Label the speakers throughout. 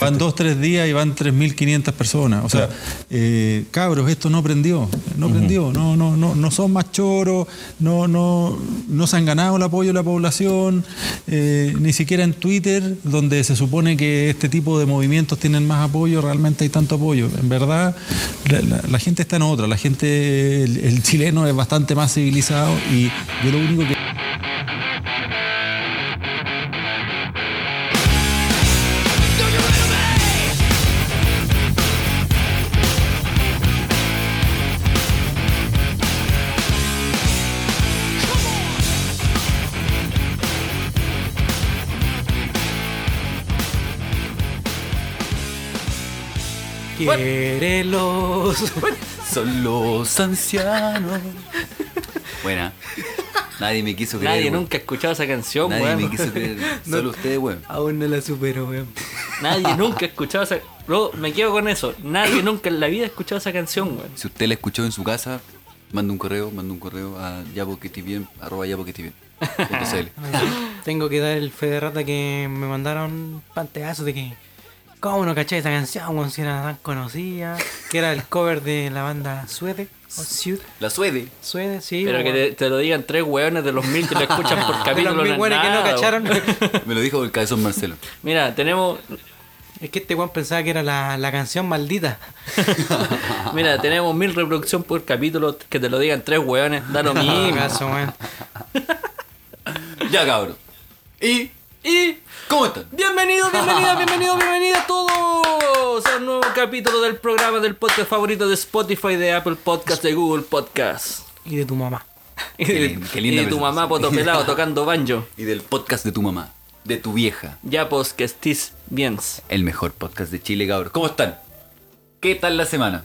Speaker 1: Van dos, tres días y van 3.500 personas. O sea, eh, cabros, esto no prendió, no prendió, no, no, no, no son más choros, no, no, no se han ganado el apoyo de la población, eh, ni siquiera en Twitter, donde se supone que este tipo de movimientos tienen más apoyo, realmente hay tanto apoyo. En verdad, la, la- la gente está en otra, la gente, el, el chileno es bastante más civilizado y yo lo único que...
Speaker 2: Quiérelos, son los ancianos.
Speaker 3: Buena. Nadie me quiso creer.
Speaker 2: Nadie
Speaker 3: weón.
Speaker 2: nunca ha escuchado esa canción,
Speaker 3: Nadie
Speaker 2: weón.
Speaker 3: me quiso creer.
Speaker 2: No.
Speaker 3: Solo ustedes, weón.
Speaker 4: Aún no la supero, weón.
Speaker 2: Nadie nunca ha escuchado esa. No, me quedo con eso. Nadie nunca en la vida ha escuchado esa canción, weón.
Speaker 3: Si usted la escuchó en su casa, manda un correo, manda un correo a yaboquetibien, arroba yaboquetibien. punto CL.
Speaker 4: Ah. Tengo que dar el fe de rata que me mandaron panteazos de que. ¿Cómo no caché esa canción, weón? Si era tan conocida. Que era el cover de la banda Suede. O Suede,
Speaker 3: La suede.
Speaker 4: Suede, sí.
Speaker 2: Pero que te, te lo digan tres weones de los mil que lo escuchan por
Speaker 4: De los
Speaker 2: capítulo.
Speaker 4: mil
Speaker 2: no es
Speaker 4: weones que no
Speaker 2: nada, weón.
Speaker 4: cacharon.
Speaker 3: Me lo dijo el cabezón Marcelo.
Speaker 2: Mira, tenemos
Speaker 4: es que este weón pensaba que era la, la canción maldita.
Speaker 2: Mira, tenemos mil reproducción por capítulo, que te lo digan tres hueones, da lo
Speaker 4: Y
Speaker 2: mismo.
Speaker 4: caso, weón.
Speaker 3: Ya, cabrón. ¿Y
Speaker 2: Y
Speaker 3: cómo están?
Speaker 2: bienvenido, bienvenido, bienvenido, bienvenido a todos a un nuevo capítulo del programa del podcast favorito de Spotify, de Apple Podcast, de Google Podcast.
Speaker 4: Y de tu mamá.
Speaker 2: Y
Speaker 3: Qué
Speaker 2: de,
Speaker 3: qué linda
Speaker 2: y de tu
Speaker 3: presentación.
Speaker 2: mamá potopelado tocando banjo.
Speaker 3: Y del podcast de tu mamá, de tu vieja.
Speaker 2: Ya pues que estés bien.
Speaker 3: El mejor podcast de Chile, cabrón. ¿Cómo están? ¿Qué tal la semana?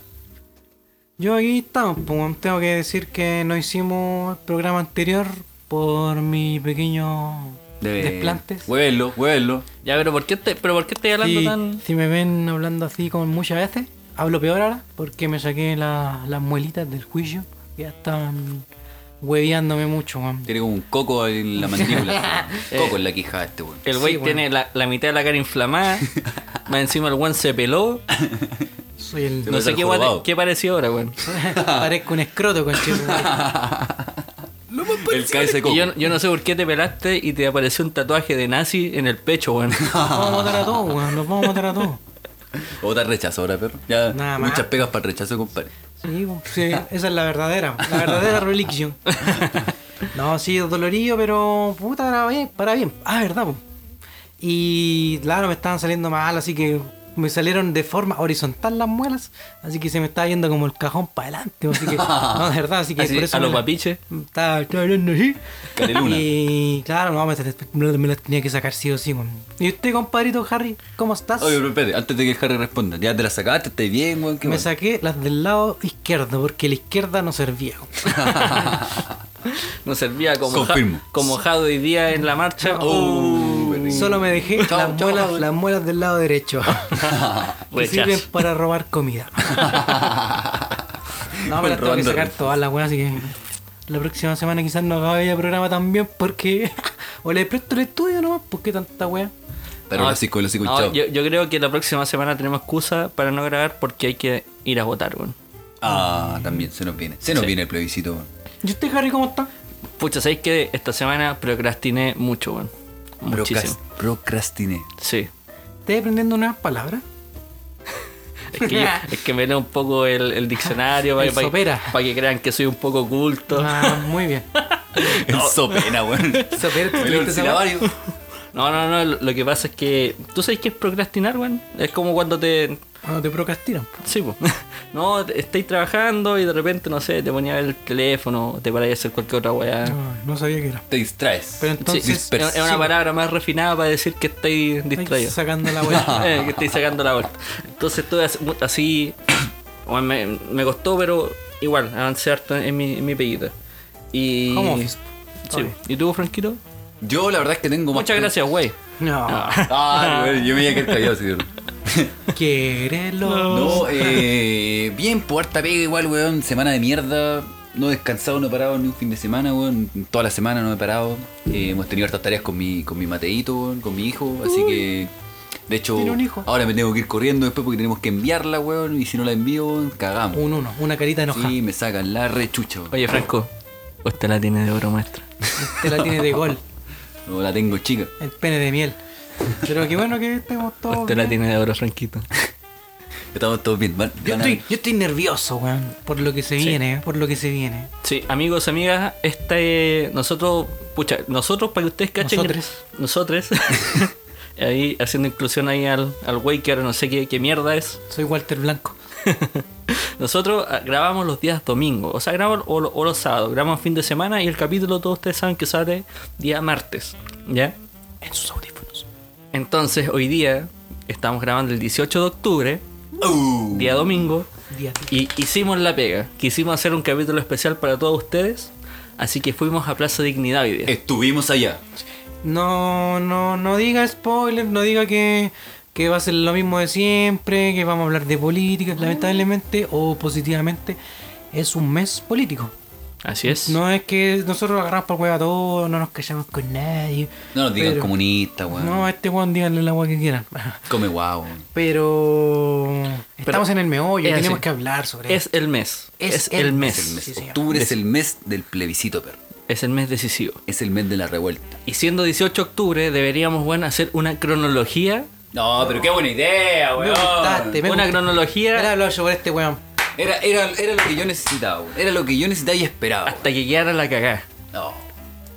Speaker 4: Yo aquí estamos, pues, weón. tengo que decir que no hicimos el programa anterior por mi pequeño desplantes.
Speaker 3: Huévelo, huévelo.
Speaker 2: Ya, pero ¿por qué te, pero por qué estoy hablando
Speaker 4: Si,
Speaker 2: tan
Speaker 4: si me ven hablando así como muchas veces, hablo peor ahora porque me saqué la- las muelitas del juicio. Ya estaban hueveándome mucho, weón.
Speaker 3: Tiene como un coco en la mandíbula. coco en la quijada este, weón.
Speaker 2: el güey
Speaker 4: Sí, bueno.
Speaker 2: tiene la, la mitad de la cara inflamada, más encima el weón se peló,
Speaker 4: Soy el.
Speaker 3: Se
Speaker 2: no
Speaker 3: me
Speaker 2: sé
Speaker 3: sale
Speaker 2: qué, guate-
Speaker 3: jorobado.
Speaker 2: qué pareció ahora, weón.
Speaker 4: Parezco un escroto con
Speaker 3: El cabeza de coco.
Speaker 2: Y yo, yo no sé por qué te pelaste y te apareció un tatuaje de nazi en el pecho, weón.
Speaker 4: Nos vamos a matar a todos, weón. Nos vamos a matar a todos.
Speaker 3: Otra rechazo ahora, perro. Ya,
Speaker 4: Nada más.
Speaker 3: muchas pegas para el rechazo, compadre.
Speaker 4: Sí, po. Sí, esa es la verdadera, la verdadera religión. No, sí, dolorillo, pero puta, para bien, para bien. Ah, verdad, po. Y claro, me estaban saliendo mal, así que me salieron de forma horizontal las muelas, así que se me estaba yendo como el cajón para adelante, así que no, de verdad, así que
Speaker 2: Así,
Speaker 4: por eso
Speaker 2: a
Speaker 4: me
Speaker 2: los
Speaker 4: la-
Speaker 2: mapiches.
Speaker 4: Estaba estaba hablando así.
Speaker 3: Careluna.
Speaker 4: Y claro, no, me, me- me las tenía que sacar sí o sí, weón. ¿Y usted, compadrito Harry, cómo estás?
Speaker 3: Oye, pero espérate, antes de que Harry responda, ya te la sacaste, estás bien, weón. ¿Qué
Speaker 4: me
Speaker 3: más?
Speaker 4: saqué las del lado izquierdo, porque la izquierda no servía. weón.
Speaker 2: Nos servía como, ja,
Speaker 3: Confirmo. Oh,
Speaker 2: como Jado hoy día en la marcha. Uh,
Speaker 4: Solo me dejé
Speaker 3: Chao,
Speaker 4: las,
Speaker 3: chao.
Speaker 4: muelas, las muelas del lado derecho. que
Speaker 2: Rechazo.
Speaker 4: sirven para robar comida. No, me las tengo que
Speaker 3: Robando
Speaker 4: sacar
Speaker 3: ricos.
Speaker 4: todas las weas, así que la próxima semana quizás no acabe el programa también porque. O le presto el estudio nomás, porque tanta wea.
Speaker 3: Pero
Speaker 2: no,
Speaker 3: ahora sí, con los hocico
Speaker 2: no,
Speaker 3: hinchado.
Speaker 2: yo, yo creo que la próxima semana tenemos excusa para no grabar porque hay que ir a votar, weón.
Speaker 3: Ah, también, se nos viene. Se nos
Speaker 2: Sí.
Speaker 3: viene el plebiscito, weón.
Speaker 4: ¿Y usted, Harry, cómo está?
Speaker 2: Pucha, ¿sabéis que esta semana procrastiné mucho, weón? Muchísimo.
Speaker 3: Procrast- procrastiné.
Speaker 2: Sí.
Speaker 4: ¿Estás aprendiendo nuevas palabras?
Speaker 2: Es que, yo- es que me leo un poco el, el diccionario para
Speaker 4: El sopera.
Speaker 2: que crean que soy un poco culto.
Speaker 4: Ah, muy bien.
Speaker 3: No. Sopena, weón.
Speaker 4: Sopera, ¿tú
Speaker 3: Me leo el
Speaker 4: tuviste esa
Speaker 3: silabario.
Speaker 2: No, no, no, lo- lo que pasa es que. ¿Tú sabes qué es procrastinar, weón? Es como cuando te,
Speaker 4: Cuando Ah, te procrastinan.
Speaker 2: Sí, po. No, estáis trabajando y de repente, no sé, te ponía el teléfono, te paráis a hacer cualquier otra weá.
Speaker 4: No, no sabía que era.
Speaker 3: Te distraes.
Speaker 4: Pero entonces.
Speaker 2: Sí,
Speaker 3: dispersa.
Speaker 2: es es una palabra más refinada para decir que estáis
Speaker 4: estáis
Speaker 2: distraídos.
Speaker 4: Sacando la wea.
Speaker 2: Eh, que estáis sacando la vuelta. Entonces todo así. bueno, me, me costó, pero igual, avancé harto en mi, en mi peguita. Y.
Speaker 4: Home office.
Speaker 2: Sí. ¿Y tú, Franquito?
Speaker 3: Yo la verdad es que tengo más.
Speaker 2: Muchas gracias, güey.
Speaker 4: No.
Speaker 3: Ah, weón, yo me iba a quedar callado, señor.
Speaker 4: Quérelo.
Speaker 3: No, eh, bien, pues harta pega igual, weón. Semana de mierda. No he descansado, no he parado ni un fin de semana, weón. Toda la semana no he parado. Eh, hemos tenido hartas tareas con mi, con mi Mateito, weón, con mi hijo. Así que De hecho,
Speaker 4: Tiene un hijo.
Speaker 3: ahora me tengo que ir corriendo después porque tenemos que enviarla, weón. Y si no la envío, weón, cagamos.
Speaker 4: Un uno, una carita enojada.
Speaker 3: Sí, me sacan la rechucha, weón.
Speaker 2: Oye, Franco, usted Pues, la tiene de oro, maestra.
Speaker 4: Te la tiene de gol,
Speaker 3: No la tengo chica.
Speaker 4: el pene de miel. Pero qué bueno que estemos todos.
Speaker 2: Usted la
Speaker 4: bien.
Speaker 2: tiene de oro, Franquito.
Speaker 3: Estamos todos bien. Van,
Speaker 4: Yo
Speaker 3: van a-
Speaker 4: estoy, yo estoy nervioso, weón. Por lo que se viene, eh, por lo que se viene.
Speaker 2: Sí, amigos, amigas, este. Nosotros, pucha, nosotros para que ustedes cachen.
Speaker 4: Nosotres.
Speaker 2: Nosotres. ahí haciendo inclusión ahí al, al Waker, no sé qué, qué mierda es.
Speaker 4: Soy Walter Blanco.
Speaker 2: Nosotros ah, grabamos los días domingos, o sea, grabamos o, lo- o los sábados, grabamos fin de semana y el capítulo, todos ustedes saben que sale día martes, ¿ya? En sus audífonos. Entonces, hoy día estamos grabando el 18 de octubre,
Speaker 4: Oh.
Speaker 3: ¡Uh!
Speaker 2: día domingo,
Speaker 4: Día-
Speaker 2: y hicimos la pega. Quisimos hacer un capítulo especial para todos ustedes, así que fuimos a Plaza Dignidad hoy día.
Speaker 3: Estuvimos allá.
Speaker 4: No, no, no diga spoiler, no diga que, que va a ser lo mismo de siempre, que vamos a hablar de política. Lamentablemente o positivamente, es un mes político.
Speaker 2: Así es.
Speaker 4: No es que nosotros agarramos por hueá todo, no nos callamos con nadie.
Speaker 3: No nos digan
Speaker 4: Pero-
Speaker 3: comunista, weón.
Speaker 4: No, a este weón díganle la agua que quieran.
Speaker 3: Come guau.
Speaker 4: Pero estamos en el meollo,
Speaker 2: es así.
Speaker 4: tenemos que hablar sobre
Speaker 2: Es el mes. Es,
Speaker 4: Es
Speaker 2: el,
Speaker 4: el-
Speaker 2: mes.
Speaker 3: Es el mes.
Speaker 4: Sí, señor.
Speaker 3: Octubre es el mes del plebiscito, perro.
Speaker 2: Es el mes decisivo.
Speaker 3: Es el mes de la revuelta.
Speaker 2: Y siendo 18 de octubre, deberíamos bueno, hacer una cronología.
Speaker 3: No, pero qué buena idea,
Speaker 4: Me gustaste, me gustaste.
Speaker 2: Una
Speaker 4: Era
Speaker 2: cronología
Speaker 4: lo sobre este weón.
Speaker 3: Era, era, era lo que yo necesitaba, weón. Era lo que yo necesitaba y esperaba.
Speaker 2: hasta que llegara la cagá.
Speaker 3: weón. No,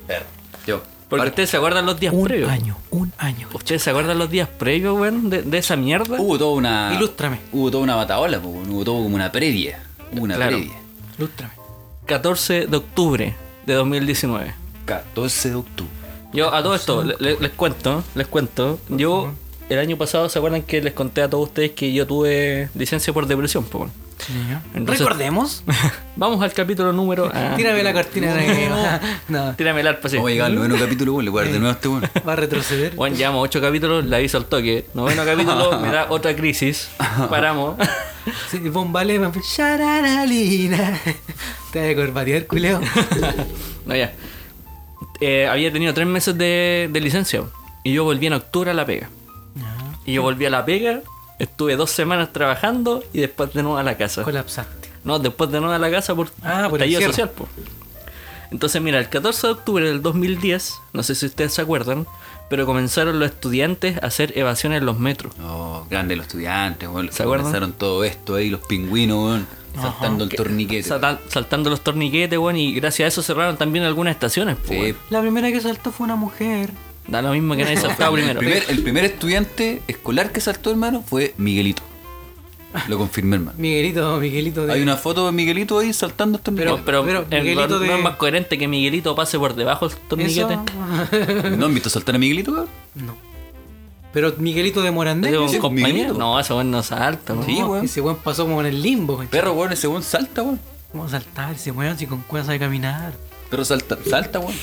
Speaker 3: perro. Yo.
Speaker 2: Porque
Speaker 3: Par-
Speaker 2: ustedes se acuerdan los días
Speaker 4: Un
Speaker 2: previos.
Speaker 4: año, un año.
Speaker 2: ¿Ustedes se acuerdan los días previos, weón? De, de esa mierda.
Speaker 3: Hubo toda una.
Speaker 4: Ilústrame.
Speaker 3: Hubo toda una bataola, po, weón. hubo todo como una previa. Hubo una
Speaker 2: Claro.
Speaker 3: previa.
Speaker 4: Lústrame.
Speaker 2: 14 de octubre de 2019.
Speaker 3: 14 de octubre.
Speaker 2: Yo a todo esto, le- le- les cuento, les cuento. Yo, el año pasado, ¿se acuerdan que les conté a todos ustedes que yo tuve licencia por depresión, po, weón? Entonces-
Speaker 4: Recordemos.
Speaker 2: Vamos al capítulo número. ah,
Speaker 4: Tírame la cortina de No,
Speaker 2: tírame el arpa, sí.
Speaker 3: Vamos a llegar al noveno capítulo, weón. Le voy a dar de nuevo a este weón.
Speaker 4: va a retroceder.
Speaker 2: Bueno, llevamos ocho capítulos, la aviso al toque. Noveno capítulo, me da otra crisis. Paramos.
Speaker 4: Sí, bombale, va a- Shararalina. Te vas a corbatear, culeo.
Speaker 2: no, ya. Eh, había tenido tres meses de, de licencia. Y yo volví en octubre a la pega. Y yo volví a la pega, estuve dos semanas trabajando y después de nuevo a la casa.
Speaker 4: Colapsaste.
Speaker 2: No, después de nuevo a la casa por
Speaker 4: Ah, por el
Speaker 2: estallido
Speaker 4: cierre.
Speaker 2: social. po. Entonces, mira, el 14 de octubre del 2010, no sé si ustedes se acuerdan, pero comenzaron los estudiantes a hacer evasión en los metros.
Speaker 3: Oh, grandes los estudiantes, weón.
Speaker 2: ¿Se acuerdan?
Speaker 3: Comenzaron todo esto ahí, los pingüinos, weón. Saltando el torniquete.
Speaker 2: Saltan- saltando los torniquetes, weón, y gracias a eso cerraron también algunas estaciones, po,
Speaker 3: Sí.
Speaker 2: weón.
Speaker 4: La primera que saltó fue una mujer.
Speaker 2: Da lo mismo que nadie saltaba
Speaker 3: El
Speaker 2: primero.
Speaker 3: primer, el primer estudiante escolar que saltó, hermano, fue Miguelito. Lo confirmé, hermano.
Speaker 4: Miguelito, Miguelito de.
Speaker 3: Hay una foto de Miguelito ahí saltando este
Speaker 2: Pero, pero,
Speaker 4: Pero
Speaker 2: en-
Speaker 4: Miguelito
Speaker 2: no
Speaker 4: de-
Speaker 2: es más coherente que Miguelito pase por debajo del
Speaker 4: ¿Eso?
Speaker 2: torniquete.
Speaker 3: ¿No han visto saltar a Miguelito, weón?
Speaker 4: No. Pero Miguelito de Morandé.
Speaker 2: Digo,
Speaker 3: Sí,
Speaker 2: compañero.
Speaker 3: Miguelito.
Speaker 2: No, ese weón no salta, weón.
Speaker 3: Sí, weón.
Speaker 4: Ese weón pasó como en el limbo. weón.
Speaker 3: Perro, weón, ese weón salta, weón.
Speaker 4: Vamos a saltar ese weón si con cueva sabe caminar.
Speaker 3: Pero salta, salta, weón.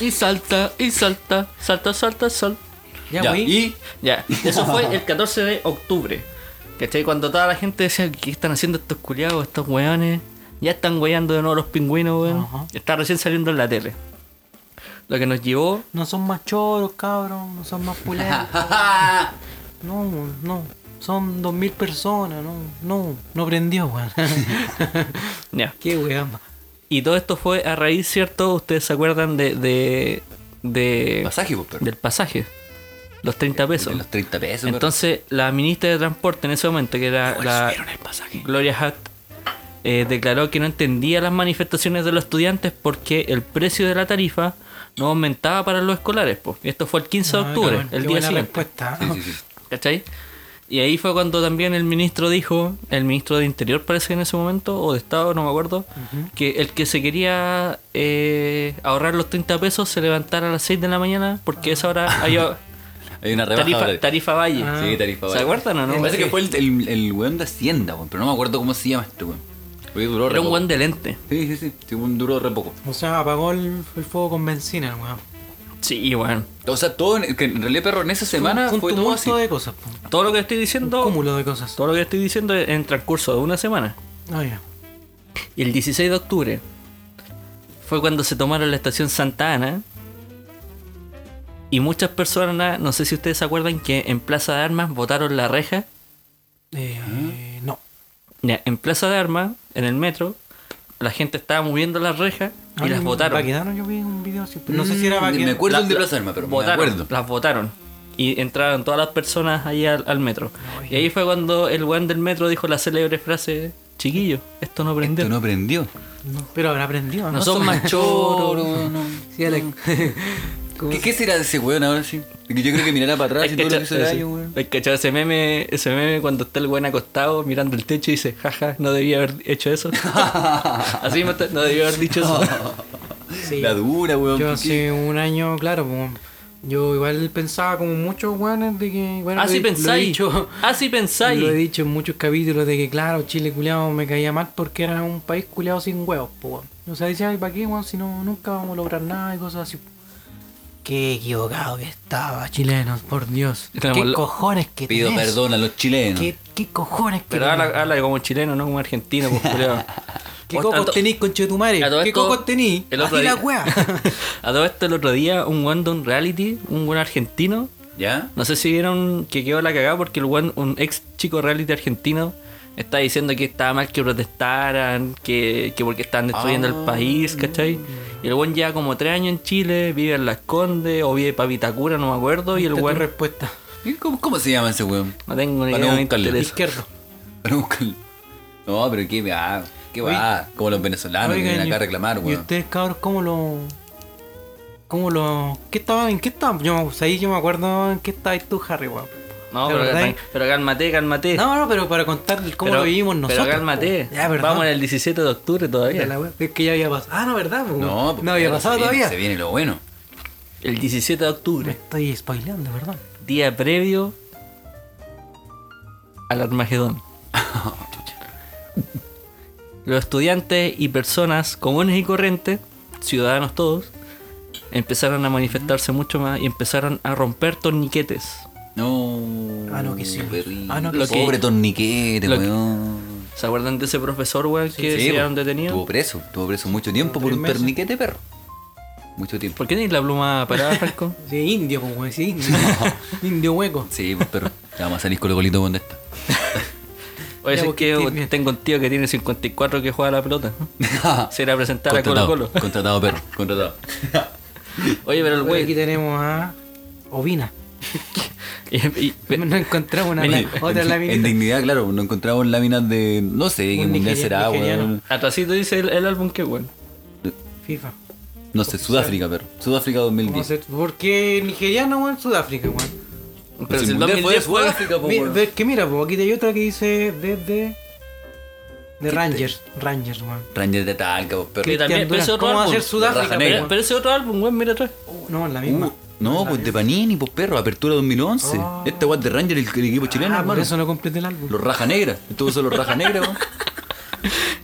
Speaker 2: Y salta, y salta, salta, salta, salta.
Speaker 4: Ya,
Speaker 3: Ya,
Speaker 4: wey.
Speaker 3: y
Speaker 2: Ya, eso fue el 14 de octubre. ¿Cachai? Cuando toda la gente decía, ¿qué están haciendo estos culiados, estos weones? Ya están weyando de nuevo los pingüinos, weón.
Speaker 4: Ajá.
Speaker 2: Está recién saliendo en la tele. Lo que nos llevó
Speaker 4: No son más choros, cabrón. No son más puleros. No, no. Son dos mil personas. No, no. No prendió, weón.
Speaker 2: Ya.
Speaker 4: Qué weón.
Speaker 2: Y todo esto fue a raíz, ¿cierto? Ustedes se acuerdan de. de, de-
Speaker 3: pasaje, pues, perro.
Speaker 2: del pasaje. Los 30 pesos.
Speaker 3: De los 30 pesos, perro.
Speaker 2: Entonces, la ministra de Transporte en ese momento, que era la
Speaker 3: Devolvieron el pasaje.
Speaker 2: Gloria Hart, eh, declaró que no entendía las manifestaciones de los estudiantes porque el precio de la tarifa no aumentaba para los escolares. po. Y Esto fue el 15 de
Speaker 4: Ah,
Speaker 2: octubre,
Speaker 4: cabrón,
Speaker 2: el
Speaker 4: qué
Speaker 2: día
Speaker 4: buena
Speaker 2: siguiente.
Speaker 4: respuesta.
Speaker 3: Sí, sí, sí.
Speaker 2: ¿Cachai? Y ahí fue cuando también el ministro dijo, el ministro de Interior parece que en ese momento, o de Estado, no me acuerdo, que el que se quería eh, ahorrar los 30 pesos se levantara a las 6 de la mañana porque a esa hora había
Speaker 3: Hay una rebaja.
Speaker 2: tarifa,
Speaker 3: ahora.
Speaker 2: tarifa valle.
Speaker 4: Ah.
Speaker 3: Sí, tarifa.
Speaker 2: ¿Se
Speaker 3: vale.
Speaker 2: acuerdan o no?
Speaker 3: Parece que fue el, el, el weón de Hacienda, weón. Pero no me acuerdo cómo se llama este weón. Porque duró re
Speaker 2: Era un
Speaker 3: poco.
Speaker 2: buen de lente.
Speaker 3: Sí, sí, sí. sí un- duró re poco.
Speaker 4: O sea, apagó el, el fuego con benzina, el weón.
Speaker 2: Sí, bueno.
Speaker 3: O sea, todo en, que en realidad, perro, en esa semana
Speaker 4: Fue un
Speaker 3: fue todo así.
Speaker 4: tumulto de cosas, po.
Speaker 2: Todo lo que estoy
Speaker 4: Un
Speaker 2: diciendo,
Speaker 4: cúmulo de cosas.
Speaker 2: todo lo que estoy diciendo es en transcurso de una semana.
Speaker 4: Ah, ya.
Speaker 2: Y el 16 de octubre fue cuando se tomaron la estación Santa Ana Y muchas personas, no sé si ustedes se acuerdan que en Plaza de Armas votaron la reja.
Speaker 4: Eh, no.
Speaker 2: Ya, En Plaza de Armas, en el metro, la gente estaba moviendo las rejas y las votaron.
Speaker 4: Baquedano, yo vi un video así, pero no sé si era
Speaker 3: Mm, me
Speaker 4: Baquedano.
Speaker 3: acuerdo
Speaker 2: La-
Speaker 3: el de
Speaker 2: la-
Speaker 3: Plaza Armas, pero me
Speaker 2: votaron,
Speaker 3: acuerdo.
Speaker 2: Las votaron. Y entraron todas las personas ahí al, al metro. y ahí fue cuando el weón del metro dijo la célebre frase, chiquillo, esto no prendió.
Speaker 3: Esto no prendió.
Speaker 4: No, pero habrá aprendido.
Speaker 2: No son más choros.
Speaker 3: Choro, no.
Speaker 4: Sí, Alex. ¿Cómo
Speaker 3: ¿Qué, ¿Qué será de ese weón ahora sí? Porque Yo creo que mirará para atrás
Speaker 2: Hay
Speaker 3: y
Speaker 2: que
Speaker 3: todo lo que hizo el
Speaker 2: echar- sí.
Speaker 3: año, weón.
Speaker 2: Hay que echar ese meme, ese meme cuando está el buen acostado mirando el techo y dice, jaja, no debía haber hecho eso. Así mismo está, no debía haber dicho eso.
Speaker 4: Sí.
Speaker 3: La dura, weón.
Speaker 4: Yo
Speaker 3: ¿Qué- qué?
Speaker 4: hace un año, claro, pues, yo igual pensaba como muchos weones de que. Bueno,
Speaker 2: Así
Speaker 4: lo he- lo he
Speaker 2: Ah, pensáis.
Speaker 4: dicho-
Speaker 2: Así pensáis.
Speaker 4: Lo he dicho en muchos capítulos de que, claro, Chile culiado me caía mal porque era un país culiado sin huevos, po, weón. O sea, decía, ¿para qué, weón? Si no, nunca vamos a lograr nada y cosas así. Qué equivocado que estaba, chilenos, por Dios.
Speaker 2: Tenemos
Speaker 4: ¿Qué
Speaker 2: lo-
Speaker 4: cojones que
Speaker 3: Pido
Speaker 4: tenés?
Speaker 3: perdón a los chilenos.
Speaker 4: ¿Qué, qué cojones que
Speaker 2: Pero
Speaker 4: tenés?
Speaker 2: habla, habla como chileno, no como argentino, pues, culiao.
Speaker 4: ¿Qué
Speaker 2: O- a
Speaker 4: cocos
Speaker 2: to-
Speaker 4: tenís, conchetumare?
Speaker 2: a todo
Speaker 4: ¿Qué
Speaker 2: esto,
Speaker 4: cocos tenís?
Speaker 2: el otro
Speaker 4: Así la
Speaker 2: día-
Speaker 4: wea.
Speaker 2: A todo esto el otro día, un weón de un reality, un buen argentino,
Speaker 3: ¿Ya?
Speaker 2: No sé si vieron que quedó la cagada porque el weón, un ex chico reality argentino está diciendo que estaba mal que protestaran, que, que porque estaban destruyendo
Speaker 4: Ah.
Speaker 2: el país, ¿cachai? Y el weón lleva como tres años en Chile, vive en Las Condes o vive para Vitacura, no me acuerdo. Y el
Speaker 4: Esta es tu
Speaker 2: weón,
Speaker 4: respuesta.
Speaker 3: ¿Y ¿Cómo, cómo se llama ese weón?
Speaker 2: no tengo ni
Speaker 3: Para
Speaker 2: idea, me
Speaker 3: buscarle.
Speaker 2: interesa.
Speaker 4: Izquierdo.
Speaker 3: Para buscarlo. No, pero qué va. Qué va. Como los venezolanos que
Speaker 4: Oigan,
Speaker 3: Ah, vienen
Speaker 4: y-
Speaker 3: acá a reclamar,
Speaker 4: ¿Y
Speaker 3: weón.
Speaker 4: ustedes, cabros, cómo lo.? ¿Cómo lo.? ¿Qué estaban? ¿En qué estaban? Yo, me- ahí yo me acuerdo en qué estabas tú, Harry, weón.
Speaker 2: No,
Speaker 4: ¿Te
Speaker 2: pero,
Speaker 4: acordáis?
Speaker 2: pero cálmate, cálmate.
Speaker 4: No, no, pero para contar cómo
Speaker 2: Pero-
Speaker 4: lo vivimos nosotros.
Speaker 2: Pero cálmate.
Speaker 4: po. Ya, verdad.
Speaker 2: Vamos en el 17 de octubre
Speaker 4: Puta
Speaker 2: todavía.
Speaker 4: la wea, Es que ya había pasado. Ah, no, verdad, po,
Speaker 3: No,
Speaker 2: pues,
Speaker 3: porque
Speaker 4: No había
Speaker 3: ahora
Speaker 4: pasado
Speaker 3: se viene-
Speaker 4: todavía.
Speaker 3: Se viene lo bueno.
Speaker 2: El 17 de
Speaker 4: Me
Speaker 2: octubre,
Speaker 4: estoy spoileando, perdón.
Speaker 2: día previo al Armagedón. los estudiantes y personas comunes y corrientes, ciudadanos todos, empezaron a manifestarse mucho más y empezaron a romper torniquetes.
Speaker 3: No.
Speaker 4: Ah, no, que sí.
Speaker 3: perrín.
Speaker 4: Ah, no, que
Speaker 3: Lo
Speaker 2: sí.
Speaker 3: Pobre torniquete,
Speaker 2: Lo que-
Speaker 3: weón.
Speaker 2: ¿Se acuerdan de ese profesor, weón, que se
Speaker 3: Sí,
Speaker 2: llevaron
Speaker 3: po. Estuvo
Speaker 2: detenido?
Speaker 3: preso. Estuvo preso mucho tiempo por
Speaker 4: tres
Speaker 3: un
Speaker 4: meses.
Speaker 3: torniquete, perro. Mucho tiempo.
Speaker 2: ¿Por qué tenéis la pluma parada, Franco?
Speaker 4: Sí, indio, como weón, sí, indio. indio hueco.
Speaker 3: Sí, pues, perro. Ya vamos a salir con lo colito con esta.
Speaker 2: Oye,
Speaker 4: Ya, pues,
Speaker 2: si es
Speaker 4: porque
Speaker 2: que
Speaker 4: estoy bien.
Speaker 2: tengo un tío que tiene 54 que juega a la pelota. Se irá a presentar a Colo
Speaker 3: contratado,
Speaker 2: Colo.
Speaker 3: contratado, perro. Contratado.
Speaker 2: Oye, pero el
Speaker 4: Bueno, aquí
Speaker 2: güey.
Speaker 4: tenemos a. Ovina.
Speaker 2: y- y-
Speaker 4: No encontramos una.
Speaker 2: Vení.
Speaker 4: Otra
Speaker 3: en,
Speaker 4: laminita.
Speaker 3: en dignidad, claro, no encontramos láminas de. No sé, qué
Speaker 4: Un
Speaker 3: mundial
Speaker 4: nigeri-
Speaker 3: será,
Speaker 4: nigeriano.
Speaker 3: weón.
Speaker 2: Atrasito dice el, el álbum que bueno.
Speaker 4: FIFA.
Speaker 3: No sé, Sudáfrica, perro. Sudáfrica
Speaker 4: No
Speaker 3: 2010.
Speaker 4: sé, ¿Por qué nigeriano, weón? Sudáfrica, weón.
Speaker 2: Pero si el
Speaker 3: mundial
Speaker 2: 2010 fue-
Speaker 3: Sudáfrica, po,
Speaker 4: Mi-
Speaker 3: weón.
Speaker 4: ve que mira, po, aquí hay otra que dice desde. De Rangers. Rangers, weón.
Speaker 3: Rangers de Talca, pues, perro.
Speaker 2: Que también, pero ese otro
Speaker 4: ¿Cómo va a
Speaker 2: álbum.
Speaker 4: ser Sudáfrica?
Speaker 3: Rajanera.
Speaker 4: po,
Speaker 2: Pero,
Speaker 4: weón?
Speaker 2: pero ese otro álbum, weón, mira atrás.
Speaker 4: Uh, no, la misma.
Speaker 3: Uh, no, pues de Panini, pues perro, apertura 2011.
Speaker 4: Ah.
Speaker 3: Esta guay de Ranger, el, el equipo chileno,
Speaker 4: Ah, por
Speaker 3: hermano.
Speaker 4: eso no completé el álbum.
Speaker 3: Los raja negra. Estos son los raja negra, weón.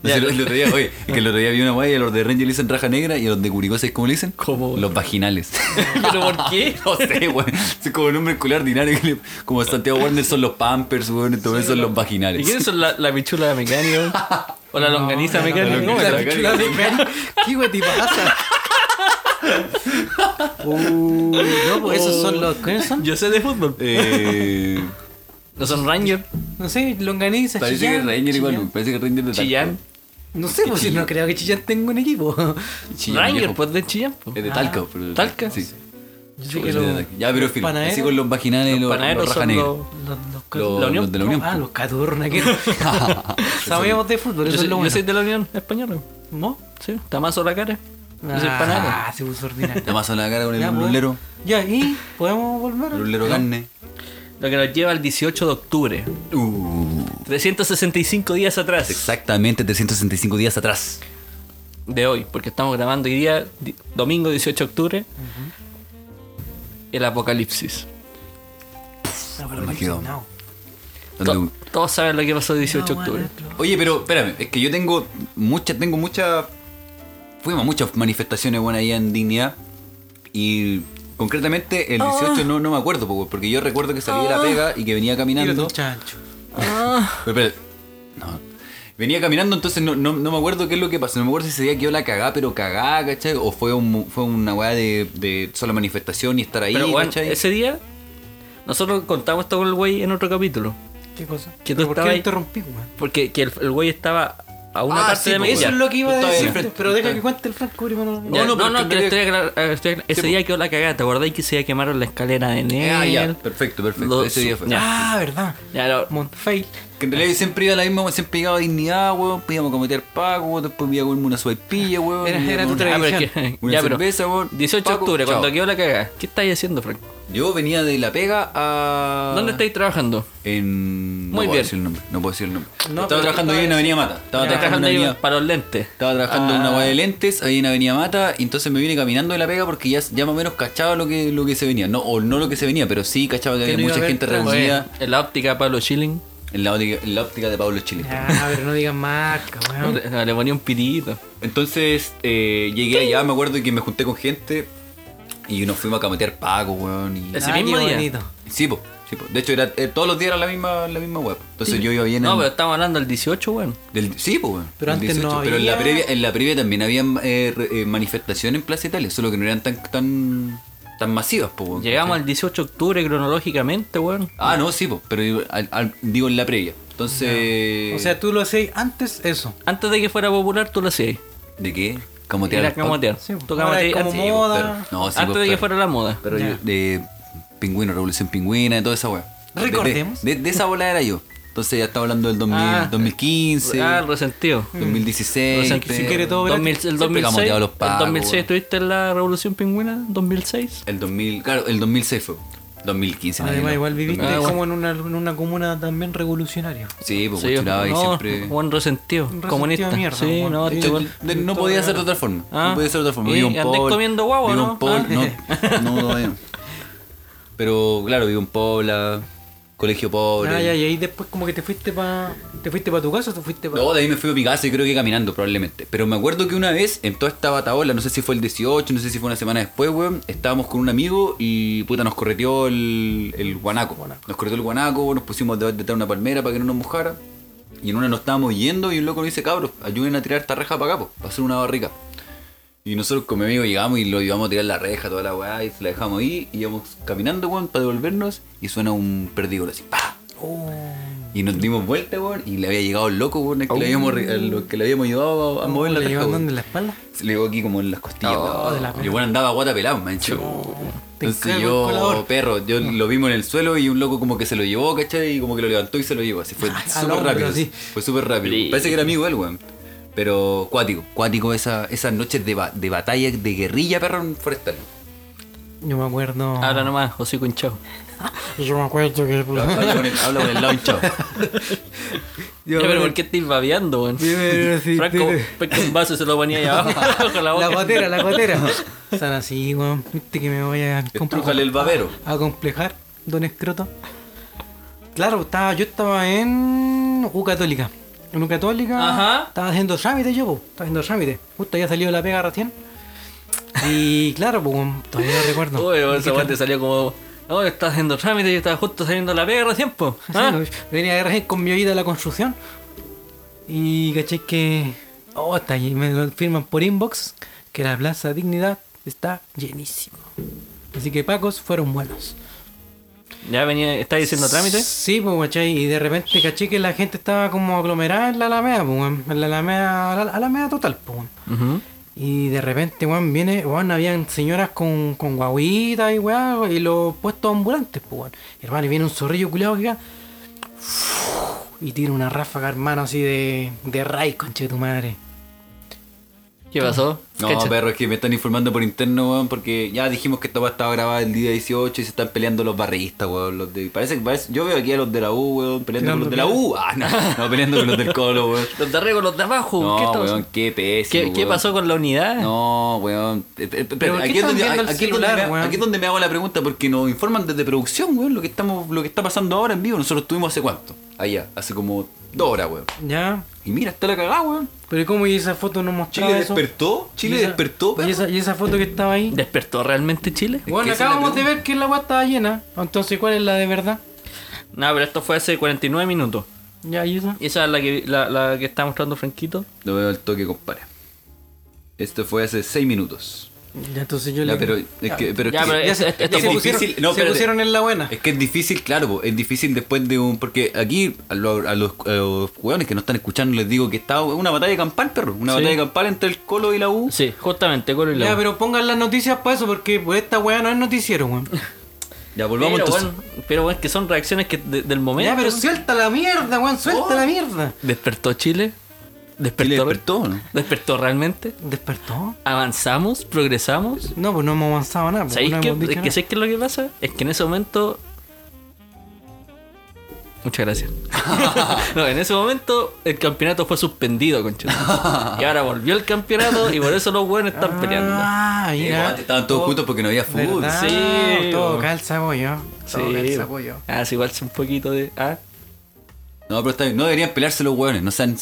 Speaker 3: No
Speaker 2: Ya.
Speaker 3: sé, el, el otro día, oye, es que el otro día vi una guay y a los de Ranger le dicen raja negra y a los de Curicó, ¿sabes cómo le dicen?
Speaker 2: ¿Cómo, weón?
Speaker 3: Los vaginales.
Speaker 2: ¿Pero por qué?
Speaker 3: No sé, weón. Es como un nombre escolar dinámico. Como Santiago Warner son los Pampers, weón. Entonces son los
Speaker 2: ¿Y
Speaker 3: vaginales.
Speaker 2: quiénes son la, la pichula mecánica? weón? ¿O la longaniza
Speaker 4: no,
Speaker 2: mecánica?
Speaker 4: no,
Speaker 2: ¿Cómo
Speaker 3: la
Speaker 2: era?
Speaker 3: mecánica.
Speaker 4: Chula de Ben. ¿Qué güey te pasa? Uh, no, pues esos son los. ¿Quiénes son?
Speaker 2: Yo sé de fútbol.
Speaker 3: Eh,
Speaker 2: ¿No son Ranger?
Speaker 4: No sé, longaniza.
Speaker 3: parece que
Speaker 4: Chillán,
Speaker 3: Ranger igual,
Speaker 4: Chillán.
Speaker 3: pues. weón. parece que Ranger de Talca.
Speaker 2: Chillán.
Speaker 4: No sé, pues si no creo que Chillán tenga un equipo.
Speaker 3: Chillán,
Speaker 2: Ranger,
Speaker 3: viejo.
Speaker 2: pues de Chillán. po.
Speaker 3: Es de Talca, pero.
Speaker 2: ¿Talca?
Speaker 3: Sí.
Speaker 4: Ah. Yo sé
Speaker 3: Es
Speaker 4: que
Speaker 3: de
Speaker 4: los.
Speaker 3: Talca. Ya, pero
Speaker 4: los
Speaker 3: filo.
Speaker 4: panaderos-
Speaker 3: Así con los vaginales y los,
Speaker 2: Los panaderos
Speaker 3: los raja
Speaker 2: son
Speaker 3: negra.
Speaker 2: los...
Speaker 4: Los, los cat-
Speaker 3: Los,
Speaker 2: la Unión.
Speaker 3: los de la Unión. pues.
Speaker 4: Ah, los caturnaqueros. Ah, Sabíamos de fútbol,
Speaker 2: Yo
Speaker 4: eso
Speaker 2: soy,
Speaker 4: es lo
Speaker 2: yo
Speaker 4: bueno.
Speaker 2: soy de la Unión Española.
Speaker 4: ¿No?
Speaker 2: Sí, Tamazo la cara. Yo soy panadero.
Speaker 4: Ah, se puso ordinario.
Speaker 3: Te paso la cara con el
Speaker 4: Ya, pues.
Speaker 3: rulero.
Speaker 4: Ya, y podemos volver.
Speaker 3: El rulero carne.
Speaker 2: Lo que nos lleva al 18 de octubre.
Speaker 3: Uh,
Speaker 2: 365 días atrás.
Speaker 3: exactamente 365 días atrás.
Speaker 2: de hoy, porque estamos grabando hoy día, di- domingo 18 de octubre, el apocalipsis.
Speaker 4: Ah, pero
Speaker 3: Armagedón.
Speaker 4: no.
Speaker 3: Donde-
Speaker 2: To- todos saben lo que pasó el 18 de
Speaker 4: No,
Speaker 2: octubre.
Speaker 4: bueno,
Speaker 3: Oye, pero espérame, es que yo tengo muchas, tengo muchas. Fuimos a muchas manifestaciones buenas allá en Dignidad. Y concretamente el
Speaker 4: Oh.
Speaker 3: 18 no, no me acuerdo, po, porque yo recuerdo que salí de la pega y que venía
Speaker 4: Tiro
Speaker 3: caminando.
Speaker 4: del chancho.
Speaker 3: Pero, espera, no. Venía caminando, entonces no, no, no me acuerdo qué es lo que pasó. No me acuerdo si ese día quedó la cagá, pero cagá, ¿cachai? O fue, un, fue una weá de, de sola manifestación y estar ahí,
Speaker 2: Pero bueno,
Speaker 3: ¿cachai?
Speaker 2: ese día nosotros contamos esto con el güey en otro capítulo.
Speaker 4: ¿Qué cosa?
Speaker 2: Que tú
Speaker 4: ¿Pero ¿Por qué
Speaker 2: estabas
Speaker 4: lo
Speaker 2: ahí-
Speaker 4: interrumpí, weón?
Speaker 2: Porque que el el güey estaba a una
Speaker 3: Ah,
Speaker 2: parte
Speaker 3: sí,
Speaker 2: de
Speaker 3: pues,
Speaker 2: mi
Speaker 4: Eso
Speaker 3: Ya.
Speaker 4: es lo que iba a
Speaker 3: Está bien,
Speaker 4: decir.
Speaker 3: perfecto.
Speaker 4: Pero deja que cuente el Franco Oh, Uri, mano.
Speaker 2: Ya,
Speaker 3: no,
Speaker 2: no, no,
Speaker 3: pero es que
Speaker 2: que le
Speaker 3: no
Speaker 2: estoy
Speaker 3: había-
Speaker 2: aclar- eh, estoy aclar- ese
Speaker 3: po.
Speaker 2: día quedó la cagada, ¿te acordáis que ese día quemaron la escalera de Nel?
Speaker 3: Ah, ya, perfecto, perfecto.
Speaker 2: Lo-
Speaker 3: ese día fue.
Speaker 2: ya.
Speaker 4: Ah, verdad.
Speaker 2: Ya, lo-
Speaker 4: Montfail.
Speaker 3: Que en realidad yo siempre iba a la misma, siempre llegaba a dignidad, weón, pues íbamos a cometer pago, weón, después me iba a comerme una sopaipilla, weón.
Speaker 4: Era-
Speaker 3: y
Speaker 4: era
Speaker 3: una-
Speaker 4: tu
Speaker 2: Ah, pero es
Speaker 4: Televisión.
Speaker 2: que-
Speaker 3: Una
Speaker 2: ya, pero
Speaker 3: cerveza, weón,
Speaker 2: 18 de
Speaker 3: Paco,
Speaker 2: octubre, cuando
Speaker 3: chao.
Speaker 2: quedó la cagada. ¿Qué estáis haciendo, Franco?
Speaker 3: Yo venía de La Pega a...
Speaker 2: ¿Dónde estáis trabajando?
Speaker 3: Ah, En... No
Speaker 2: Muy
Speaker 3: puedo
Speaker 2: bien.
Speaker 3: decir el nombre, no puedo decir el nombre.
Speaker 4: No,
Speaker 3: estaba
Speaker 4: pero-
Speaker 3: trabajando ahí en Avenida Mata, estaba
Speaker 4: Ya.
Speaker 3: trabajando en
Speaker 2: Trabajando ahí
Speaker 3: Avenida...
Speaker 2: para los lentes.
Speaker 3: Estaba trabajando en una
Speaker 2: Ah.
Speaker 3: guay de lentes ahí en Avenida Mata, y entonces me vine caminando de la pega porque ya, ya más o menos cachaba lo que, lo que se venía. No, o no lo que se venía, pero sí cachaba que
Speaker 4: Que
Speaker 3: había
Speaker 4: no iba a
Speaker 3: mucha
Speaker 4: haber
Speaker 3: gente
Speaker 4: tránsito.
Speaker 3: reunida
Speaker 2: En la óptica Pablo Schilling.
Speaker 3: en la, óptica- en la óptica de Pablo Chile.
Speaker 4: Ah, pero no digas marca, weón.
Speaker 2: Le le ponía un pitito.
Speaker 3: Entonces eh, llegué allá, me acuerdo que me junté con gente y nos fuimos a camotear Paco, weón. y-
Speaker 2: Ese
Speaker 4: Ah, qué
Speaker 2: mismo día.
Speaker 4: bonito.
Speaker 3: Sí, po, sí, po. De hecho, era, eh, todos los días era la misma, la misma web. Entonces yo iba bien
Speaker 2: No,
Speaker 3: en-
Speaker 2: pero estamos hablando del 18, weón.
Speaker 3: del, sí, po, weón,
Speaker 4: Pero
Speaker 3: del
Speaker 4: antes no
Speaker 3: Pero en la
Speaker 4: había-
Speaker 3: previa, en la previa también había eh, manifestaciones en Plaza Italia, solo que no eran tan tan, tan masivas, po, weón,
Speaker 2: Llegamos al 18 de octubre cronológicamente, weón.
Speaker 3: Ah, no, sí, po, pero digo, al- al- digo en la previa. Entonces...
Speaker 4: O sea, tú lo hacías antes eso.
Speaker 2: Antes de que fuera popular, tú lo hacías.
Speaker 3: ¿De qué? Camotear.
Speaker 2: Era
Speaker 3: al Paco?
Speaker 2: camotear.
Speaker 4: Sí,
Speaker 2: Tú
Speaker 4: ahora es como
Speaker 2: camoteas antes,
Speaker 3: Sí, po,
Speaker 4: moda.
Speaker 3: pero- no, sí,
Speaker 2: antes
Speaker 3: po,
Speaker 2: de que
Speaker 3: pero-
Speaker 2: fuera la moda.
Speaker 3: Pero
Speaker 4: Ya.
Speaker 3: yo, de pingüino, revolución pingüina, de toda esa weá. De- de-
Speaker 4: Recordemos.
Speaker 3: De, de esa bola era yo. Entonces ya estaba hablando del 2000,
Speaker 2: Ah.
Speaker 3: 2015,
Speaker 2: Ah, el resentido.
Speaker 3: 2016.
Speaker 2: O sea,
Speaker 3: pero-
Speaker 2: si
Speaker 4: quiere todo gratis.
Speaker 2: 2000, el
Speaker 3: Siempre
Speaker 2: 2006,
Speaker 3: camoteaba los
Speaker 2: el
Speaker 3: pagos,
Speaker 2: 2006
Speaker 3: weón.
Speaker 2: estuviste en la Revolución Pingüina, 2006.
Speaker 3: El 2000, claro, el 2006 fue. 2015. nadie
Speaker 4: Además,
Speaker 3: lo-
Speaker 4: Ah, igual viviste
Speaker 3: 2015.
Speaker 2: bueno.
Speaker 4: como en una, en una comuna también revolucionaria.
Speaker 3: Sí, pues
Speaker 2: Sí,
Speaker 3: churaba y
Speaker 2: no,
Speaker 3: siempre.
Speaker 2: Juan resentido,
Speaker 4: resentido
Speaker 2: comunista.
Speaker 4: de mierda,
Speaker 2: sí,
Speaker 4: weón.
Speaker 2: no,
Speaker 4: De
Speaker 2: este
Speaker 3: Yo-
Speaker 2: weón.
Speaker 3: de- no podía ser de otra forma.
Speaker 2: Ah.
Speaker 3: No podía ser de otra forma.
Speaker 2: Y
Speaker 3: Vivo en
Speaker 2: andé
Speaker 3: Pobl-
Speaker 2: comiendo guagua,
Speaker 3: vivo
Speaker 2: ¿no?
Speaker 3: en Pobl-
Speaker 2: Ah.
Speaker 3: no, no, todavía no. Pero claro, vivo en Pobla, colegio pobre.
Speaker 4: Ah, ya, y ahí después como que te fuiste para te fuiste para tu casa o te fuiste para
Speaker 3: No, de ahí me fui a mi casa y creo que caminando probablemente. Pero me acuerdo que una vez, en toda esta bataola, no sé si fue el 18, no sé si fue una semana después, weón, estábamos con un amigo y puta, nos correteó el, el guanaco. Nos correteó el guanaco, nos pusimos debajo detrás de una palmera para que no nos mojara. Y en una nos estábamos yendo y un loco nos dice, cabros, ayuden a tirar esta reja para acá, po, para hacer una barrica. Y nosotros con mi amigo llegamos y lo llevamos a tirar la reja, toda la weá, y se la dejamos ahí, y íbamos caminando, weón, para devolvernos, y suena un perdigón así, ¡pah!
Speaker 4: Oh.
Speaker 3: Y nos dimos vuelta, weón, y le había llegado el loco, weón, al que, le habíamos, re- al que le habíamos ayudado a, a mover
Speaker 4: Oh.
Speaker 3: la
Speaker 4: ¿Le
Speaker 3: reja,
Speaker 4: llevaban
Speaker 3: weón.
Speaker 4: dónde? en la espalda?
Speaker 3: Se le llegó aquí como en las costillas,
Speaker 4: Oh,
Speaker 3: weón.
Speaker 4: de la
Speaker 3: Y el weón andaba guata pelado, mancho.
Speaker 4: te
Speaker 3: Entonces
Speaker 4: cago el
Speaker 3: yo,
Speaker 4: colador.
Speaker 3: perro, yo
Speaker 4: Mm.
Speaker 3: lo vimos en el suelo y un loco como que se lo llevó, ¿cachai? Y como que lo levantó y se lo llevó. Así fue
Speaker 4: Ah, al
Speaker 3: súper
Speaker 4: hombro,
Speaker 3: rápido.
Speaker 4: así.
Speaker 3: Fue súper rápido.
Speaker 2: Brígido.
Speaker 3: Parece que era amigo él, weón. Pero cuático, cuático esa- esas noches de, ba- de batalla, de guerrilla, perro, en forestal.
Speaker 4: Yo me acuerdo.
Speaker 2: Ahora nomás, José Conchao.
Speaker 4: Yo me acuerdo que
Speaker 3: Habla con el, habla con el lado hinchado.
Speaker 2: Ya, pero ¿por qué estás babeando, weón? Franco, pesca un vaso y se lo ponía ahí abajo con la boca.
Speaker 4: La gotera, la gotera. Están así, weón. Viste que me voy a complejar.
Speaker 3: Estrújale el babero.
Speaker 4: A complejar, don Escroto. Claro, estaba, yo estaba en U Católica. En U Católica
Speaker 2: Ajá.
Speaker 4: estaba haciendo trámite yo, po. estaba haciendo trámite. Justo había salido la pega recién. Y claro, pues todavía lo recuerdo.
Speaker 2: Uy, weón,
Speaker 4: Dije,
Speaker 2: esa weón te salió como. No, estás haciendo trámite y estaba justo saliendo a la pega recién, po. ¿Ah?
Speaker 4: Sí, Venía de recién con mi oída de la construcción. Y caché que. Oh, está allí. Me lo firman por inbox que la Plaza Dignidad está llenísima. Así que Pacos fueron buenos.
Speaker 2: Ya venía, estás diciendo trámite.
Speaker 4: Sí, pues, ¿cachai? Y de repente caché que la gente estaba como aglomerada en la Alameda, pues, weón. En la Alameda, la Alameda total, pues, weón.
Speaker 2: Ujú.
Speaker 4: Y de repente, weón, viene, weón, habían señoras con, con guaguitas y weón, y los puestos ambulantes, pues, weón. Hermano, y viene un zorrillo culiado que acá, y tira una ráfaga, hermano, así de, de ray, conche tu madre.
Speaker 2: ¿Qué pasó?
Speaker 3: No,
Speaker 2: Cacha.
Speaker 3: perro, es que me están informando por interno, weón, porque ya dijimos que esta weá estaba grabada el día 18 y se están peleando los barristas, weón. Los de, parece, parece, yo veo aquí a los de la U, weón, peleando con los de la U. Ah, no, no, peleando con los del Colo, weón.
Speaker 2: Los de arriba con los de abajo. ¿Qué,
Speaker 3: No,
Speaker 2: está
Speaker 3: weón,
Speaker 2: pasando?
Speaker 3: qué
Speaker 2: ¿Qué-
Speaker 3: pésimo,
Speaker 2: qué
Speaker 3: weón.
Speaker 2: pasó con la unidad?
Speaker 3: No, weón. Eh, eh, espera,
Speaker 4: ¿Pero por qué
Speaker 3: aquí, es
Speaker 4: están
Speaker 3: donde,
Speaker 4: viendo el
Speaker 3: aquí es donde
Speaker 4: celular,
Speaker 3: me, hago-
Speaker 4: weón?
Speaker 3: aquí es donde me hago la pregunta, porque nos informan desde producción, weón, lo que, estamos, lo que está pasando ahora en vivo. Nosotros estuvimos hace cuánto? Allá, hace como dos horas, weón.
Speaker 4: Ya,
Speaker 3: Y mira, está la cagada, weón.
Speaker 4: pero ¿cómo y esa foto no mostraba
Speaker 3: Chile
Speaker 4: eso?
Speaker 3: despertó, Chile
Speaker 4: ¿Y esa-
Speaker 3: despertó,
Speaker 4: Y
Speaker 3: perro.
Speaker 4: esa, y esa foto que estaba ahí.
Speaker 2: ¿Despertó realmente Chile?
Speaker 3: Es
Speaker 4: Bueno,
Speaker 3: que esa es la
Speaker 4: acabamos de
Speaker 3: pregunta.
Speaker 4: ver que el agua estaba llena. Entonces, ¿cuál es la de verdad?
Speaker 2: No, pero esto fue hace 49 minutos.
Speaker 4: Ya, ¿y eso?
Speaker 2: Y esa es la que, la, la que está mostrando Franquito.
Speaker 3: Lo veo al toque, compadre. Esto fue hace 6 minutos.
Speaker 4: Ya, entonces yo
Speaker 3: Ya,
Speaker 4: le.
Speaker 3: pero es que, pero es
Speaker 2: Ya,
Speaker 3: que-
Speaker 2: pero
Speaker 4: Ya
Speaker 2: es-
Speaker 4: se,
Speaker 2: es-
Speaker 4: ya
Speaker 2: esto
Speaker 4: se
Speaker 2: es
Speaker 4: pusieron,
Speaker 3: difícil. No,
Speaker 4: se
Speaker 3: espérate.
Speaker 4: pusieron en la buena.
Speaker 3: Es que es difícil, claro, po, es difícil después de un. Porque aquí a los, a los, a los hueones que no están escuchando les digo que está una batalla campal, perro. Una
Speaker 2: Sí.
Speaker 3: batalla campal entre el Colo y la U.
Speaker 2: Sí, justamente, Colo y la
Speaker 4: Ya,
Speaker 2: U.
Speaker 4: pero pongan las noticias para eso, porque pues, esta weá no es noticiero, weón.
Speaker 3: Ya volvamos
Speaker 2: pero,
Speaker 3: entonces.
Speaker 2: bueno, pero bueno, que son reacciones que de- del momento.
Speaker 4: Ya, pero suelta la mierda, weón, suelta
Speaker 3: Oh.
Speaker 4: la mierda.
Speaker 2: ¿Despertó Chile? ¿Despertó?
Speaker 3: Chile despertó, ¿no?
Speaker 2: ¿Despertó realmente?
Speaker 4: ¿Despertó?
Speaker 2: ¿Avanzamos? ¿Progresamos?
Speaker 4: No, pues no hemos avanzado nada. pues,
Speaker 2: ¿Sabéis
Speaker 4: no
Speaker 2: qué?
Speaker 4: hemos dicho
Speaker 2: Es que
Speaker 4: nada.
Speaker 2: sé que lo que pasa es que en ese momento. Muchas gracias. no, en ese momento el campeonato fue suspendido, concha. y ahora volvió el campeonato y por eso los buenos están peleando.
Speaker 4: Ah,
Speaker 3: Eh,
Speaker 4: mira.
Speaker 3: bueno, estaban todos
Speaker 4: Todo-
Speaker 3: juntos porque no había fútbol.
Speaker 4: ¿verdad?
Speaker 2: sí,
Speaker 4: Todo
Speaker 2: weón.
Speaker 4: calza pollo. Todo calza pollo.
Speaker 2: Ah, sí, igual es un poquito de. Ah,
Speaker 3: No, pero está bien, No deberían pelearse los hueones, no sean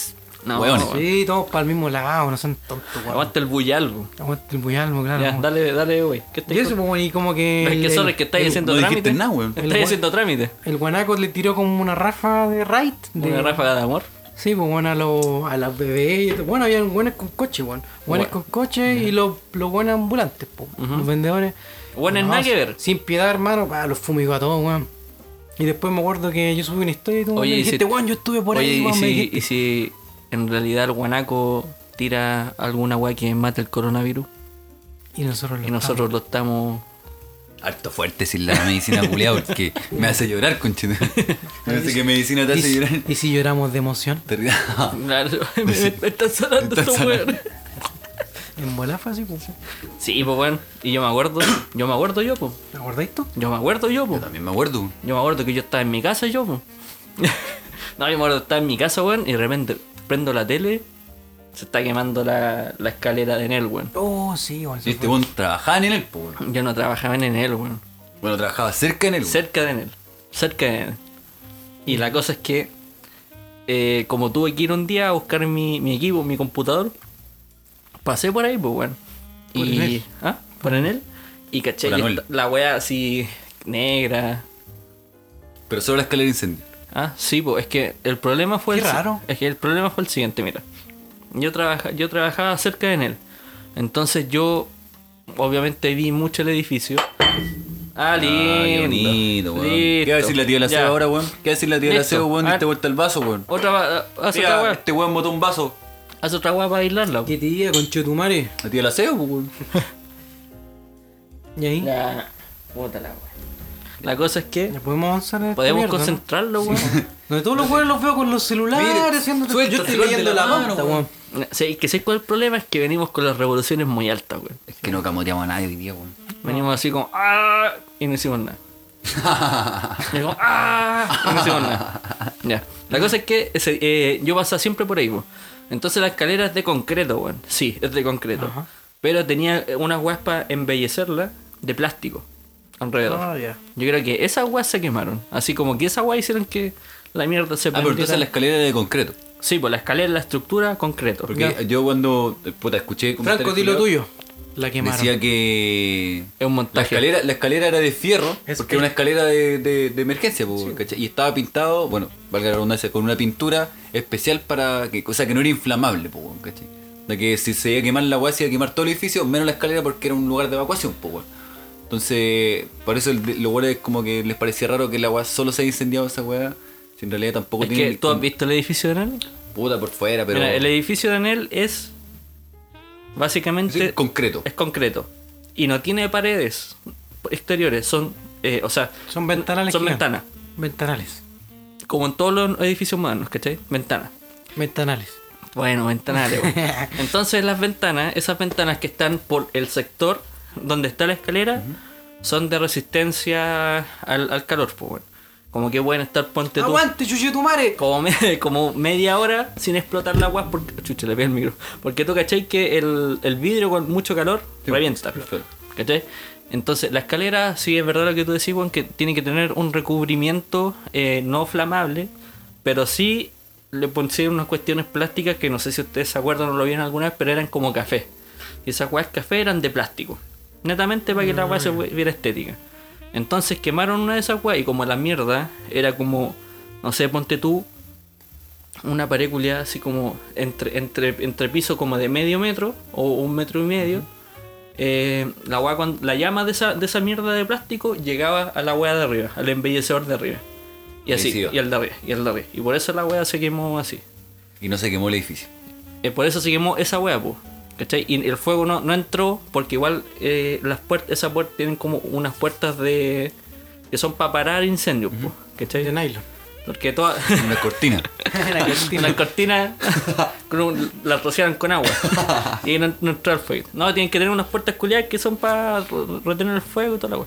Speaker 2: No,
Speaker 3: hueones.
Speaker 2: weón.
Speaker 4: Sí, todos para el mismo lado, no son tontos, weón.
Speaker 2: aguanta el bullalvo.
Speaker 4: Aguanta el buyalmo, claro.
Speaker 2: Ya,
Speaker 4: weón.
Speaker 2: dale, dale, güey. ¿Qué estáis
Speaker 4: Y eso,
Speaker 2: con-
Speaker 4: pues, weón, y como que.
Speaker 2: Pero es
Speaker 4: el-
Speaker 2: que son
Speaker 4: el-
Speaker 2: los que estáis
Speaker 3: el-
Speaker 2: haciendo
Speaker 3: no dijiste
Speaker 2: trámite.
Speaker 3: nada, weón.
Speaker 2: Estáis
Speaker 4: El-
Speaker 2: haciendo trámite.
Speaker 4: El guanaco le tiró como una ráfaga de raid. De,
Speaker 2: Una ráfaga de amor.
Speaker 4: Sí, pues bueno, a, los- a las bebés. y todo. Bueno, había buenos con coche, bueno. Buenos
Speaker 2: Bueno.
Speaker 4: con coche y los, los buenos ambulantes, pues. Los vendedores.
Speaker 2: Buenos nada que ver.
Speaker 4: Sin piedad, hermano, pa, los fumigó a todos, weón. Y después me acuerdo que yo subí una historia y tú me
Speaker 2: y
Speaker 4: dijiste,
Speaker 2: si-
Speaker 4: weón, yo estuve por
Speaker 2: oye,
Speaker 4: ahí,
Speaker 2: y
Speaker 4: weón. me
Speaker 2: si,
Speaker 4: dijiste.
Speaker 2: y si en realidad el guanaco tira alguna weá que mate el coronavirus
Speaker 4: Y nosotros lo
Speaker 2: y nosotros lo estamos.
Speaker 3: Harto fuerte sin la medicina culiada porque me hace llorar, conchito. Me hace Este que medicina te
Speaker 4: estamos.
Speaker 3: hace
Speaker 4: ¿Y,
Speaker 3: llorar.
Speaker 4: si- y si lloramos de emoción,
Speaker 3: Te ríes.
Speaker 2: Claro, me, me están sonando
Speaker 3: Están
Speaker 2: estos
Speaker 3: sonando.
Speaker 2: weones.
Speaker 4: en bola fue así, pues.
Speaker 2: Sí, pues bueno. Y yo me acuerdo, yo me acuerdo yo, pues.
Speaker 4: ¿Te acordáis tú?
Speaker 2: Yo me acuerdo yo, pues.
Speaker 3: También me acuerdo.
Speaker 2: Yo me acuerdo que yo estaba en mi casa, yo, po. No, yo me acuerdo que estaba en mi casa, weón, y de repente prendo la tele, se está quemando la, la escalera de Enel, weón.
Speaker 4: Oh, sí, weón.
Speaker 3: Y
Speaker 4: se
Speaker 3: este
Speaker 4: fue.
Speaker 3: buen trabajaba en el pueblo.
Speaker 2: Yo no trabajaba en Enel, weón.
Speaker 3: Bueno, trabajaba cerca en el
Speaker 2: Cerca de Enel. Cerca de Enel. Y la cosa es que, eh, como tuve que ir un día a buscar mi, mi equipo, mi computador, pasé por ahí, pues, weón.
Speaker 4: Por
Speaker 2: y,
Speaker 4: Enel.
Speaker 2: ¿Ah? Por Enel. Y caché
Speaker 3: Por
Speaker 2: que
Speaker 3: Anuel.
Speaker 2: la weá así, negra,
Speaker 3: Pero solo la escalera de incendio.
Speaker 2: Ah, sí, pues es que el problema fue
Speaker 4: Qué
Speaker 2: el si-
Speaker 4: raro.
Speaker 2: Es que el problema fue el siguiente, mira. Yo trabaja, yo trabajaba cerca de él. Entonces yo obviamente vi mucho el edificio. Ah,
Speaker 3: Ah, qué
Speaker 2: lindo.
Speaker 3: bonito, weón. ¿Qué va a decir la tía de la
Speaker 2: Ya.
Speaker 3: SEO ahora, weón? ¿Qué va a decir la tía de la
Speaker 2: Listo.
Speaker 3: SEO, weón?
Speaker 2: Ah.
Speaker 3: Diste vuelta al vaso, weón.
Speaker 2: Otra va- ah, haz
Speaker 3: Tía,
Speaker 2: otra weá.
Speaker 3: este weón botó un vaso.
Speaker 2: Haz otra weá para bailarla.
Speaker 4: ¿Qué tía, conchetumare?
Speaker 3: La tía de la SEO, pues, weón.
Speaker 4: Y ahí,
Speaker 2: La puta la weá. La cosa es que
Speaker 4: ya podemos avanzar. en esta
Speaker 2: podemos
Speaker 4: mierda, ¿no?
Speaker 2: concentrarlo, weón.
Speaker 4: Donde todos los weones los veo con los celulares
Speaker 3: Mire,
Speaker 4: haciendo.
Speaker 3: suelta
Speaker 4: yo estoy
Speaker 3: el celular
Speaker 4: leyendo
Speaker 3: de la
Speaker 4: la
Speaker 3: mano,
Speaker 4: manta,
Speaker 3: weón.
Speaker 4: weón.
Speaker 2: Sí, es que sé cuál es el problema es que venimos con las revoluciones muy altas, weón.
Speaker 3: Es que no camoteamos a nadie hoy día, weón.
Speaker 2: Venimos así como ¡Ah! y no hicimos nada. Y como, ¡Ah! y no hicimos nada. Ya. La cosa es que ese, eh, yo pasaba siempre por ahí, po. Entonces la escalera es de concreto, weón. Sí, es de concreto.
Speaker 4: Ajá.
Speaker 2: Pero tenía unas guas para embellecerla de plástico alrededor.
Speaker 4: Ah, ya.
Speaker 2: Yo creo que esas guas se quemaron. Así como que esas guas hicieron que la mierda se
Speaker 3: Ah, pero
Speaker 2: prendiera.
Speaker 3: entonces la escalera era de concreto.
Speaker 2: Sí, pues la escalera, la estructura, concreto.
Speaker 3: Porque yo cuando, eh, puta, escuché...
Speaker 4: Franco,
Speaker 3: comentarios
Speaker 4: di lo
Speaker 3: culiados,
Speaker 4: tuyo. La quemaron.
Speaker 3: Decía que...
Speaker 2: Es un
Speaker 3: La
Speaker 2: montaje.
Speaker 3: escalera, la escalera era de fierro,
Speaker 4: Es-
Speaker 3: porque era una escalera de, de- de emergencia, po, ¿cachai? y estaba pintado, bueno, valga la redundancia, con una pintura especial para que, o sea, que no era inflamable, po, ¿cachai? De que si se iba a quemar la weá, se iba a quemar todo el edificio, menos la escalera porque era un lugar de evacuación, po, weón. Entonces, por eso el- los weones como que les parecía raro que la weá solo se haya incendiado esa weá, si en realidad tampoco
Speaker 2: Es
Speaker 3: tiene
Speaker 2: que, ¿Tú has visto el edificio de Anel?
Speaker 3: puta por fuera, Ah, pero
Speaker 2: Mira, el edificio de Anel es
Speaker 3: Sí,
Speaker 2: básicamente
Speaker 3: concreto.
Speaker 2: es concreto y no tiene paredes exteriores, son eh, o sea,
Speaker 4: Son ventanales.
Speaker 2: son
Speaker 4: gigantes.
Speaker 2: ventanas,
Speaker 4: Ventanales.
Speaker 2: como en todos los edificios modernos, ¿cachai? Ventanas.
Speaker 4: Ventanales.
Speaker 2: Bueno, ventanales. weón. Entonces las ventanas, esas ventanas que están por el sector donde está la escalera, son de resistencia al, al calor, pues bueno. Como que pueden estar ponte tú
Speaker 4: ¡Aguante, chuchetumare!
Speaker 2: como, me- como media hora sin explotar la guas porque. Chucha, le pegué el micro. Porque tú cachai que el, el vidrio con mucho calor
Speaker 3: Sí,
Speaker 2: revienta.
Speaker 3: claro.
Speaker 2: ¿Cachai? Entonces, la escalera, sí es verdad lo que tú decís, Juan, que tiene que tener un recubrimiento eh, no flamable, pero sí le pusieron unas cuestiones plásticas que no sé si ustedes se acuerdan o lo vieron alguna vez, pero eran como café. Y esas guas café eran de plástico. Netamente para que la agua se
Speaker 3: Mm.
Speaker 2: vi- viera estética. Entonces quemaron una de esas guas y como la mierda era como, no sé, ponte tú, una pared culiada así como entre, entre, entre piso como de medio metro o un metro y medio. Eh, la, hueá cuan- la llama de esa, de esa mierda de plástico llegaba a la hueá de arriba, al embellecedor de arriba. Y así,
Speaker 3: Ahí sí va.
Speaker 2: y al de arriba, y al de arriba. Y por eso la hueá se quemó así.
Speaker 3: Y no se quemó el edificio.
Speaker 2: Eh, por eso se quemó esa hueá, po. ¿Cachai? Y el fuego no, no entró porque igual eh, las puertas, esa puerta tienen como unas puertas de... que son para parar incendios, po. ¿Cachai?
Speaker 4: De nylon.
Speaker 2: Porque todas...
Speaker 3: Una cortina.
Speaker 4: Era cortina.
Speaker 2: Una cortina con un- la rociaron con agua y no, no entró el fuego. No, tienen que tener unas puertas culiadas que son para retener el fuego y toda la agua.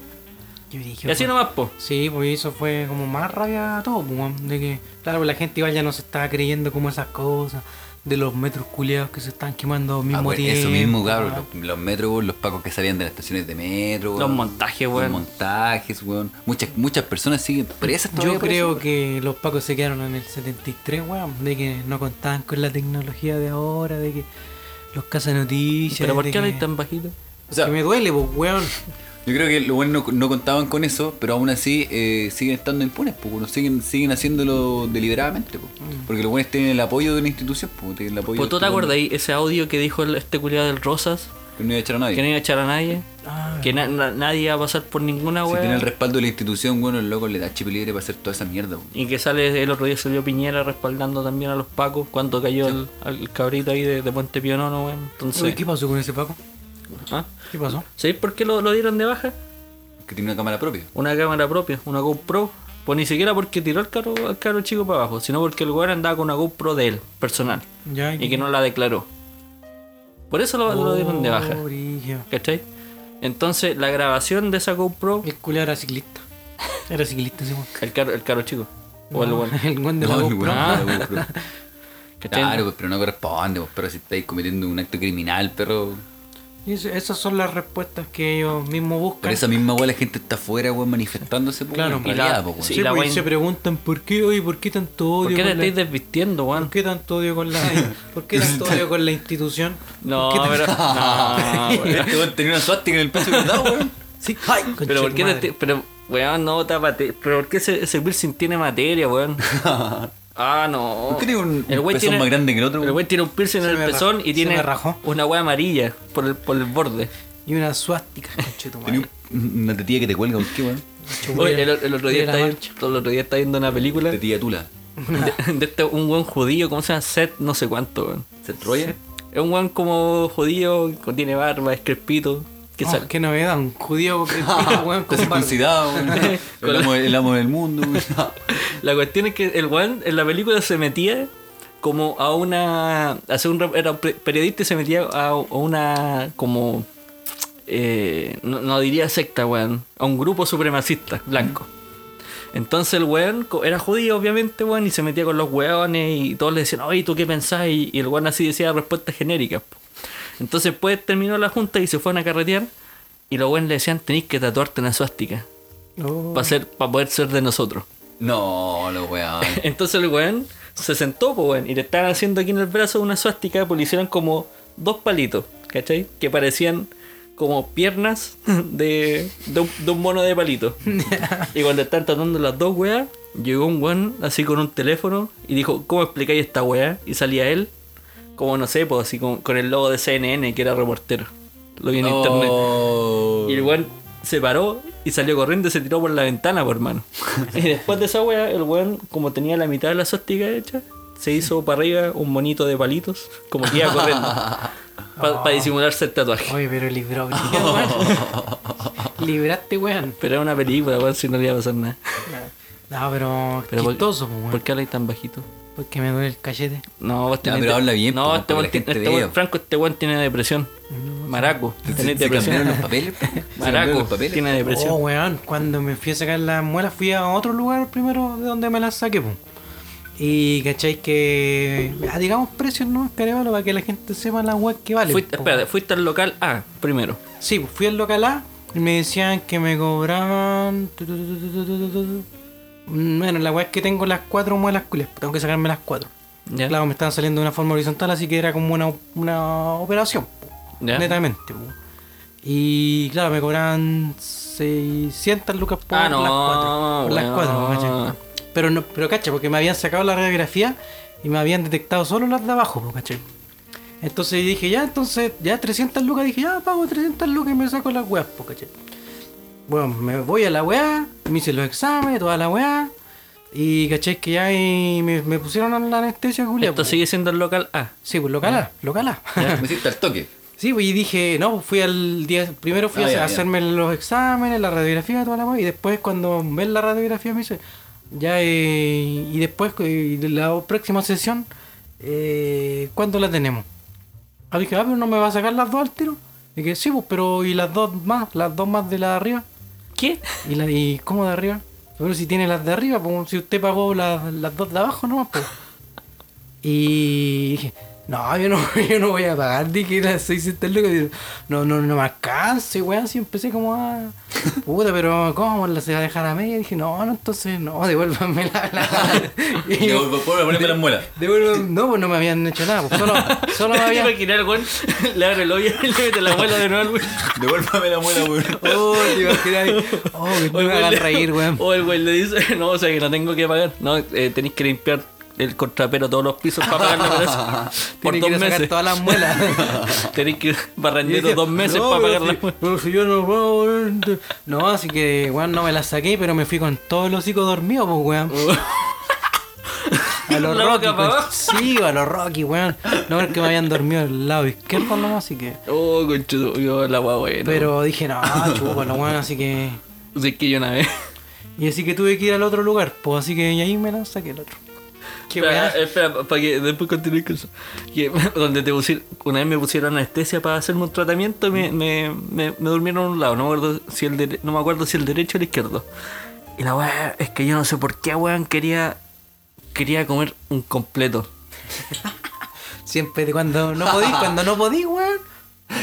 Speaker 4: Qué brillo,
Speaker 2: Y así
Speaker 4: weón.
Speaker 2: nomás, po.
Speaker 4: Sí, pues eso fue como más rabia a todo, pues, weón, de que, claro, pues la gente igual ya no se estaba creyendo como esas cosas, de los metros culeados que se están quemando al mismo
Speaker 3: Ah, bueno,
Speaker 4: tiempo.
Speaker 3: eso mismo, cabrón. Los, los metros, weón, los pacos que salían de las estaciones de metro.
Speaker 2: Los
Speaker 3: weón.
Speaker 2: montajes,
Speaker 3: Los
Speaker 2: weón.
Speaker 3: montajes, weón. Muchas, muchas personas siguen presas todavía.
Speaker 4: Yo
Speaker 3: por
Speaker 4: creo
Speaker 3: eso.
Speaker 4: que los pacos se quedaron en el 73, weón, de que no contaban con la tecnología de ahora, de que los casanoticias.
Speaker 2: Pero ¿por
Speaker 4: de
Speaker 2: qué
Speaker 4: que-
Speaker 2: habláis tan bajito?
Speaker 3: O sea,
Speaker 4: que me duele, pues, weón.
Speaker 3: Yo creo que los buenos no, no contaban con eso, pero aún así eh, siguen estando impunes, pues, bueno, siguen, siguen haciéndolo deliberadamente, pues.
Speaker 4: Mm.
Speaker 3: porque los buenos tienen el apoyo de una institución, pues, tienen el apoyo
Speaker 2: Pues tú te
Speaker 3: de-
Speaker 2: acuerdas ahí ese audio que dijo el- este culiado del Rosas,
Speaker 3: Que no iba a echar a nadie.
Speaker 2: que no iba a echar a nadie,
Speaker 4: Ah,
Speaker 2: que na- na- nadie iba a pasar por ninguna
Speaker 3: si tiene el
Speaker 2: wea.
Speaker 3: respaldo de la institución, bueno, el loco le da chip libre para hacer toda esa mierda. pues.
Speaker 2: Y que sale el otro día salió Piñera respaldando también a los pacos cuando cayó el, al cabrito ahí de, de Puente Pionono, weón.
Speaker 4: uy,
Speaker 2: Entonces,
Speaker 4: ¿qué pasó con ese paco?
Speaker 2: ¿ah?
Speaker 4: ¿Qué pasó?
Speaker 2: ¿sabéis por qué lo- lo dieron de baja?
Speaker 3: Que tiene una cámara propia.
Speaker 2: una cámara propia, una GoPro. Pues ni siquiera porque tiró al carro, al carro chico para abajo, sino porque el weón andaba con una GoPro de él, personal,
Speaker 4: Ya,
Speaker 2: y que no la declaró. Por eso lo, lo dieron de baja,
Speaker 4: Oh, brillo.
Speaker 2: ¿cachai? Entonces, la grabación de esa GoPro,
Speaker 4: El culo era ciclista. Era ciclista, sí, weón.
Speaker 2: el carro, el carro chico, o el weón,
Speaker 4: El weón de la
Speaker 3: No, el
Speaker 4: GoPro.
Speaker 3: weón,
Speaker 2: Ah.
Speaker 3: la GoPro.
Speaker 2: ¿cachai?
Speaker 3: Claro, pues, pero no corresponde, pues, pero si estáis cometiendo un acto criminal, perro.
Speaker 4: Y eso- esas son las respuestas que ellos mismos buscan.
Speaker 3: Por esa misma weá la gente está afuera, weón, manifestándose, pues,
Speaker 4: Claro,
Speaker 3: weón,
Speaker 4: y la-
Speaker 3: rayada, pues, weón.
Speaker 4: Sí,
Speaker 2: Y la
Speaker 4: pues, y
Speaker 2: buen-
Speaker 4: se preguntan por qué, oye, por qué tanto odio.
Speaker 2: ¿Por
Speaker 4: con
Speaker 2: qué te
Speaker 4: la-
Speaker 2: estáis desvistiendo,
Speaker 4: ¿Por
Speaker 2: weón?
Speaker 4: qué tanto odio con la ¿Por qué tanto odio con la institución?
Speaker 2: No, pero. No, weón.
Speaker 3: Este weón tenía una suástica en el pecho, ¿verdad, weón?
Speaker 4: Sí, ay,
Speaker 2: Pero ¿por qué te-
Speaker 4: conchetumadre.
Speaker 2: Pero, weón, no, tápate. Pero ¿por qué ese, ese piercing tiene materia, weón? Ah, no.
Speaker 3: ¿No tiene un- un
Speaker 2: güey
Speaker 3: pezón más grande que el otro?
Speaker 2: El güey tiene un piercing en
Speaker 4: Se
Speaker 2: el
Speaker 4: me ra-
Speaker 2: pezón
Speaker 4: se
Speaker 2: y tiene
Speaker 4: me rajó.
Speaker 2: una hueá amarilla por el, por el borde.
Speaker 4: Y una suástica, conchetumadre.
Speaker 3: Tenía un- una tetilla que te cuelga, ¿por qué, weón?
Speaker 2: Oye, el, el otro día
Speaker 4: Mira la
Speaker 2: está
Speaker 4: mancha.
Speaker 2: el otro día está viendo una película de,
Speaker 3: Tetilla tula.
Speaker 2: de este- un buen judío, ¿cómo se llama? Seth no sé cuánto, weón.
Speaker 3: ¿Se enrolla?
Speaker 2: Es un buen como judío, con- tiene barba, es crespito. Que
Speaker 4: Oh,
Speaker 2: sal-
Speaker 4: qué novedad, un judío que weón,
Speaker 3: Está
Speaker 4: con barba.
Speaker 3: circuncidado, weón. el, amo, el amo del mundo. weón.
Speaker 2: La cuestión es que el weón en la película se metía como a una. Hace un, rep- era un pre- periodista y se metía a, a una. como. eh, no, no diría secta, weón. A un grupo supremacista blanco. Entonces el weón co- era judío, obviamente, weón, y se metía con los weones y todos le decían, oye, ¿tú qué pensás? Y, y el weón así decía respuestas genéricas. po. Entonces después terminó la junta y se fueron a carretear y los weones le decían, tenéis que tatuarte una suástica
Speaker 4: Oh,
Speaker 2: para poder ser de nosotros.
Speaker 3: No, lo weón.
Speaker 2: Entonces el weón se sentó, pues weón, y le estaban haciendo aquí en el brazo una suástica, pues le hicieron como dos palitos, ¿cachai? Que parecían como piernas de, de, un, de un mono de palito. y cuando están tratando las dos weas, llegó un weón así con un teléfono y dijo, ¿cómo explicáis esta wea? Y salía él, como no sé, pues así con, con el logo de CNN, que era reportero. Lo vi en internet.
Speaker 3: Oh.
Speaker 2: Y el weón se paró y salió corriendo y se tiró por la ventana, por hermano. y después de esa wea, el weón, como tenía la mitad de la sóstica hecha, se hizo para arriba un monito de palitos, como que iba corriendo. Para disimularse el tatuaje.
Speaker 4: Oh. Oye, pero libró, brillo, weón. Libraste, weón.
Speaker 2: Pero era una película, weón, si no le iba a pasar nada.
Speaker 4: No, pero,
Speaker 2: Pero por-
Speaker 4: chistoso, po, weón.
Speaker 2: ¿Por qué habláis tan bajito?
Speaker 4: Porque me duele el cachete.
Speaker 2: No, vos tenés
Speaker 3: pero
Speaker 2: de-
Speaker 3: habla bien,
Speaker 2: No,
Speaker 3: po,
Speaker 2: este
Speaker 3: para
Speaker 2: weón
Speaker 3: que la
Speaker 2: tiene-
Speaker 3: gente
Speaker 2: este
Speaker 3: vea.
Speaker 2: weón- Franco, este weón tiene depresión. Maraco,
Speaker 3: ¿Se,
Speaker 2: tenés
Speaker 3: se cambiaron los
Speaker 2: depresión.
Speaker 3: papeles? po? ¿Se cambiaron
Speaker 2: Maraco,
Speaker 3: los papeles?
Speaker 2: tiene
Speaker 4: Oh,
Speaker 2: depresión.
Speaker 4: weón, cuando me fui a sacar las muelas fui a otro lugar primero de donde me las saqué, po. Y cachai que. ah, digamos precios, ¿no? Carevalo, para que la gente sepa la web que vale.
Speaker 2: Fuiste, espérate, fuiste al local A primero.
Speaker 4: Sí, pues fui al local A y me decían que me cobraban. tu, tu, tu, tu, tu, tu, tu, tu. Mm, Bueno, la weá es que tengo las cuatro muelas culias, tengo que sacarme las cuatro.
Speaker 2: ¿Ya?
Speaker 4: Claro, me estaban saliendo de una forma horizontal, así que era como una, una operación, po,
Speaker 2: ¿Ya?
Speaker 4: netamente. po. Y claro, me cobran 600 lucas por
Speaker 2: Ah,
Speaker 4: las
Speaker 2: no,
Speaker 4: cuatro. Por las
Speaker 2: weón.
Speaker 4: cuatro, ¿cachai? Pero, no, pero cacha, porque me habían sacado la radiografía Y me habían detectado solo las de abajo, po, ¿cachai? Entonces dije, ya, entonces, ya 300 lucas. Dije, ya, pago 300 lucas y me saco las weas, po, ¿cachai? Bueno, me voy a la weá, me hice los exámenes, toda la weá. Y caché que ya y me, me pusieron la anestesia, Julia.
Speaker 2: Esto sigue siendo el local A.
Speaker 4: Sí, pues local A, local A.
Speaker 3: Me hiciste al toque.
Speaker 4: Sí, pues y dije, no, pues fui al día, primero fui
Speaker 3: Ah,
Speaker 4: a
Speaker 3: ya, ya.
Speaker 4: hacerme los exámenes, la radiografía, toda la weá, y después cuando ven la radiografía me dice, ya, eh, y después, eh, de la próxima sesión, eh, ¿cuándo la tenemos? Ah, dije, ah, pero no me va a sacar las dos al tiro. Dije, sí, pues, pero y las dos más, las dos más de la de arriba.
Speaker 2: ¿Qué?
Speaker 4: ¿Y, la, y cómo de arriba? Pero si tiene las de arriba, pues, si usted pagó las, las dos de abajo nomás, pues. Y dije, no, yo no, yo no voy a pagar, dije las 600 lucas. Digo, No, no, no me alcanza, y weón, así empecé como a. Puta, pero ¿cómo la se va a dejar a media? Dije, no, no, entonces no, devuélvanme la. la- y-
Speaker 3: Yo, por favor, poneme las muelas.
Speaker 4: devuélvan- no, pues no me habían hecho nada, pues solo, solo me
Speaker 2: Te
Speaker 4: habían.
Speaker 2: imaginé al weón, le abre el hoyo y le mete la muela de nuevo al weón.
Speaker 3: Devuélvame la muela, weón.
Speaker 4: Oh, te imaginas, oh, que no
Speaker 2: O el
Speaker 4: me
Speaker 2: weón
Speaker 4: hagan
Speaker 2: le-
Speaker 4: reír, weón.
Speaker 2: O el güey le dice, no, o sea que la tengo que pagar. No, eh, tenéis que limpiar el contrapero todos los pisos para pagar la muela. Por
Speaker 4: Tiene que
Speaker 2: dos
Speaker 4: ir a sacar
Speaker 2: meses.
Speaker 4: todas las muelas.
Speaker 2: Tenéis que ir barrendero
Speaker 4: dije,
Speaker 2: dos meses
Speaker 4: "No,
Speaker 2: para
Speaker 4: pero
Speaker 2: pagar la
Speaker 4: si-
Speaker 2: muela.
Speaker 4: Pero si yo no puedo, weón. No, así que, weón, no me la saqué, pero me fui con todo el hocico dormido, pues, weón. A los
Speaker 2: La boca
Speaker 4: Rocky,
Speaker 2: para
Speaker 4: pues.
Speaker 2: abajo.
Speaker 4: Sí, a los Rocky, weón. No, es que me habían dormido al lado izquierdo nomás, así que.
Speaker 2: Oh, conchudo, yo la guagua,
Speaker 4: Pero dije, no, chúpalo, weón, así que.
Speaker 2: Sé que yo una vez.
Speaker 4: Y así que tuve que ir al otro lugar, pues, así que y ahí me la saqué el otro. Qué
Speaker 2: espera,
Speaker 4: weón.
Speaker 2: espera, para que después continúe con eso. Que, donde te pusieron, una vez me pusieron anestesia para hacerme un tratamiento y me, me, me- me durmieron a un lado. No me acuerdo si el, dere- no me acuerdo si el derecho o el izquierdo. Y la weá es que yo no sé por qué, weón, quería, quería comer un completo.
Speaker 4: Siempre de cuando no podí, cuando no podí, weón.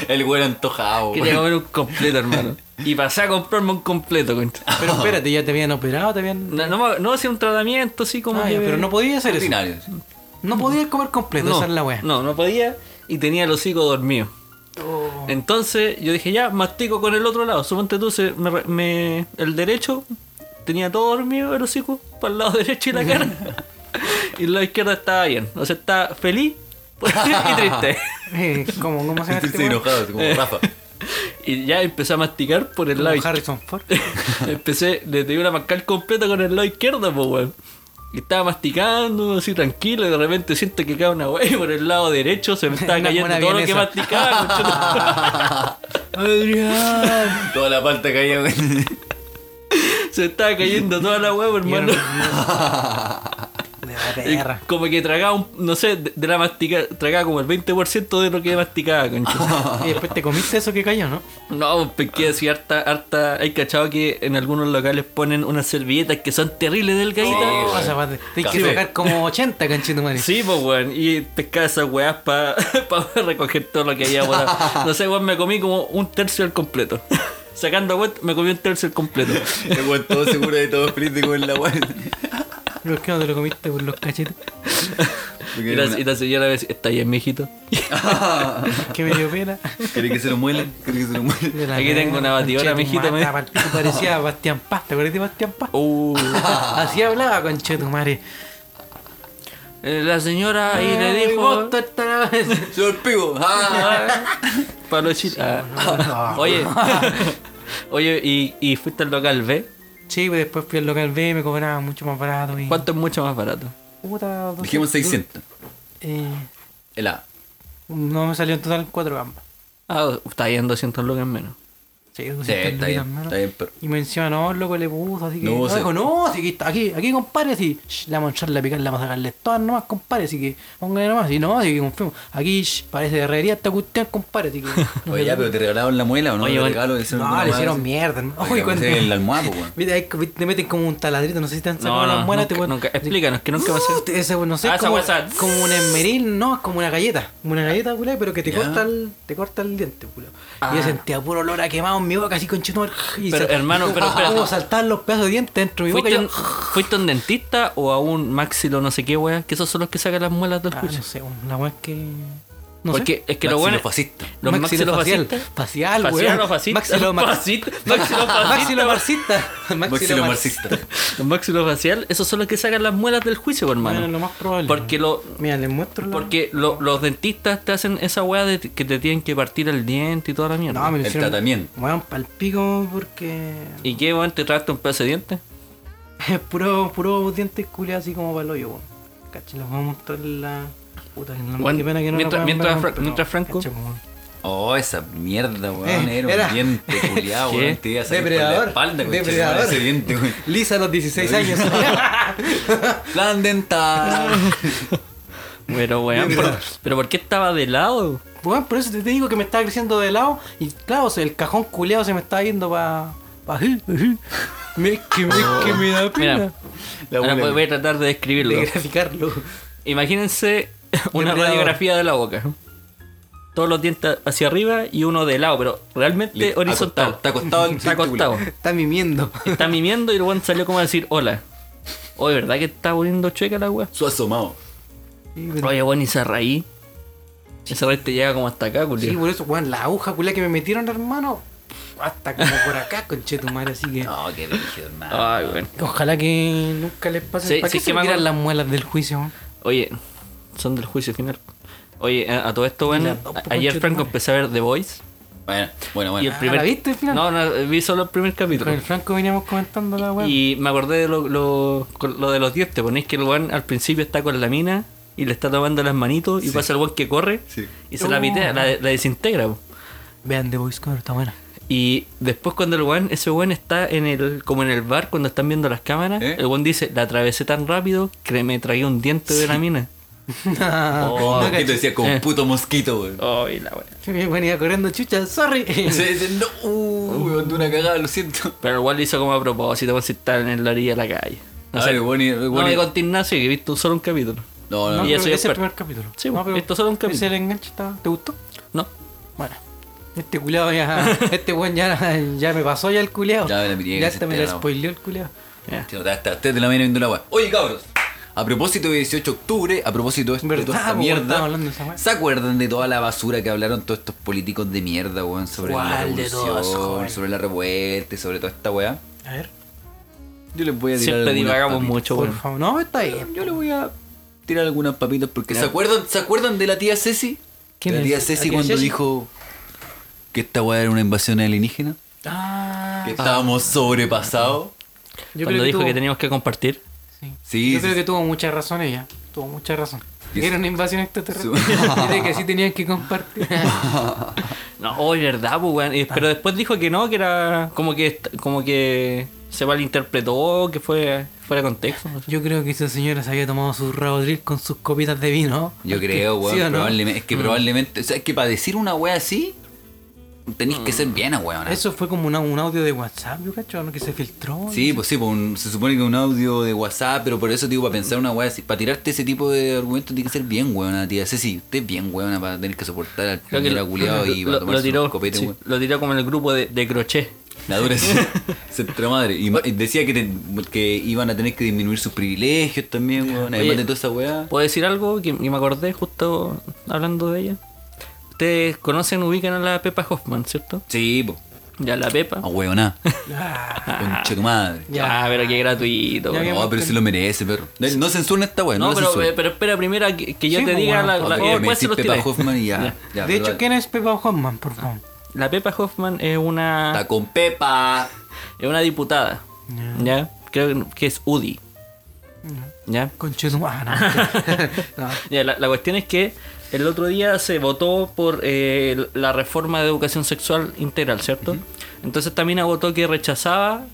Speaker 3: El weón antojado.
Speaker 2: Quería
Speaker 3: weón.
Speaker 2: comer un completo, hermano. Y pasé a comprarme un completo, concha.
Speaker 4: Pero espérate, ya te habían operado, te habían.
Speaker 2: No, no, me- no hacía un tratamiento así como.
Speaker 4: Ah, ya,
Speaker 2: que-
Speaker 4: pero no podía hacer eso.
Speaker 3: Ordinario.
Speaker 4: No podías comer completo,
Speaker 2: no,
Speaker 4: esa es la weá.
Speaker 2: No, no podía y tenía el hocico dormido.
Speaker 4: Oh.
Speaker 2: Entonces yo dije, ya, mastico con el otro lado. Suponte tú, se- me re- me- el derecho tenía todo dormido el hocico para el lado derecho y la cara. y la izquierda estaba bien. O sea, estaba feliz y triste. Eh.
Speaker 4: Eh, ¿Cómo, cómo se llama este
Speaker 3: Estoy
Speaker 4: weón?
Speaker 3: enojado, así como Rafa.
Speaker 2: y ya empecé a masticar por el
Speaker 4: Como
Speaker 2: lado izquierdo.
Speaker 4: Harrison Ford.
Speaker 2: Empecé, le di una mascar completa con el lado izquierdo, pues, weón. Y estaba masticando así tranquilo y de repente siento que cae una wey por el lado derecho, se me estaba
Speaker 4: Una
Speaker 2: cayendo
Speaker 4: buena
Speaker 2: todo lo que
Speaker 4: vienesa.
Speaker 2: masticaba. conchetumare.
Speaker 4: Adrián.
Speaker 3: Toda la palta caía, weón.
Speaker 2: se estaba cayendo toda la wey, hermano.
Speaker 4: De la
Speaker 2: Y
Speaker 4: perra.
Speaker 2: como que tragaba, un- no sé, de, de la mastica, tragaba como el 20% de lo que masticaba, concha.
Speaker 4: Y después te comiste eso que cayó, ¿no?
Speaker 2: No, pues
Speaker 3: Ah.
Speaker 2: que así harta, harta. Hay cachado que en algunos locales ponen unas servilletas que son terribles delgaditas.
Speaker 3: Sí,
Speaker 4: O
Speaker 3: weón.
Speaker 4: sea, padre, tienes que
Speaker 3: Café.
Speaker 4: sacar como 80 canchito madre.
Speaker 2: Sí, pues, weón. Y pescaba esas weas para recoger todo lo que había botado. No sé, weón, me comí como un tercio del completo. Sacando weón, me comí un tercio del completo.
Speaker 3: El weón todo seguro de todo feliz de comer la weón.
Speaker 4: ¿Por qué no te lo comiste por los cachetes?
Speaker 2: Y la, y la señora me decía, está bien, mijito.
Speaker 4: Que me dio pena.
Speaker 3: ¿Querés que se lo muelan? ¿Querés que se lo muelan?
Speaker 4: De la
Speaker 2: Aquí
Speaker 4: perra.
Speaker 2: tengo una batidora,
Speaker 4: Conchetumare,
Speaker 2: mijito, me-
Speaker 4: la pal- Parecía Bastián Paz, ¿te acuerdas de Bastián Paz?
Speaker 2: Uh.
Speaker 4: Así hablaba, conchetumare.
Speaker 2: Eh, La señora ahí le dijo.
Speaker 4: Gusto esta vez.
Speaker 3: ¡Soy el pico! ¡Ah!
Speaker 2: Pablo Chile. Ah. Oye. Oye, y, y fuiste al local B.
Speaker 4: Sí, pues después fui al local B, me cobraban mucho más barato. Y...
Speaker 2: ¿Cuánto es mucho más barato?
Speaker 4: Puta, doscientos-
Speaker 3: Dijimos 600.
Speaker 4: Eh,
Speaker 3: El A.
Speaker 4: no me salió en total 4 gambas.
Speaker 2: Ah, está ahí en 200 lucas menos.
Speaker 4: Sí,
Speaker 3: Sí,
Speaker 4: 200
Speaker 3: está
Speaker 4: lucas,
Speaker 3: bien.
Speaker 4: hermano.
Speaker 3: Está bien, pero.
Speaker 4: Y me encima, no, loco, le puso, así que.
Speaker 3: No,
Speaker 4: No,
Speaker 3: se-
Speaker 4: dijo, no, así que está aquí, aquí, compadre, así. shh, La vamos a echarle a picar, la vamos a sacarle todas nomás, compadre, así que póngale nomás, y no, así que confiamos. Aquí shh, parece de herrería esta cuestión, compadre, así que. no
Speaker 3: Oye, ya, pero te regalaron la muela o no?
Speaker 2: Oye,
Speaker 3: te
Speaker 2: weón.
Speaker 3: regalo de ser
Speaker 4: No,
Speaker 3: una
Speaker 4: le hicieron
Speaker 3: weá?
Speaker 4: mierda, ¿no?
Speaker 3: Oye,
Speaker 4: Oye,
Speaker 3: que
Speaker 4: cuando-
Speaker 3: me saquen el almohada, pues, weón.
Speaker 4: Mira, ahí que te meten como un taladrito, no sé si te han sacado
Speaker 2: No, no,
Speaker 4: las muelas,
Speaker 2: nunca-
Speaker 4: te ponen-
Speaker 2: nunca. Explícanos, que nunca me
Speaker 4: No,
Speaker 2: sé.
Speaker 4: te- esa, no sé,
Speaker 2: Ah, esa
Speaker 4: como,
Speaker 2: guasa.
Speaker 4: como un esmeril, no, es como una galleta, como una galleta, culé, pero que te corta el, te corta el diente, culo. Y yo sentía puro olor a quemado en mi boca, así con chino.
Speaker 2: Ah. Pero, hermano, pero espérate.
Speaker 4: Como saltar los pedazos de diente dentro de mi boca.
Speaker 2: ¿Fuiste,
Speaker 4: y
Speaker 2: un,
Speaker 4: yo-
Speaker 2: fuiste un dentista o a un maxilo no sé qué, weá? Que esos son los que sacan las muelas del
Speaker 4: Ah,
Speaker 2: cucho.
Speaker 4: no sé, bueno, la weá es que. No sé.
Speaker 2: Porque es que lo bueno.
Speaker 3: Maxilofascista.
Speaker 2: Los
Speaker 4: Maxilofacial.
Speaker 2: maxilofascistas.
Speaker 4: Facial,
Speaker 2: Facial
Speaker 4: weón.
Speaker 2: o fascista.
Speaker 4: Maxilomar-
Speaker 2: Fascista. Maxilofascista.
Speaker 4: Maxilomarcista.
Speaker 3: Maxilomarxista.
Speaker 2: Los maxilofacial, esos son los que sacan las muelas del juicio, pues, hermano.
Speaker 4: Bueno, lo más probable.
Speaker 2: Porque lo.
Speaker 4: Mira, les muestro. la-
Speaker 2: Porque lo- los dentistas te hacen esa weá de que te tienen que partir el diente y toda la mierda.
Speaker 4: No, me lo
Speaker 3: El
Speaker 4: hicieron.
Speaker 3: tratamiento.
Speaker 4: Weón, pal pico porque.
Speaker 2: ¿Y qué, weón? ¿Te tragaste un pedazo de diente?
Speaker 4: Es puro, puro dientes culiados así como pa'l hoyo, weón. Caché, los vamos a mostrar en la. Puta, que no,
Speaker 2: Weón,
Speaker 4: qué pena que no
Speaker 2: mientras-
Speaker 4: lo puedan
Speaker 2: mientras
Speaker 4: ver,
Speaker 2: Fra-
Speaker 4: pero-
Speaker 2: mientras Franco-
Speaker 4: caché, weón.
Speaker 3: Oh, esa mierda, weón.
Speaker 4: Eh,
Speaker 3: era
Speaker 4: era.
Speaker 3: un diente culiado,
Speaker 2: ¿Qué?
Speaker 3: weón. Te iba a salir por
Speaker 4: Depredador,
Speaker 3: la espalda, concha,
Speaker 4: depredador.
Speaker 3: Ese diente, weón.
Speaker 4: Lisa a los 16 años.
Speaker 3: Plan dental.
Speaker 2: Pero, weón, pero, pero ¿por qué estaba de lado?
Speaker 4: Weón, por eso te digo que me estaba creciendo de lado. Y claro, o sea, el cajón culeado se me estaba yendo para. Pa... Mira que, mira que me da
Speaker 2: Mira,
Speaker 4: pena.
Speaker 3: La
Speaker 2: ahora
Speaker 3: buena-
Speaker 2: voy a tratar de describirlo.
Speaker 4: De graficarlo.
Speaker 2: Imagínense una
Speaker 4: Depredador.
Speaker 2: radiografía de la boca. Todos los dientes hacia arriba y uno de lado, pero realmente
Speaker 3: Le-
Speaker 2: horizontal.
Speaker 3: acostado, está acostado el
Speaker 2: Está
Speaker 3: diente
Speaker 2: acostado.
Speaker 4: Está mimiendo.
Speaker 2: Está mimiendo y el weón salió como a decir, hola. Oye, ¿verdad que está poniendo chueca la weá?
Speaker 3: Su asomado.
Speaker 2: Oye, weón, y esa raíz. Esa raíz te llega como hasta acá,
Speaker 4: Sí,
Speaker 2: culio.
Speaker 4: por eso, weón, la aguja culia que me metieron, hermano. Hasta como por acá, conchetumare, así que.
Speaker 3: No, qué rígido, hermano.
Speaker 2: Ay, weón.
Speaker 4: Ojalá que nunca les pase.
Speaker 2: Sí,
Speaker 4: Pues, ¿Para
Speaker 2: sí,
Speaker 4: qué
Speaker 2: que
Speaker 4: se
Speaker 2: me
Speaker 4: me tiran
Speaker 2: acuerdo-
Speaker 4: las muelas del juicio? weón?
Speaker 2: Oye, son del juicio final. Oye, a, a todo esto,
Speaker 4: Y
Speaker 2: bueno,
Speaker 4: la- oh,
Speaker 2: a- ayer
Speaker 4: conchetumare.
Speaker 2: Franco empecé a ver The Voice.
Speaker 3: Bueno, bueno,
Speaker 2: Y
Speaker 3: bueno.
Speaker 2: el
Speaker 4: Ah,
Speaker 2: primer...
Speaker 4: ¿la viste al final?
Speaker 2: No, no, vi solo el primer capítulo.
Speaker 4: Con el Franco veníamos comentando la weón.
Speaker 2: Y me acordé de lo, lo- con lo de los dientes. Ponéis que el weón al principio está con la mina y le está tomando las manitos y pasa el weón que corre
Speaker 3: Sí.
Speaker 2: y se la
Speaker 4: Oh.
Speaker 2: pitea, la, la desintegra. po.
Speaker 4: Vean The Voice Cover, está buena.
Speaker 2: Y después cuando el weón, ese weón está en el, como en el bar cuando están viendo las cámaras,
Speaker 3: ¿Eh?
Speaker 2: el weón dice, la atravesé tan rápido que me tragué un diente de la mina. Ah,
Speaker 3: Como
Speaker 4: no,
Speaker 3: mosquito,
Speaker 4: caché.
Speaker 3: Oh,
Speaker 4: Eh.
Speaker 3: decía, como un puto mosquito, weón.
Speaker 2: Eh. Ay, la weá.
Speaker 4: Venía corriendo chucha, sorry.
Speaker 3: Se- se- no, uh, weón, de una cagada, lo siento.
Speaker 2: Pero el weón lo hizo como a propósito, como si estaban en la orilla de la calle. No
Speaker 3: A
Speaker 2: sé,
Speaker 3: ver, bueno, y-
Speaker 2: no
Speaker 3: bueno,
Speaker 2: me
Speaker 3: y-
Speaker 2: conté Ignacio que he visto solo un capítulo.
Speaker 3: No, no,
Speaker 4: No,
Speaker 2: Y
Speaker 3: no.
Speaker 4: pero
Speaker 2: eso
Speaker 4: ese
Speaker 2: ya
Speaker 4: es
Speaker 2: es
Speaker 4: el
Speaker 2: per-
Speaker 4: primer capítulo.
Speaker 2: Sí,
Speaker 4: no, pero
Speaker 2: esto solo un capítulo.
Speaker 4: Ese el enganche está. ¿Te gustó?
Speaker 2: No,
Speaker 4: Bueno. Este culeado ya. este weón ya, ya me pasó ya el culeado.
Speaker 3: Ya me la miré,
Speaker 4: Ya
Speaker 3: que se
Speaker 4: hasta me
Speaker 3: te
Speaker 4: la
Speaker 3: la-
Speaker 4: spoileó el culeado.
Speaker 2: ya.
Speaker 3: Sí, no, está- está- ustedes de la mañana viendo la weá. Oye, cabros. A propósito de 18 de octubre, a propósito de, esto- de
Speaker 4: ¿Verdad,
Speaker 3: toda esta
Speaker 4: po,
Speaker 3: mierda,
Speaker 4: estábamos hablando de esa weá?
Speaker 3: ¿se acuerdan de toda la basura que hablaron todos estos políticos de mierda, weón? Sobre la
Speaker 4: ¿Cuál de todas,
Speaker 3: revolución,
Speaker 4: joven?
Speaker 3: sobre la revuelta, y sobre toda esta weá.
Speaker 4: A ver.
Speaker 3: Yo les voy a tirar
Speaker 2: siempre
Speaker 3: algunas
Speaker 2: divagamos
Speaker 3: papitas.
Speaker 2: mucho,
Speaker 4: Por
Speaker 2: weón.
Speaker 4: favor. No, está bien.
Speaker 3: Yo les voy a tirar algunas papitas porque... ¿Se acuerdan, ¿se acuerdan de la tía Ceci?
Speaker 4: ¿Quién
Speaker 3: la
Speaker 4: es?
Speaker 3: tía
Speaker 4: ¿La
Speaker 3: Ceci
Speaker 4: tía
Speaker 3: cuando
Speaker 4: Ceci?
Speaker 3: dijo que esta weá era una invasión alienígena.
Speaker 4: Ah,
Speaker 3: Que estábamos sobrepasados.
Speaker 4: yo
Speaker 2: cuando
Speaker 4: creo
Speaker 2: dijo
Speaker 4: tuvo-
Speaker 2: que teníamos que compartir.
Speaker 4: Sí.
Speaker 3: Sí,
Speaker 4: Yo
Speaker 3: sí,
Speaker 4: creo
Speaker 3: sí.
Speaker 4: que tuvo mucha razón ella. Tuvo mucha razón.
Speaker 3: Y
Speaker 4: Era
Speaker 3: eso-
Speaker 4: una invasión extraterrestre.
Speaker 3: Su-
Speaker 4: Dice que sí tenían que compartir.
Speaker 2: No, oh, es verdad, pues, weón.
Speaker 4: Ah.
Speaker 2: Y- Pero después dijo que no, que era como que est- como que se malinterpretó, que fue fuera de contexto. no sé.
Speaker 4: Yo creo que esa señora se había tomado su Raudril con sus copitas de vino.
Speaker 3: Yo creo,
Speaker 4: ¿Sí
Speaker 3: weón.
Speaker 4: o no?
Speaker 3: probablemente- Es que
Speaker 2: Mm.
Speaker 3: probablemente. O sea, es que para decir una wea así, tenéis que
Speaker 2: Mm.
Speaker 3: ser bien, weón.
Speaker 4: Eso fue como una- un audio de WhatsApp, yo cacho, ¿no? que se filtró.
Speaker 3: Sí, pues sí, pues un- se supone que un audio de WhatsApp, pero por eso, digo, para pensar una wea así, para tirarte ese tipo de argumentos, tiene que ser bien, weón, tía. Ceci, usted es bien, weón, para tener que soportar al
Speaker 2: Creo que
Speaker 3: primer culiado y para
Speaker 2: lo-
Speaker 3: tomarse
Speaker 2: lo tiró,
Speaker 3: unos copetes,
Speaker 2: sí,
Speaker 3: weón.
Speaker 2: lo tiró como en el grupo de, de crochet.
Speaker 3: La dura es centro madre. Y ma- y decía que, te- que iban a tener que disminuir sus privilegios también, weón, además
Speaker 2: Oye.
Speaker 3: de toda esa wea.
Speaker 2: ¿Puedo decir algo que que me acordé justo hablando de ella? Ustedes conocen, ubican a la Pepa Hoffman, ¿cierto?
Speaker 3: Sí, pues,
Speaker 2: Ya la Pepa.
Speaker 3: a weoná,
Speaker 4: Ah,
Speaker 3: concha tu madre.
Speaker 4: ya.
Speaker 2: Ah, pero qué
Speaker 4: Ya
Speaker 2: gratuito. weón.
Speaker 4: había-
Speaker 3: No, pero se lo merece, perro. No, no censuren esta weá, no,
Speaker 2: No,
Speaker 3: la
Speaker 2: pero, eh,
Speaker 3: censuren.
Speaker 2: pero espera primero a que, que yo
Speaker 4: Sí,
Speaker 2: te
Speaker 4: pues,
Speaker 2: diga
Speaker 4: weón.
Speaker 2: la, la-
Speaker 3: Ok,
Speaker 2: después
Speaker 3: me
Speaker 2: se
Speaker 3: decís
Speaker 2: los
Speaker 3: Pepa
Speaker 2: tiré.
Speaker 3: Hoffman y ya. ya,
Speaker 4: de
Speaker 3: pero
Speaker 4: hecho,
Speaker 3: dale.
Speaker 4: ¿quién es Pepa Hoffman, por favor?
Speaker 2: La Pepa Hoffman es una...
Speaker 3: Está con Pepa.
Speaker 2: Es una diputada. ¿Ya? Creo que es UDI. ¿Ya?
Speaker 4: Conchetum. Ah, no. no.
Speaker 2: Ya, la, la cuestión es que el otro día se votó por eh, la reforma de educación sexual integral, ¿cierto? Entonces también votó que rechazaba.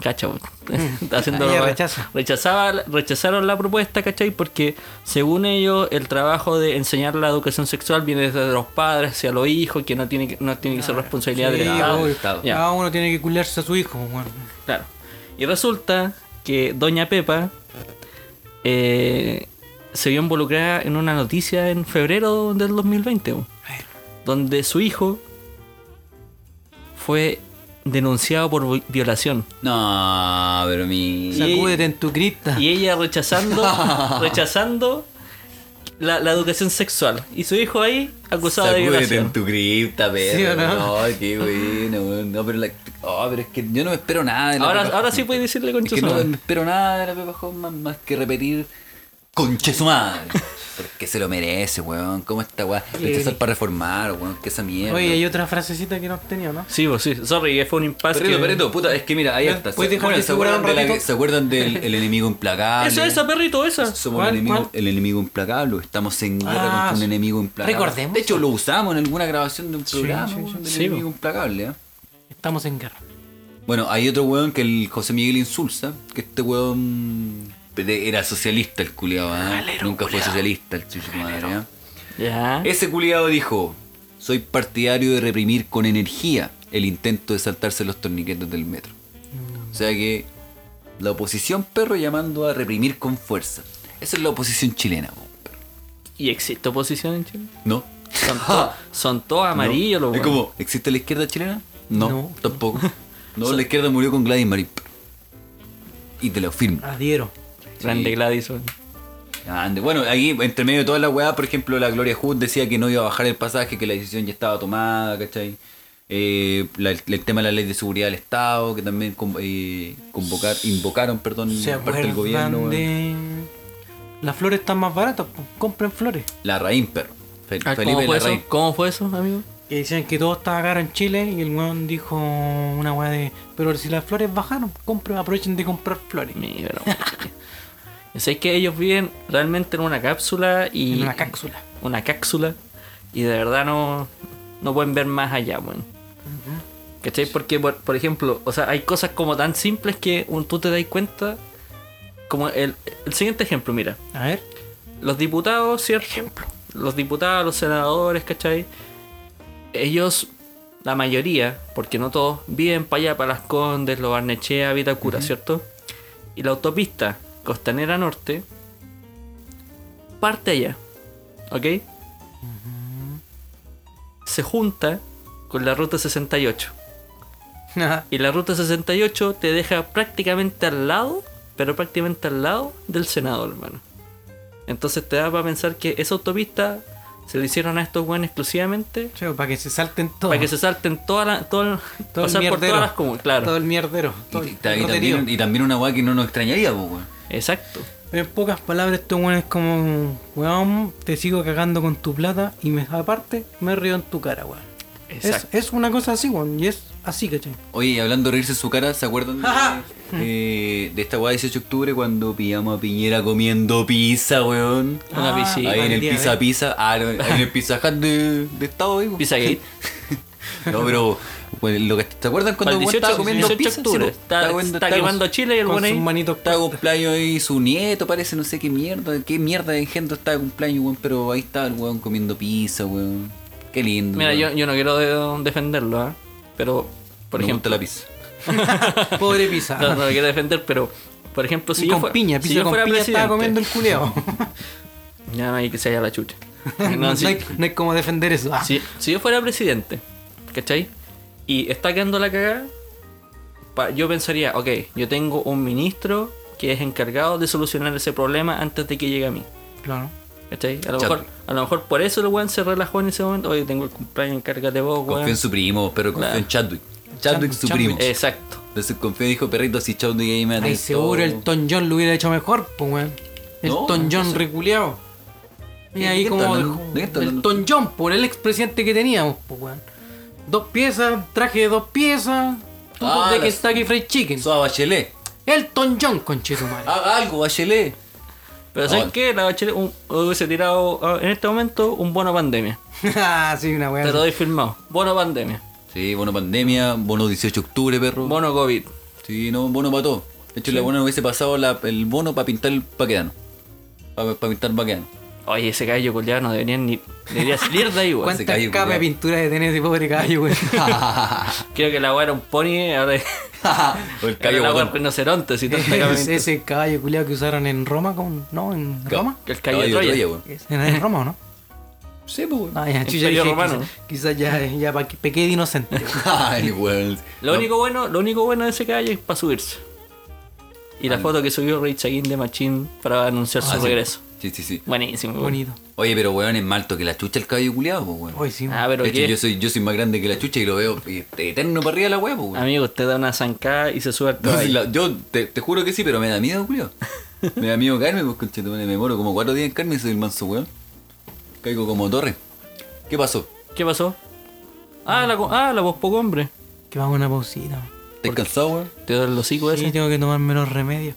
Speaker 2: Cacha, está haciendo.
Speaker 4: Ella Mm. rechaza.
Speaker 2: Rechazaba, rechazaron la propuesta, ¿cachai? Porque según ellos, el trabajo de enseñar la educación sexual viene desde los padres hacia los hijos, que no tiene que, no tiene que ser responsabilidad
Speaker 4: Sí,
Speaker 2: del Estado.
Speaker 4: obvio.
Speaker 3: Estado.
Speaker 2: Ya.
Speaker 4: Cada uno tiene que culiarse a su hijo, pues, bueno.
Speaker 2: Claro. Y resulta que Doña Pepa eh, se vio involucrada en una noticia en febrero del 2020, bo, donde su hijo fue denunciado por vi- violación.
Speaker 3: No, pero mi.
Speaker 4: Sacúdete en tu cripta.
Speaker 2: Y ella rechazando, rechazando la, la educación sexual. Y su hijo ahí acusado de
Speaker 3: Sacúdete
Speaker 2: violación.
Speaker 3: en tu cripta, Pedro.
Speaker 4: ¿Sí o no?
Speaker 3: no? qué bueno, weón. No, pero, la, oh, pero es que yo no me espero nada de la
Speaker 2: Ahora,
Speaker 3: Pepa
Speaker 2: ahora sí
Speaker 3: Hoffman.
Speaker 2: puedes decirle
Speaker 3: Es
Speaker 2: concha
Speaker 3: que
Speaker 2: su
Speaker 3: no
Speaker 2: madre.
Speaker 3: me espero nada de la Pepa Hoffman más que repetir conche su madre. Porque se lo merece, weón. ¿Cómo esta weá? Rechazar para reformar, weón. Que esa mierda.
Speaker 4: Oye, hay otra frasecita que no has tenido, ¿no?
Speaker 2: Sí, pues sí. Sorry, que fue un impasse.
Speaker 3: Perrito,
Speaker 2: que-
Speaker 3: perrito, puta, es que mira, ahí está.
Speaker 4: ¿Eh? ¿Puedes
Speaker 3: ¿Se,
Speaker 4: dejar
Speaker 3: bueno,
Speaker 4: que
Speaker 3: ¿se
Speaker 4: se cubra
Speaker 3: acuerdan,
Speaker 4: un
Speaker 3: de la-
Speaker 4: ratito?
Speaker 3: ¿se acuerdan del el enemigo implacable?
Speaker 2: Esa, esa, perrito, esa.
Speaker 3: Somos
Speaker 4: ¿Cuál,
Speaker 3: el enemigo,
Speaker 4: cuál?
Speaker 3: el enemigo implacable. Estamos en guerra
Speaker 4: Ah,
Speaker 3: contra un
Speaker 4: sí.
Speaker 3: enemigo implacable.
Speaker 4: Recordemos.
Speaker 3: De hecho, lo usamos en alguna grabación de un
Speaker 4: Sí,
Speaker 3: programa.
Speaker 4: sí,
Speaker 3: weón,
Speaker 4: sí.
Speaker 3: del
Speaker 2: Sí,
Speaker 3: enemigo implacable, ¿eh?
Speaker 4: Estamos en guerra.
Speaker 3: Bueno, hay otro weón que el José Miguel Insulza, que este weón de- era socialista el culiado, Nunca fue socialista el chucho madre, ¿eh?
Speaker 2: Ya.
Speaker 3: Ese culiado dijo, soy partidario de reprimir con energía el intento de saltarse los torniquetes del metro. O sea que la oposición perro llamando a reprimir con fuerza. Esa es la oposición chilena, weón, perro.
Speaker 2: ¿Y existe oposición en Chile?
Speaker 3: ¿no?
Speaker 2: Son, to- son todos amarillos
Speaker 3: No.
Speaker 2: los
Speaker 3: Es
Speaker 2: weones.
Speaker 3: como, ¿existe la izquierda chilena? No,
Speaker 4: No.
Speaker 3: tampoco. No, la izquierda murió con Gladys Marín. perro. Y te lo firmo.
Speaker 4: Adhiero.
Speaker 2: Ah, Grande
Speaker 3: Sí.
Speaker 2: Gladys. weón.
Speaker 3: Ande. Bueno, aquí entre medio de toda la weá, por ejemplo, la Gloria Hood decía que no iba a bajar el pasaje, que la decisión ya estaba tomada, ¿cachai? Eh, la- el tema de la ley de seguridad del Estado, que también con- eh, convocar, invocaron, perdón,
Speaker 4: ¿Se
Speaker 3: por parte del
Speaker 4: acuerdan
Speaker 3: gobierno. weón.
Speaker 4: de...? Las flores están más baratas, pues, compren flores.
Speaker 3: La Raín, perro. Fe-
Speaker 2: Ah, ¿Cómo
Speaker 3: Felipe
Speaker 2: fue
Speaker 3: Larraín.
Speaker 2: eso? ¿Cómo fue eso, amigo?
Speaker 4: Que decían que todo estaba caro en Chile y el weón dijo una weá de... Pero si las flores bajaron, compren, aprovechen de comprar flores.
Speaker 2: Mira, Yo sé que ellos viven realmente en una cápsula y.
Speaker 4: En una cápsula.
Speaker 2: Una cápsula. Y de verdad no, no pueden ver más allá, weón. ¿Cachai? Porque, por, por ejemplo, o sea, hay cosas como tan simples que un- tú te das cuenta. Como el, el siguiente ejemplo, mira.
Speaker 4: A ver.
Speaker 2: Los diputados, ¿cierto? Ejemplo. Los diputados, los senadores, ¿cachai? Ellos, la mayoría, porque no todos, viven para allá, para las Condes, los Barnechea, Vitacura, ¿cierto? Y la autopista Costanera Norte parte allá, ¿ok? Se junta con la Ruta 68. Y la Ruta 68 te deja prácticamente al lado, pero prácticamente al lado del Senado, hermano. Entonces te da para pensar que esa autopista se le hicieron a estos güeyes exclusivamente
Speaker 4: Cheo, para que se salten todos.
Speaker 2: para que se salten toda la, todo el-
Speaker 4: Todo el
Speaker 2: pasar por
Speaker 4: mierdero.
Speaker 2: todas las comunas, claro.
Speaker 4: Todo el mierdero. Todo
Speaker 3: Y,
Speaker 4: el
Speaker 3: ta- y
Speaker 4: roterío.
Speaker 3: también, y también una weá que no nos extrañaría, po, weón.
Speaker 2: Exacto.
Speaker 4: Pero en pocas palabras, estos weón es como, weón, te sigo cagando con tu plata y me, aparte me río en tu cara, weón. Es,
Speaker 2: Exacto.
Speaker 4: es una cosa así, weón, y es así, ¿cachai?
Speaker 3: Oye, y hablando de reírse en su cara, ¿se acuerdan de, eh, de esta weá 18 de octubre cuando pillamos a Piñera comiendo pizza, weón?
Speaker 2: Una
Speaker 4: Ah,
Speaker 2: piscina.
Speaker 3: ahí en el
Speaker 4: Maldía,
Speaker 3: Pizza
Speaker 4: eh.
Speaker 3: Pizza, ah, no, ahí en el Pizza Hut de, de Estado, digo.
Speaker 2: Pizzagate.
Speaker 3: No, pero bueno, lo que, ¿te acuerdan cuando el
Speaker 2: Para el
Speaker 3: weón
Speaker 2: 18,
Speaker 3: estaba comiendo
Speaker 2: 18 de
Speaker 3: pizza?
Speaker 2: octubre.
Speaker 3: Sí, po.
Speaker 2: está
Speaker 3: comiendo-
Speaker 2: está
Speaker 3: estaba
Speaker 2: quemando
Speaker 3: con-
Speaker 2: Chile y el
Speaker 4: Con
Speaker 2: buen
Speaker 4: sus
Speaker 2: ahí.
Speaker 4: manitos
Speaker 3: Estaba de cumpleaños ahí su nieto, parece, no sé qué mierda, qué mierda de engendro estaba de cumpleaños, weón, pero ahí estaba el weón comiendo pizza, weón. Qué lindo.
Speaker 2: Mira,
Speaker 3: weón.
Speaker 2: yo, yo no quiero de- defenderlo, ¿ah? Pero, por
Speaker 3: Me gusta
Speaker 2: ejemplo.
Speaker 3: la pizza.
Speaker 4: pobre pizza.
Speaker 2: No, no lo quiero defender, pero. Por ejemplo, si
Speaker 4: y
Speaker 2: yo
Speaker 4: con
Speaker 2: fuera-
Speaker 4: piña,
Speaker 2: si
Speaker 4: pizza
Speaker 2: yo
Speaker 4: con
Speaker 2: fuera
Speaker 4: piña estaba
Speaker 2: presidente-
Speaker 4: comiendo el culeado.
Speaker 2: Ya no hay que se haya la chucha.
Speaker 4: no,
Speaker 2: No, si,
Speaker 4: hay, no hay como defender eso. Ah,
Speaker 2: si- si yo fuera presidente, ¿cachai? Y está quedando la cagada, pa- yo pensaría, ok, yo tengo un ministro que es encargado de solucionar ese problema antes de que llegue a mí.
Speaker 4: Claro.
Speaker 2: ¿Cachai? A lo,
Speaker 3: Chato.
Speaker 2: mejor, a lo mejor por eso el weón se relajó en ese momento. Oye, tengo el cumpleaños, encárgate vos, weón.
Speaker 3: Confío en su primo, pero confío
Speaker 2: Nah.
Speaker 3: en Chadwick. Chadwick es su
Speaker 4: Chadwick.
Speaker 3: primo.
Speaker 2: Exacto.
Speaker 3: Entonces confío, dijo perrito, si Chadwick ahí me
Speaker 4: Ay,
Speaker 3: atento.
Speaker 4: seguro el Ton John lo hubiera hecho mejor, pues, weón. El
Speaker 3: No,
Speaker 4: Ton
Speaker 3: no
Speaker 4: John
Speaker 3: sé.
Speaker 4: reculeado.
Speaker 3: ¿De
Speaker 4: Mira ahí
Speaker 3: qué
Speaker 4: como
Speaker 3: está
Speaker 4: el,
Speaker 3: hablando? ¿De qué está
Speaker 4: el
Speaker 3: hablando?
Speaker 4: Ton John, por el expresidente que teníamos, pues, weón. Dos piezas, traje de dos piezas.
Speaker 3: Ah,
Speaker 4: Putos de
Speaker 3: las-
Speaker 4: Kentucky Fried Chicken.
Speaker 3: Eso a Bachelet.
Speaker 4: El Ton John, conchetumare.
Speaker 3: Haga Ah, algo, Bachelet.
Speaker 2: Pero ¿sabes
Speaker 4: Oh.
Speaker 3: Ahora.
Speaker 2: qué? La Bachelet un- oh, hubiese tirado ah, en este momento un bono pandemia.
Speaker 4: ah, sí, una
Speaker 2: Te lo
Speaker 4: weón.
Speaker 2: doy firmado. Bono pandemia.
Speaker 3: Sí, bono pandemia, bono 18 de octubre, perro.
Speaker 2: Bono COVID.
Speaker 3: Sí, no, bono para todo. De hecho, la buena hubiese pasado la- el bono para pintar el paquedano. Para pintar paquedano.
Speaker 2: Oye, ese gallo culiado no debería ni. Debería salir de ahí, weón.
Speaker 3: se
Speaker 4: ¿Cuántas
Speaker 3: cayó,
Speaker 4: capas de
Speaker 3: culiao.
Speaker 4: pintura de tener ese pobre caballo, weón?
Speaker 2: Creo que la weá era un pony, ahora es.
Speaker 3: O el
Speaker 2: Era
Speaker 3: callo
Speaker 2: la weá
Speaker 3: botón.
Speaker 2: un rinoceronte, si tanta
Speaker 4: Es
Speaker 2: cabeza.
Speaker 4: ese caballo culiado que usaron en Roma, con, ¿no? ¿En
Speaker 3: Ca-
Speaker 4: Roma?
Speaker 2: El callo de Troya.
Speaker 3: weón.
Speaker 4: ¿Era en Roma o no?
Speaker 3: Sí, pues, weón.
Speaker 4: Ah, ya,
Speaker 2: El
Speaker 4: chucha,
Speaker 2: Imperio
Speaker 4: dije,
Speaker 2: Romano.
Speaker 4: Quizás ya, ya pa- pequé de inocente.
Speaker 3: Ay, weón.
Speaker 2: Lo único bueno, lo único bueno de ese caballo es para subirse. Y la foto que subió Rey Chaguín de Machín para anunciar su
Speaker 3: Ah, sí.
Speaker 2: regreso.
Speaker 3: Sí, sí, sí.
Speaker 2: Buenísimo. weón.
Speaker 4: Bonito.
Speaker 3: Oye, pero weón, es malto que la chucha el cabello culiado, pues weón.
Speaker 4: Hoy sí.
Speaker 2: Ah, pero
Speaker 3: de hecho,
Speaker 2: ¿qué?
Speaker 3: yo soy, yo soy más grande que la chucha y lo veo eh, eterno para arriba de la weá, pues weón.
Speaker 2: Amigo, usted da una zancada y se sube al
Speaker 3: No, si
Speaker 2: caballo.
Speaker 3: la- yo te, te juro que sí, pero me da miedo, culiao. Me da miedo caerme, pues conchetumare, me muero como cuatro días en carne y soy el manso weón. Caigo como torre. ¿Qué pasó?
Speaker 2: ¿Qué pasó? Ah, la, co- ah, la voz poco hombre.
Speaker 4: Que vamos a una pausita.
Speaker 3: ¿Estás cansado, weón?
Speaker 2: Te doy el hocico
Speaker 4: Sí,
Speaker 2: ese.
Speaker 4: tengo que tomar menos remedio.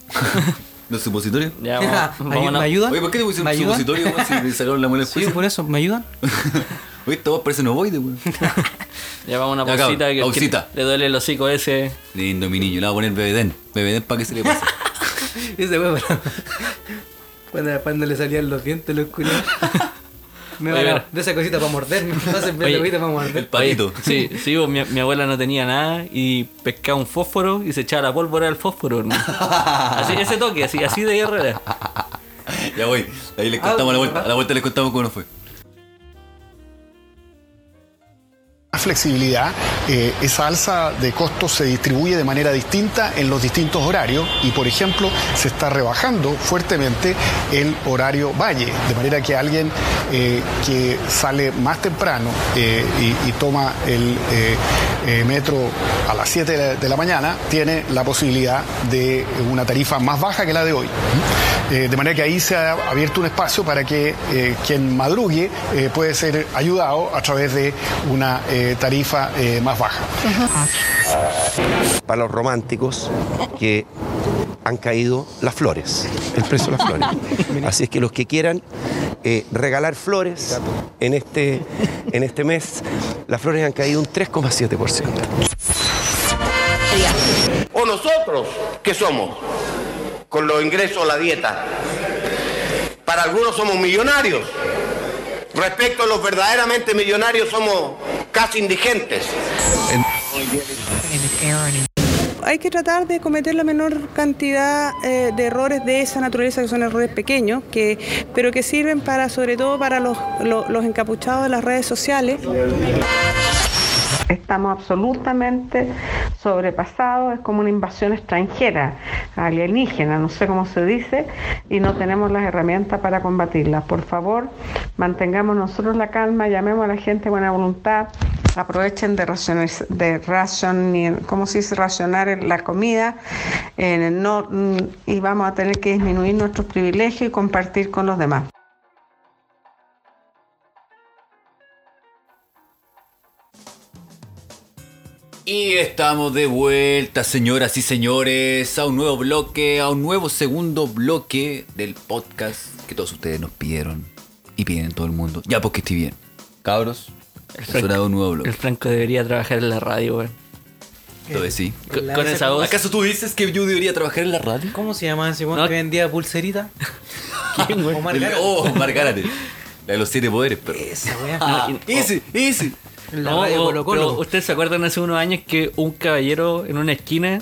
Speaker 3: ¿Los supositorios?
Speaker 2: Ya, vamos,
Speaker 4: ¿Ayu-
Speaker 2: vamos a
Speaker 4: ¿Me
Speaker 2: una-
Speaker 4: ayudan?
Speaker 3: Oye, ¿por qué te pusieron
Speaker 4: ¿Me
Speaker 3: un
Speaker 4: ayudan?
Speaker 3: supositorio, weón? Si me sacaron la muela
Speaker 4: Sí,
Speaker 3: después.
Speaker 4: por eso, ¿me ayudan?
Speaker 3: Oye, esta voz parece novoide, weón.
Speaker 2: ya vamos a una
Speaker 3: Ya, cabrón,
Speaker 2: pausita que,
Speaker 3: pausita.
Speaker 2: que le duele el hocico ese.
Speaker 3: Lindo, mi niño, le voy a poner bebedén. Bebedén para que se le pase.
Speaker 4: Ese huevo. Cuando, cuando le salían los dientes, los culiados. Me
Speaker 2: Oye,
Speaker 4: van a-
Speaker 2: pero-
Speaker 4: de esa cosita para morder, me hacen ver
Speaker 2: Oye.
Speaker 4: la cosita para morder.
Speaker 3: El patito.
Speaker 2: Oye, sí, sí, vos, mi, mi abuela no tenía nada y pescaba un fósforo y se echaba la pólvora al fósforo, hermano. Así, ese toque, así, así de guerrera.
Speaker 3: Ya voy. Ahí les
Speaker 4: Ah,
Speaker 3: contamos la vuelta.
Speaker 4: ¿verdad?
Speaker 3: A la vuelta les contamos cómo nos fue.
Speaker 5: más flexibilidad, eh, esa alza de costos se distribuye de manera distinta en los distintos horarios y, por ejemplo, se está rebajando fuertemente el horario valle, de manera que alguien eh, que sale más temprano eh, y, y toma el eh, eh, metro a las 7 de la- de la mañana tiene la posibilidad de una tarifa más baja que la de hoy. Eh, de manera que ahí se ha abierto un espacio para que eh, quien madrugue eh, puede ser ayudado a través de una eh, tarifa eh, más baja.
Speaker 6: para los románticos que han caído las flores, el precio de las flores. Así es que los que quieran eh, regalar flores en este, en este mes, las flores han caído un 3,7%.
Speaker 7: O nosotros, que somos? Con los ingresos, la dieta. Para algunos somos millonarios. Respecto a los verdaderamente millonarios, somos casi indigentes.
Speaker 8: hay que tratar de cometer la menor cantidad eh, de errores de esa naturaleza, que son errores pequeños, que, pero que sirven para, sobre todo para los, los- los encapuchados de las redes sociales.
Speaker 9: Estamos absolutamente sobrepasados, es como una invasión extranjera, alienígena, no sé cómo se dice, y no tenemos las herramientas para combatirla. Por favor, mantengamos nosotros la calma, llamemos a la gente buena voluntad, aprovechen de racionar, de racioni- ¿cómo se dice? racionar la comida, eh, no, mm, y vamos a tener que disminuir nuestros privilegios y compartir con los demás.
Speaker 3: Y estamos de vuelta, señoras y señores, a un nuevo bloque, a un nuevo segundo bloque del podcast que todos ustedes nos pidieron y piden todo el mundo. Ya, porque estoy bien. Cabros, es hora de un nuevo
Speaker 2: El
Speaker 3: bloque.
Speaker 2: Franco debería trabajar en la radio, weón.
Speaker 3: Entonces sí.
Speaker 2: Con,
Speaker 4: La
Speaker 2: con
Speaker 4: S-
Speaker 2: esa voz.
Speaker 3: ¿Acaso tú dices que yo debería trabajar en la radio?
Speaker 4: ¿Cómo se llama ese weón
Speaker 2: No.
Speaker 4: que vendía pulserita?
Speaker 2: ¿quién, weón?
Speaker 4: Omar
Speaker 3: El-
Speaker 4: Garate.
Speaker 3: Oh, Margarate. La de los siete poderes, pero. Ah,
Speaker 4: Esa weá.
Speaker 2: No, y-
Speaker 3: Easy, easy.
Speaker 4: La
Speaker 2: Ah, No,
Speaker 4: radio
Speaker 2: o-
Speaker 4: Colo Colo.
Speaker 2: pero ¿Ustedes se acuerdan hace unos años que un caballero en una esquina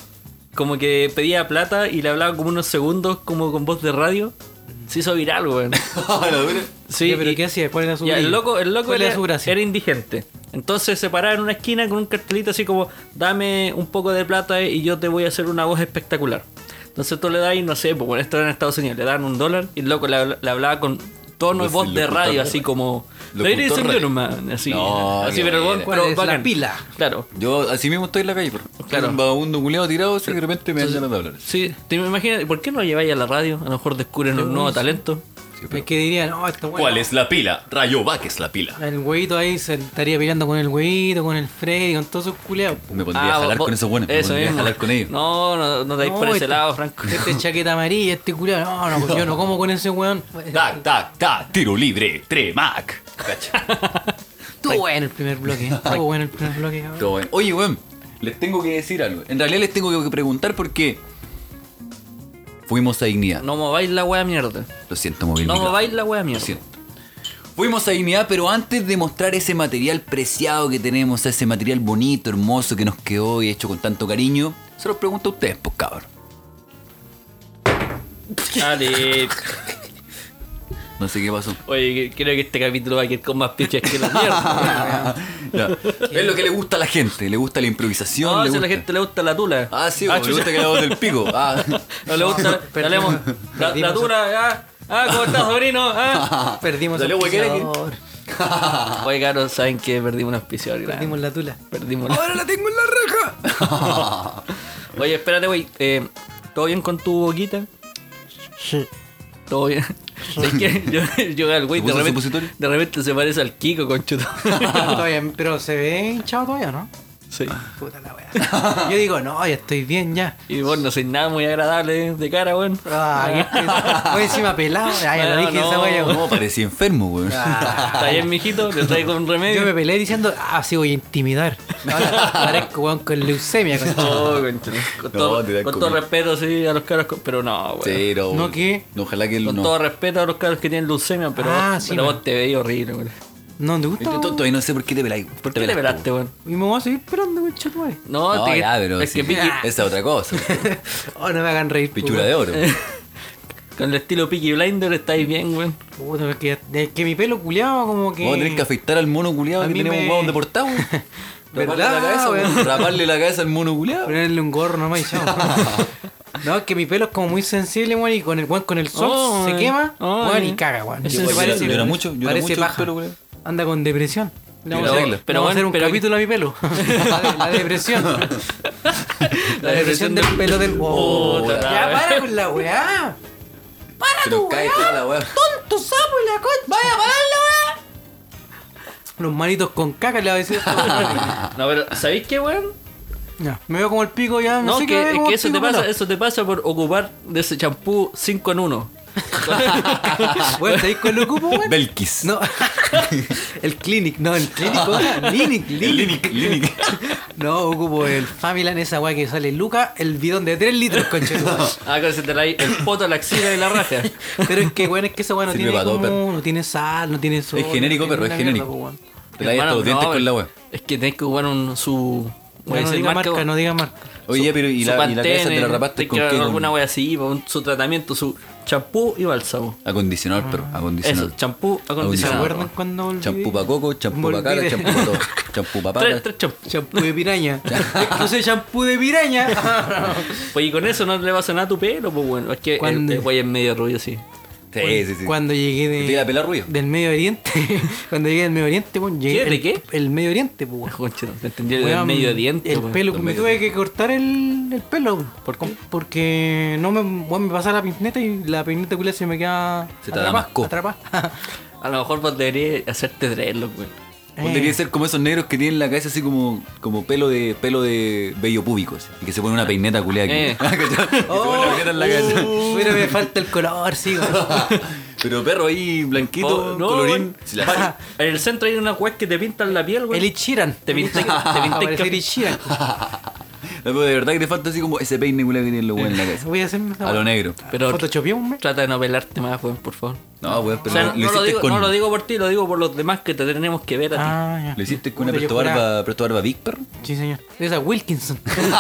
Speaker 2: como que pedía plata y le hablaba como unos segundos como con voz de radio? Se hizo viral, weón.
Speaker 3: Bueno, bueno.
Speaker 2: Sí,
Speaker 4: Ya, pero
Speaker 2: y-
Speaker 4: ¿qué hacía? ¿Cuál era su
Speaker 2: ya,
Speaker 4: brillo?
Speaker 2: el loco, el loco
Speaker 4: ¿Cuál era
Speaker 2: era,
Speaker 4: su gracia?
Speaker 2: era indigente. Entonces se paraba en una esquina con un cartelito así como, dame un poco de plata y yo te voy a hacer una voz espectacular. Entonces tú le das y no sé, pues bueno, esto era en Estados Unidos, le dan un dólar y el loco le, habla- le hablaba con tono de
Speaker 3: Pues,
Speaker 2: voz de
Speaker 3: locutor
Speaker 2: radio,
Speaker 3: de
Speaker 2: así
Speaker 3: radio.
Speaker 2: como...
Speaker 3: Locutor
Speaker 2: "Ladies and
Speaker 3: radio".
Speaker 2: gentlemen", así,
Speaker 3: No,
Speaker 2: así
Speaker 3: qué
Speaker 2: pero el
Speaker 3: buena.
Speaker 2: buen-
Speaker 4: ¿Cuál
Speaker 2: pero
Speaker 4: es la
Speaker 2: bacán.
Speaker 4: pila?
Speaker 2: Claro.
Speaker 3: Yo así mismo estoy en la calle, pero.
Speaker 2: Claro.
Speaker 3: Un vagabundo culiado tirado, así que de repente me dan ganas de hablar.
Speaker 2: Sí, te imaginas, ¿por qué no lo lleváis a la radio? A lo mejor descubren un nuevo talento.
Speaker 3: Sí, pero-
Speaker 4: Es que diría, no, esta weá.
Speaker 3: ¿Cuál es la pila? Rayo Vázquez la pila.
Speaker 4: El huevito ahí se estaría peleando con el huevito, con el Freddy, con todos esos culeados.
Speaker 3: Me pondría a
Speaker 2: Ah,
Speaker 3: jalar
Speaker 2: vos-
Speaker 3: con esos buenos. Me
Speaker 2: Eso
Speaker 3: pondría a
Speaker 2: mismo.
Speaker 3: jalar con ellos.
Speaker 2: No, no, no te vais por ese
Speaker 4: este-
Speaker 2: lado, Franco.
Speaker 4: Este chaqueta amarilla, este culeado. No, no, pues yo no como con ese weón.
Speaker 3: Tac, tac, tac, tiro libre, tremac. Cacha.
Speaker 4: Estuvo bueno el primer bloque. Estuvo bueno el primer bloque, cabrón.
Speaker 3: Todo bueno. Oye, weón, les tengo que decir algo. En realidad les tengo que preguntar por qué fuimos a Dignidad.
Speaker 2: No mováis la wea mierda.
Speaker 3: Lo siento, moví el
Speaker 2: No
Speaker 3: micrófono.
Speaker 2: mováis la wea
Speaker 3: Lo
Speaker 2: mierda.
Speaker 3: siento. Fuimos a Dignidad, pero antes de mostrar ese material preciado que tenemos, ese material bonito, hermoso que nos quedó y hecho con tanto cariño, se los pregunto a ustedes, pues cabrón.
Speaker 2: Ale.
Speaker 3: No sé qué pasó.
Speaker 2: Oye, que- creo que este capítulo va a quedar con más pichas que la mierda.
Speaker 3: Ya. Es lo que le gusta a la gente, le gusta la improvisación.
Speaker 2: No,
Speaker 3: le
Speaker 2: si a la
Speaker 3: gusta.
Speaker 2: gente le gusta la tula.
Speaker 3: Ah, sí,
Speaker 2: Ah,
Speaker 3: porque le gusta
Speaker 2: chucha.
Speaker 3: que le hago del pico. Ah.
Speaker 2: No le gusta,
Speaker 4: Perdimos-
Speaker 2: hablemos- la, la
Speaker 4: perdimos-
Speaker 2: tula, ah, Ah, ¿cómo estás, sobrino? Ah.
Speaker 4: Perdimos el
Speaker 3: Dale, güey, ¿quieres que-
Speaker 4: auspiciador.
Speaker 2: Oye, cabrón, ¿saben que Perdimos un auspiciador grande.
Speaker 4: Perdimos la tula.
Speaker 2: Perdimos la-
Speaker 4: ¡Ahora la tengo en la reja!
Speaker 2: Oye, espérate, güey. eh, ¿Todo bien con tu boquita?
Speaker 4: Sí.
Speaker 2: Todo bien. Es que yo, yo al güey
Speaker 3: ¿Se
Speaker 2: de
Speaker 3: puso
Speaker 2: repente,
Speaker 3: supositorio?
Speaker 2: de repente se parece al Kiko, conchuto.
Speaker 4: Todavía- pero se ve hinchado todavía, ¿no?
Speaker 2: sí.
Speaker 4: Puta la wea. Yo digo, no, ya estoy bien ya.
Speaker 2: Y vos no sois nada muy agradable de cara, weón.
Speaker 4: Ah, qué pesado. Voy encima pelado. Ah, ya lo
Speaker 2: No,
Speaker 4: dije esa
Speaker 2: no.
Speaker 4: wea. weón.
Speaker 3: No, parecía enfermo, weón.
Speaker 2: Está bien, mijito, te traigo un remedio.
Speaker 4: Yo me peleé diciendo, ah, sí, voy a intimidar. Ahora parezco weón con leucemia. concha.
Speaker 2: Oh, concha, con
Speaker 3: No,
Speaker 2: todo,
Speaker 3: te da
Speaker 2: con
Speaker 3: comida.
Speaker 2: todo respeto, sí, a los caros. con- Pero no, weón.
Speaker 3: Sí, no,
Speaker 4: No,
Speaker 3: weón.
Speaker 4: ¿qué?
Speaker 3: No, ojalá que él
Speaker 2: Con
Speaker 3: no.
Speaker 2: todo respeto a los caros que tienen leucemia, pero,
Speaker 4: Ah,
Speaker 2: vos,
Speaker 4: sí,
Speaker 2: pero
Speaker 4: man.
Speaker 2: vos te veis horrible, weón.
Speaker 4: No, ¿te gusta?
Speaker 3: Yo to- Todavía no sé por qué te peláis.
Speaker 2: ¿Por qué te pelaste, weón?
Speaker 4: Y me voy a seguir esperando, weón, chato, weón.
Speaker 2: No,
Speaker 3: No,
Speaker 2: te-
Speaker 3: ya, pero.
Speaker 2: es
Speaker 3: sí.
Speaker 2: que
Speaker 4: Ah.
Speaker 2: Piki,
Speaker 3: Esa es otra cosa.
Speaker 4: Oh, no me hagan reír.
Speaker 3: Pichura de oro.
Speaker 2: pues, con el estilo Peaky Blinder estáis bien, weón.
Speaker 4: Puta, es que, es que mi pelo culiado como que...
Speaker 3: Vamos a tener que afeitar al mono
Speaker 4: A
Speaker 3: culiado que
Speaker 4: mí
Speaker 3: tenemos
Speaker 4: me-
Speaker 3: un huevón deportado. weón. Raparle
Speaker 4: ¿Verdad,
Speaker 3: la cabeza,
Speaker 4: weón?
Speaker 3: weón. Raparle la cabeza al mono culiado.
Speaker 4: Ponerle un gorro nomás y chao. No, es que mi pelo es como muy sensible, weón, y con el, weón, con el sol
Speaker 2: Oh,
Speaker 4: se
Speaker 2: eh.
Speaker 4: quema,
Speaker 2: Oh,
Speaker 4: weón,
Speaker 2: eh.
Speaker 4: y caga, weón.
Speaker 2: Es
Speaker 4: Yo-
Speaker 2: sensible.
Speaker 4: parece-
Speaker 3: Llora mucho, llora
Speaker 4: parece
Speaker 3: mucho el
Speaker 4: paja.
Speaker 3: pelo, weón.
Speaker 4: Anda con depresión. Le vamos
Speaker 2: Pero-
Speaker 4: a hacer,
Speaker 2: pero,
Speaker 4: le vamos a
Speaker 2: weón,
Speaker 4: hacer un
Speaker 2: pero-
Speaker 4: capítulo a mi pelo. la, de- la depresión. la depresión del pelo del...
Speaker 2: Oh,
Speaker 4: Oh, ya
Speaker 2: la
Speaker 4: para con la weá.
Speaker 3: Se nos cae toda la weón.
Speaker 4: ¡Tonto sapo y la concha! ¡Vaya a parar la weá! Los manitos con caca le va a decir esto, weón.
Speaker 2: No, pero ¿sabéis qué, weón?
Speaker 4: Ya, Me veo como el pico ya, no,
Speaker 2: No,
Speaker 4: sé
Speaker 2: que,
Speaker 4: qué
Speaker 2: es
Speaker 4: como
Speaker 2: que
Speaker 4: el
Speaker 2: eso te
Speaker 4: pico
Speaker 2: pasa,
Speaker 4: pelado.
Speaker 2: eso te pasa por ocupar de ese champú 5 en 1.
Speaker 4: Bueno, ¿sabéis cuál lo ocupo, weón?
Speaker 3: Belkis.
Speaker 4: No. el Clinic, no, el Clinic, oiga, Clinic,
Speaker 3: El
Speaker 4: Clinic.
Speaker 3: Linic, Linic.
Speaker 4: No, ocupo el Familan, esa weá que sale Luca, el bidón de 3 litros, conchetumare.
Speaker 2: Ah, que se te trae el poto, la axila y la raja.
Speaker 4: Pero es que, weón, es que esa weá no
Speaker 3: Sirve
Speaker 4: tiene
Speaker 3: para todo,
Speaker 4: como-
Speaker 3: perro.
Speaker 4: no tiene sal, no tiene sol.
Speaker 3: Es genérico,
Speaker 4: no
Speaker 3: perro, es
Speaker 4: tiene una
Speaker 3: genérico.
Speaker 4: mierda, po, weón.
Speaker 3: Te la hayas
Speaker 2: Hermano,
Speaker 3: los dientes
Speaker 2: no,
Speaker 3: con la weón.
Speaker 2: Es que tenés que ocupar un, su.
Speaker 4: No, no diga marca, no diga marca.
Speaker 3: Oye, ya, pero ¿y la, y la cabeza te la rapaste
Speaker 2: rapaste
Speaker 3: con qué?
Speaker 2: alguna
Speaker 3: Con
Speaker 2: wea así, po, un- su tratamiento, su champú y bálsamo. Ah,
Speaker 3: acondicionador, perro.
Speaker 2: Eso,
Speaker 3: Acondicionador.
Speaker 2: champú
Speaker 4: ¿Se
Speaker 3: Acondicionador.
Speaker 2: acondicionado.
Speaker 4: acuerdan cuando olvidé?
Speaker 3: Champú pa' coco, champú pa' cara,
Speaker 4: Olvidé.
Speaker 3: champú pa' todo. Champú pa'
Speaker 2: Tres,
Speaker 3: pata.
Speaker 2: tres champú.
Speaker 4: Champú de piraña. Entonces, champú de piraña.
Speaker 2: Pues y con eso no le vas a nada a tu pelo, pues bueno. Es que el,
Speaker 4: ¿Cuándo?
Speaker 2: el güey es medio rubio, sí.
Speaker 3: Sí, sí, sí.
Speaker 4: Cuando llegué
Speaker 3: ¿Te iba a
Speaker 4: de,
Speaker 3: pelar rubio?
Speaker 4: del Medio Oriente, cuando llegué del Medio Oriente, weón, llegué.
Speaker 2: ¿Qué? ¿De
Speaker 4: el-
Speaker 2: qué?
Speaker 4: El Medio Oriente, pues, weón.
Speaker 2: Concha, te entendí el
Speaker 4: Weón,
Speaker 2: medio diente,
Speaker 4: El
Speaker 2: weón.
Speaker 4: pelo,
Speaker 3: Los
Speaker 4: me
Speaker 3: medio
Speaker 4: tuve que cortar el, el pelo.
Speaker 2: ¿Por qué?
Speaker 4: Porque no me, weón, me pasaba la pineta y la pineta culia se me queda.
Speaker 3: Se te
Speaker 4: atrapada,
Speaker 3: damascó.
Speaker 4: atrapada.
Speaker 2: A lo mejor vos deberías hacerte dreadlock, güey.
Speaker 3: Vos
Speaker 4: eh.
Speaker 3: deberías ser como esos negros que tienen la cabeza así como, como pelo de pelo de vello púbico así, y que se pone una peineta culeada aquí. Ah,
Speaker 2: Eh.
Speaker 3: ¿Cachai? Que se pone una peineta en la cabeza.
Speaker 4: Uh, Oh, mira, me falta el color, sí. weón.
Speaker 3: Pero perro ahí blanquito,
Speaker 2: Oh, no,
Speaker 3: colorín.
Speaker 2: weón.
Speaker 3: Si la-
Speaker 2: En el centro hay una weas que te pintan la piel, güey.
Speaker 4: el Ichiran.
Speaker 2: Te pinté- te pinté
Speaker 4: Aparecer
Speaker 2: que-
Speaker 4: Ichiran.
Speaker 3: pero de verdad que te falta así como ese peine culeado que tienen los weones en la cabeza.
Speaker 4: Voy a hacerme esa
Speaker 3: A lo
Speaker 4: weón.
Speaker 3: negro.
Speaker 2: Pero-
Speaker 4: Photoshopeémosme.
Speaker 2: Trata de no pelarte más, güey, por favor.
Speaker 3: No, weón, pero
Speaker 2: o sea,
Speaker 3: lo,
Speaker 2: no,
Speaker 3: lo
Speaker 2: lo
Speaker 3: hiciste
Speaker 2: digo,
Speaker 3: con.
Speaker 2: no lo digo por ti, lo digo por los demás que te tenemos que ver a ti.
Speaker 4: Ah, ya.
Speaker 3: lo hiciste con una
Speaker 4: Puta, yo
Speaker 3: presto
Speaker 4: juraba-
Speaker 3: barba, presto barba Big perro.
Speaker 4: Sí, señor. Esa Wilkinson.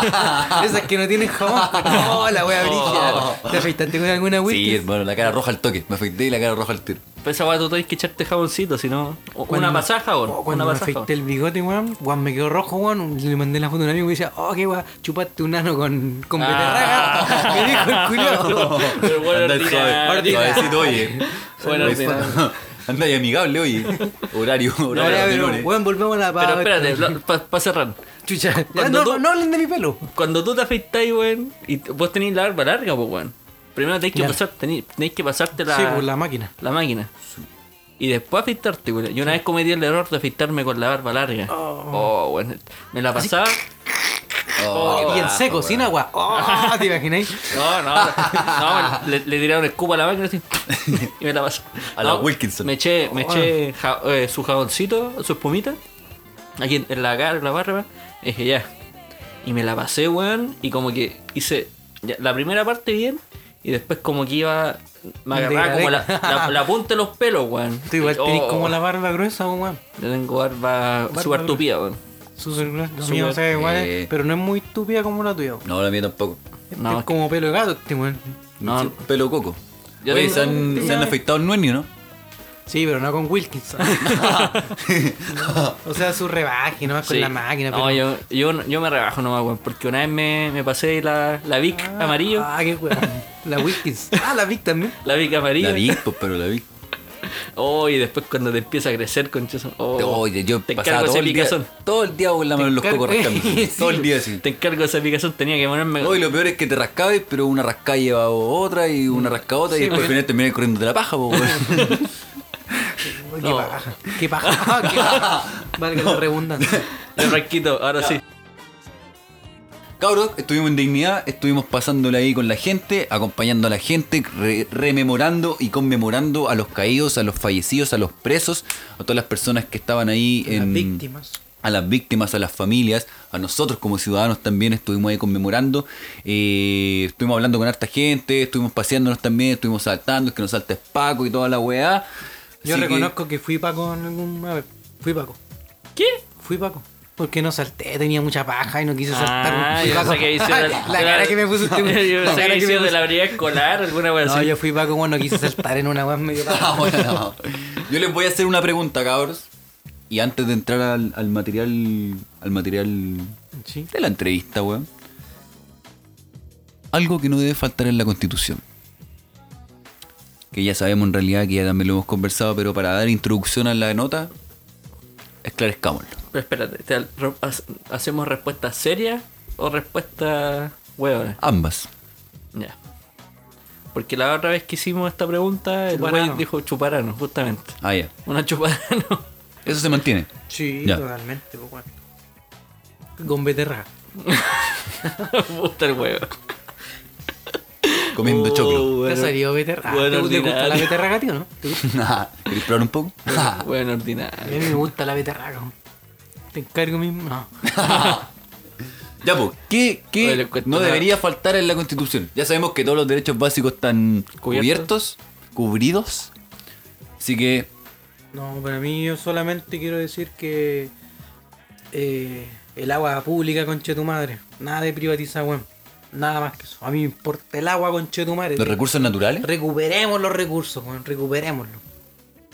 Speaker 4: Esas que no tienen jabón. No, la wea brígida. ¿Te afeitaste con alguna
Speaker 3: Oh. Sí,
Speaker 4: Wilkinson?
Speaker 3: hermano, la cara roja al toque. Me afeité y la cara roja al tiro.
Speaker 2: Pero Pues esa wea tú tenés que echarte jaboncito, si no. o-
Speaker 4: Cuando-
Speaker 2: Una pasaja, güey.
Speaker 4: Oh,
Speaker 2: una
Speaker 4: cuando me
Speaker 2: pasaja.
Speaker 4: afeité el bigote, weón, weón, me quedó rojo, weón. Le mandé la foto a un amigo y decía, oh, qué weón, chupaste un ano con, con
Speaker 2: Ah.
Speaker 4: beterraga. Me dijo el culo.
Speaker 2: Pero bueno,
Speaker 3: Andá suave,
Speaker 2: ordinario. pues,
Speaker 3: suavecito, oye.
Speaker 2: Bueno, ordinario.
Speaker 3: Anda y amigable, oye. Horario,
Speaker 4: No,
Speaker 3: horario.
Speaker 4: ya,
Speaker 3: de
Speaker 4: pero,
Speaker 3: lunes.
Speaker 4: weón, volvemos a la
Speaker 2: Pero espérate, para cerrar.
Speaker 4: Chucha, ya,
Speaker 2: cuando
Speaker 4: no,
Speaker 2: tú-
Speaker 4: no hablen de mi pelo.
Speaker 2: Cuando tú te afeitáis, weón, y t- vos tenés la barba larga, pues, weón. Primero tenés que,
Speaker 4: Claro.
Speaker 2: pasar, tenés, tenés que pasarte la,
Speaker 4: Sí, por la máquina.
Speaker 2: la máquina. Y después afeitarte, weón. Yo una vez cometí el error de afeitarme con la barba larga. Oh, weón. Me la pasaba.
Speaker 3: Oh,
Speaker 4: y en
Speaker 3: bajo,
Speaker 4: seco,
Speaker 3: weón.
Speaker 4: sin agua. Oh, ¿Te imagináis?
Speaker 2: No, no, no le, le tiraba un escupo a la máquina así, y me la pasó.
Speaker 3: A
Speaker 2: No,
Speaker 3: la Wilkinson.
Speaker 2: Me eché, me eché
Speaker 4: Oh.
Speaker 2: ja- eh, su jaboncito, su espumita, aquí en, en la cara, en la barba, y dije ya. Y me la pasé, weón, y como que hice ya, la primera parte bien, y después como que iba, me
Speaker 4: De
Speaker 2: agarraba como la,
Speaker 4: careca.
Speaker 2: la- la punta de los pelos, weón.
Speaker 4: Tú igual tenés
Speaker 2: Oh,
Speaker 4: como la barba gruesa, weón.
Speaker 2: Yo tengo barba,
Speaker 4: Barba
Speaker 2: super tupida, weón.
Speaker 4: Súper gruesa. La
Speaker 2: Súper,
Speaker 4: mía, o sea, igual, es-
Speaker 3: eh.
Speaker 4: pero no es muy estúpida como la tuya, weón.
Speaker 3: No, la mía tampoco.
Speaker 2: No,
Speaker 4: es como pelo de gato, este weón.
Speaker 2: No.
Speaker 3: Sí, Pelo coco.
Speaker 2: Yo
Speaker 3: Oye,
Speaker 2: tengo-
Speaker 3: se han, se han afeitado el nueño, ¿no?
Speaker 4: Sí, pero no con Wilkinson. o sea, su rebaje, no es con
Speaker 2: Sí.
Speaker 4: la máquina.
Speaker 2: No,
Speaker 4: pero-
Speaker 2: yo, yo, yo me rebajo nomás, weón, porque una vez me, me pasé la, la Vic amarillo
Speaker 4: Ah, qué weón. La Wikis. Ah, la Vic también.
Speaker 2: La Vic amarilla.
Speaker 3: La vi, pues, pero la vi.
Speaker 2: Oh, y después cuando te empieza a crecer, conchazo. Oh,
Speaker 3: Oye, yo
Speaker 2: te
Speaker 3: pasaba
Speaker 2: encargo
Speaker 3: todo
Speaker 2: ese
Speaker 3: el, día,
Speaker 2: picazón.
Speaker 3: todo el día con la mano en los
Speaker 4: encargo-
Speaker 3: cocos rascándome.
Speaker 4: Sí.
Speaker 3: Todo el día así.
Speaker 2: Te encargo esa picazón, tenía que ponerme.
Speaker 3: No, y lo peor es que te rascabas, pero una rascada llevaba otra y una rascada otra, y después
Speaker 2: pues.
Speaker 3: al final termináis corriendo de la paja, po, weón.
Speaker 4: Uy, Qué
Speaker 2: No.
Speaker 4: paja. Qué paja. Qué paja. Valga la redundancia.
Speaker 2: El rasquito, ahora sí.
Speaker 3: Cabros, estuvimos en dignidad, estuvimos pasándola ahí con la gente, acompañando a la gente, re- rememorando y conmemorando a los caídos, a los fallecidos, a los presos, a todas las personas que estaban ahí en.
Speaker 4: Las víctimas.
Speaker 3: A las víctimas, a las familias, a nosotros como ciudadanos también estuvimos ahí conmemorando. eh, estuvimos hablando con harta gente, estuvimos paseándonos también, estuvimos saltando, es que nos salta es Paco y toda la weá.
Speaker 4: Yo
Speaker 3: Así que-
Speaker 4: reconozco que... fui Paco en algún. A ver, fui Paco.
Speaker 2: ¿Qué?
Speaker 4: Fui Paco. Porque no salté, tenía mucha paja y no quise saltar.
Speaker 2: Ah,
Speaker 4: Fui
Speaker 2: yo
Speaker 4: Paco.
Speaker 2: sé que hizo de
Speaker 4: la, cara que me puso este
Speaker 2: Yo
Speaker 4: la
Speaker 2: sé
Speaker 4: cara
Speaker 2: que
Speaker 4: que me
Speaker 2: hizo de
Speaker 4: puso-
Speaker 2: la brigada escolar, alguna wea
Speaker 4: No,
Speaker 2: así.
Speaker 4: yo fui Paco cuando quise saltar en una weá medio paja.
Speaker 3: Ah, bueno, no. Yo les voy a hacer una pregunta, cabros. Y antes de entrar al, al material. al material
Speaker 4: Sí.
Speaker 3: de la entrevista, weón. Algo que no debe faltar en la constitución. Que ya sabemos en realidad, que ya también lo hemos conversado, pero para dar introducción a la nota, esclarezcámoslo.
Speaker 2: Pero espérate, te- ro- ha- ¿hacemos respuesta seria o respuesta huevona?
Speaker 3: Ambas.
Speaker 2: Ya. Porque la otra vez que hicimos esta pregunta, el
Speaker 4: Chuparano.
Speaker 2: güey dijo chuparano, justamente.
Speaker 3: Ah, ya.
Speaker 2: Una chuparano.
Speaker 3: Eso se mantiene.
Speaker 4: Sí,
Speaker 3: Ya.
Speaker 4: totalmente, pues, weón. Con beterra.
Speaker 2: Me gusta el huevo. Oh,
Speaker 3: Comiendo choclo.
Speaker 4: ¿Te ha salido beterra? ¿Te, te gusta la beterraga, tío, no? ¿Te gusta?
Speaker 3: ¿Queréis probar un poco?
Speaker 2: Bueno,
Speaker 4: A mí
Speaker 2: ordinario.
Speaker 4: me gusta la beterraga. weón. Te encargo mismo. No.
Speaker 3: Ya, pues, ¿qué, qué
Speaker 2: Oye, le cuesta
Speaker 3: no
Speaker 2: nada.
Speaker 3: debería faltar en la Constitución? Ya sabemos que todos los derechos básicos están
Speaker 2: Cubiertos.
Speaker 3: cubiertos, cubridos. Así que,
Speaker 4: No, para mí yo solamente quiero decir que eh, el agua pública, conche tu madre. Nada de privatizar, weón. Nada más que eso. A mí me importa el agua, conche tu madre.
Speaker 3: los recursos naturales.
Speaker 4: Recuperemos los recursos, weón. Recuperémoslos.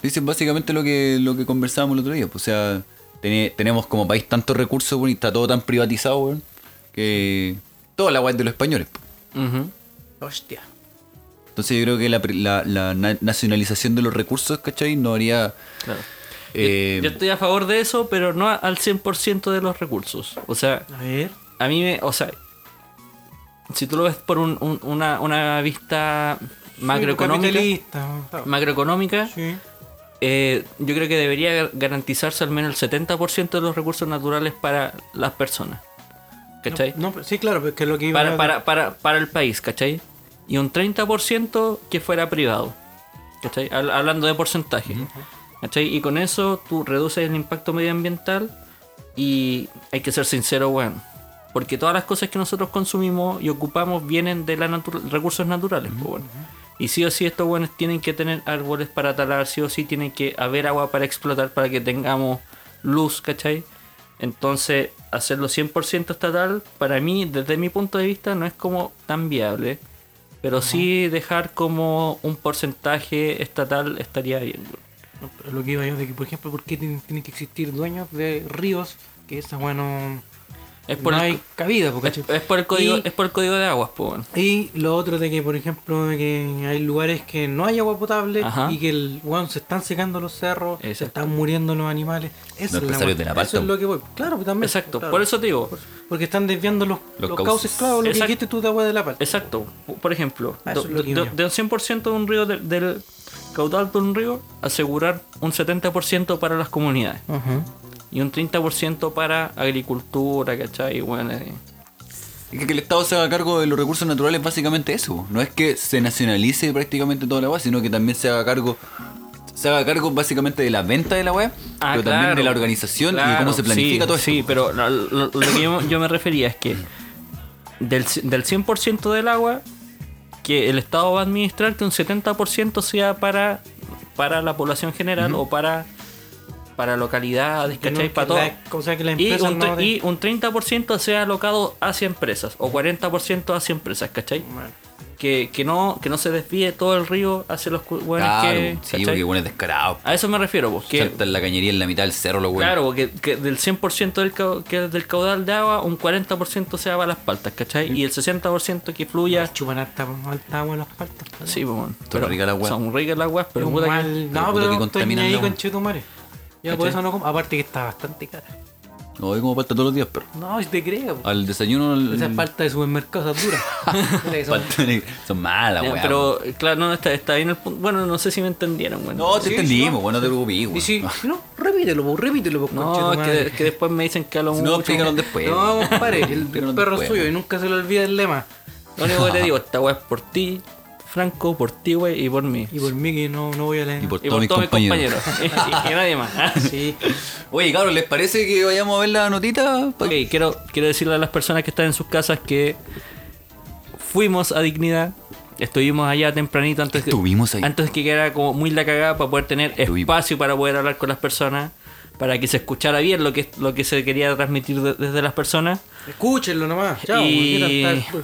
Speaker 3: Dicen básicamente lo que, lo que conversábamos el otro día. pues, O sea, tene- tenemos como país tantos recursos, weón, y está todo tan privatizado, weón, que toda la guay de los españoles. pues.
Speaker 2: Ujú.
Speaker 4: Hostia.
Speaker 3: Entonces yo creo que la, pri- la- la na- nacionalización de los recursos, ¿cachai? No haría...
Speaker 2: Claro.
Speaker 3: eh,
Speaker 2: Yo estoy a favor de eso, pero no a- al 100% de los recursos. O sea,
Speaker 4: A ver.
Speaker 2: a mí me. O sea, si tú lo ves por un- un- una, una vista macroeconómica.
Speaker 4: Capitalista, weón.
Speaker 2: Macroeconómica,
Speaker 4: Sí.
Speaker 2: eh, yo creo que debería gar- garantizarse al menos el 70% de los recursos naturales para las personas. ¿Cachai?
Speaker 4: No, pero- sí, claro, pero es que lo que iba
Speaker 2: para,
Speaker 4: a-
Speaker 2: para, para, para el país, ¿cachai? Y un 30% que fuera privado, ¿cachai? Hab- Hablando de porcentaje, ¿cachai? Y con eso tú reduces el impacto medioambiental y hay que ser sincero, bueno, porque todas las cosas que nosotros consumimos y ocupamos vienen de los recursos naturales, pues, weón. Y sí o sí estos buenos tienen que tener árboles para talar, sí o sí tienen que haber agua para explotar para que tengamos luz, ¿cachai? Entonces, hacerlo 100% estatal, para mí, desde mi punto de vista, no es como tan viable. Pero sí dejar como un porcentaje estatal estaría bien. güey.
Speaker 4: No, pero lo que iba yo de que, por ejemplo, ¿por qué tienen, tienen que existir dueños de ríos que esa weón no,
Speaker 2: Es por
Speaker 4: no
Speaker 2: el-
Speaker 4: hay cabida? po,
Speaker 2: Es,
Speaker 4: ¿cachai?
Speaker 2: es por el código,
Speaker 4: Y-
Speaker 2: es por el código de aguas, pues. bueno.
Speaker 4: Y lo otro de que, por ejemplo, de que hay lugares que no hay agua potable
Speaker 2: Ajá.
Speaker 4: y que el, weón, se están secando los cerros, se
Speaker 2: Exacto.
Speaker 4: están muriendo los animales. Esa
Speaker 3: Los
Speaker 4: es la
Speaker 3: empresarios
Speaker 4: weá.
Speaker 3: de la palta,
Speaker 4: Eso es
Speaker 3: po.
Speaker 4: lo que voy. Claro, pues, también.
Speaker 2: Exacto,
Speaker 4: claro.
Speaker 2: por eso te digo.
Speaker 4: Porque están desviando los,
Speaker 3: Los
Speaker 4: los,
Speaker 3: cauces.
Speaker 4: cauces, claro, lo
Speaker 2: Exacto.
Speaker 4: que dijiste tú de agua de la palta.
Speaker 2: Exacto. Por ejemplo,
Speaker 4: Ah,
Speaker 2: de,
Speaker 4: eso es lo que
Speaker 2: de-
Speaker 4: yo.
Speaker 2: de un 100% de un río, del- del caudal de un río, asegurar un 70% para las comunidades.
Speaker 4: Ajá.
Speaker 2: y un 30% para agricultura, ¿cachai? Bueno, eh,
Speaker 3: Es que, que el Estado se haga cargo de los recursos naturales, básicamente eso. No es que se nacionalice prácticamente toda la weá, sino que también se haga cargo. Se haga cargo básicamente de la venta de la weá,
Speaker 2: Ah,
Speaker 3: pero también
Speaker 2: claro,
Speaker 3: de la organización y de
Speaker 2: claro,
Speaker 3: cómo se planifica
Speaker 2: sí,
Speaker 3: todo esto.
Speaker 2: Sí, pero lo, lo- lo que yo, yo me refería es que
Speaker 3: Mm.
Speaker 2: del, c- del 100% del agua que el Estado va a administrar, que un 70% sea para, para la población general o para, para localidades,
Speaker 4: Que no-
Speaker 2: ¿cachai?
Speaker 4: que
Speaker 2: para todo.
Speaker 4: la- o sea, que las
Speaker 2: y,
Speaker 4: empresas
Speaker 2: un,
Speaker 4: no
Speaker 2: tre-
Speaker 4: de-
Speaker 2: y un 30% sea alocado hacia empresas o 40% hacia empresas, ¿cachai?
Speaker 4: Bueno.
Speaker 2: que, que no, que no se desvíe todo el río hacia los cu- hueones
Speaker 3: Claro,
Speaker 2: que.
Speaker 3: sí,
Speaker 2: ¿cachai?
Speaker 3: porque bueno, es descarado.
Speaker 2: A eso me refiero, pues. Que,
Speaker 3: Saltan la cañería en la mitad del cerro, los güeyes.
Speaker 2: Claro, porque que del 100% del, cau- que del caudal de agua, un 40% sea para las paltas, ¿cachai? Y el 60% que fluya.
Speaker 4: Mm. Chupan harta, harta agua en las partes.
Speaker 2: Sí, pues, bueno,
Speaker 3: ricas las weas.
Speaker 2: Son ricas las weas, pero
Speaker 4: pero
Speaker 2: puta que-
Speaker 4: mal, no,
Speaker 3: pero puta que
Speaker 4: pero estoy ni
Speaker 3: contaminan
Speaker 4: ahí
Speaker 3: la-
Speaker 4: con Chetumare. Yo por
Speaker 2: ¿Cachai?
Speaker 4: eso no como. Aparte que está bastante cara.
Speaker 3: No voy como falta todos los días, pero.
Speaker 4: No, si te creo. po.
Speaker 3: Al desayuno. al-
Speaker 4: Esa falta de supermercado es dura. Puta que son-
Speaker 3: Falta de- Son malas,
Speaker 2: Ya,
Speaker 3: weón.
Speaker 2: pero eh, claro, no, está, está bien el punto. Bueno, no sé si me entendieron, bueno.
Speaker 3: No,
Speaker 4: Sí,
Speaker 3: te entendimos,
Speaker 4: no.
Speaker 3: weón, no te pues. preocupes,
Speaker 4: Y
Speaker 3: weón.
Speaker 4: si, si no, repítelo, po, repítelo, pues, po,
Speaker 2: No,
Speaker 4: conchetumare.
Speaker 2: que, que después me dicen que hablo
Speaker 3: Si
Speaker 2: mucho.
Speaker 3: no, explícanos después.
Speaker 4: No, compadre, el
Speaker 3: Explícanos
Speaker 4: perro
Speaker 3: después.
Speaker 4: es suyo y nunca se le olvida el lema.
Speaker 2: Lo único que te digo, esta wea es por ti, Franco, por ti, wey, y por mí.
Speaker 4: Y por mí que no, no voy a leer.
Speaker 3: Y por
Speaker 2: Y
Speaker 3: todos
Speaker 2: por
Speaker 3: mis
Speaker 2: todos mis
Speaker 3: compañeros.
Speaker 2: compañeros. y, y nadie más.
Speaker 4: Sí.
Speaker 3: Oye, cabrón, ¿les parece que vayamos a ver la notita? Pa-
Speaker 2: Ok, quiero, quiero decirle a las personas que están en sus casas que fuimos a Dignidad. Estuvimos allá tempranito antes que,
Speaker 3: Estuvimos ahí.
Speaker 2: antes que quedara como muy la cagada para poder tener
Speaker 3: Estuvimos.
Speaker 2: espacio para poder hablar con las personas, para que se escuchara bien lo que, lo que se quería transmitir de- desde las personas.
Speaker 4: Escúchenlo nomás. Chao,
Speaker 2: y...
Speaker 4: porque está-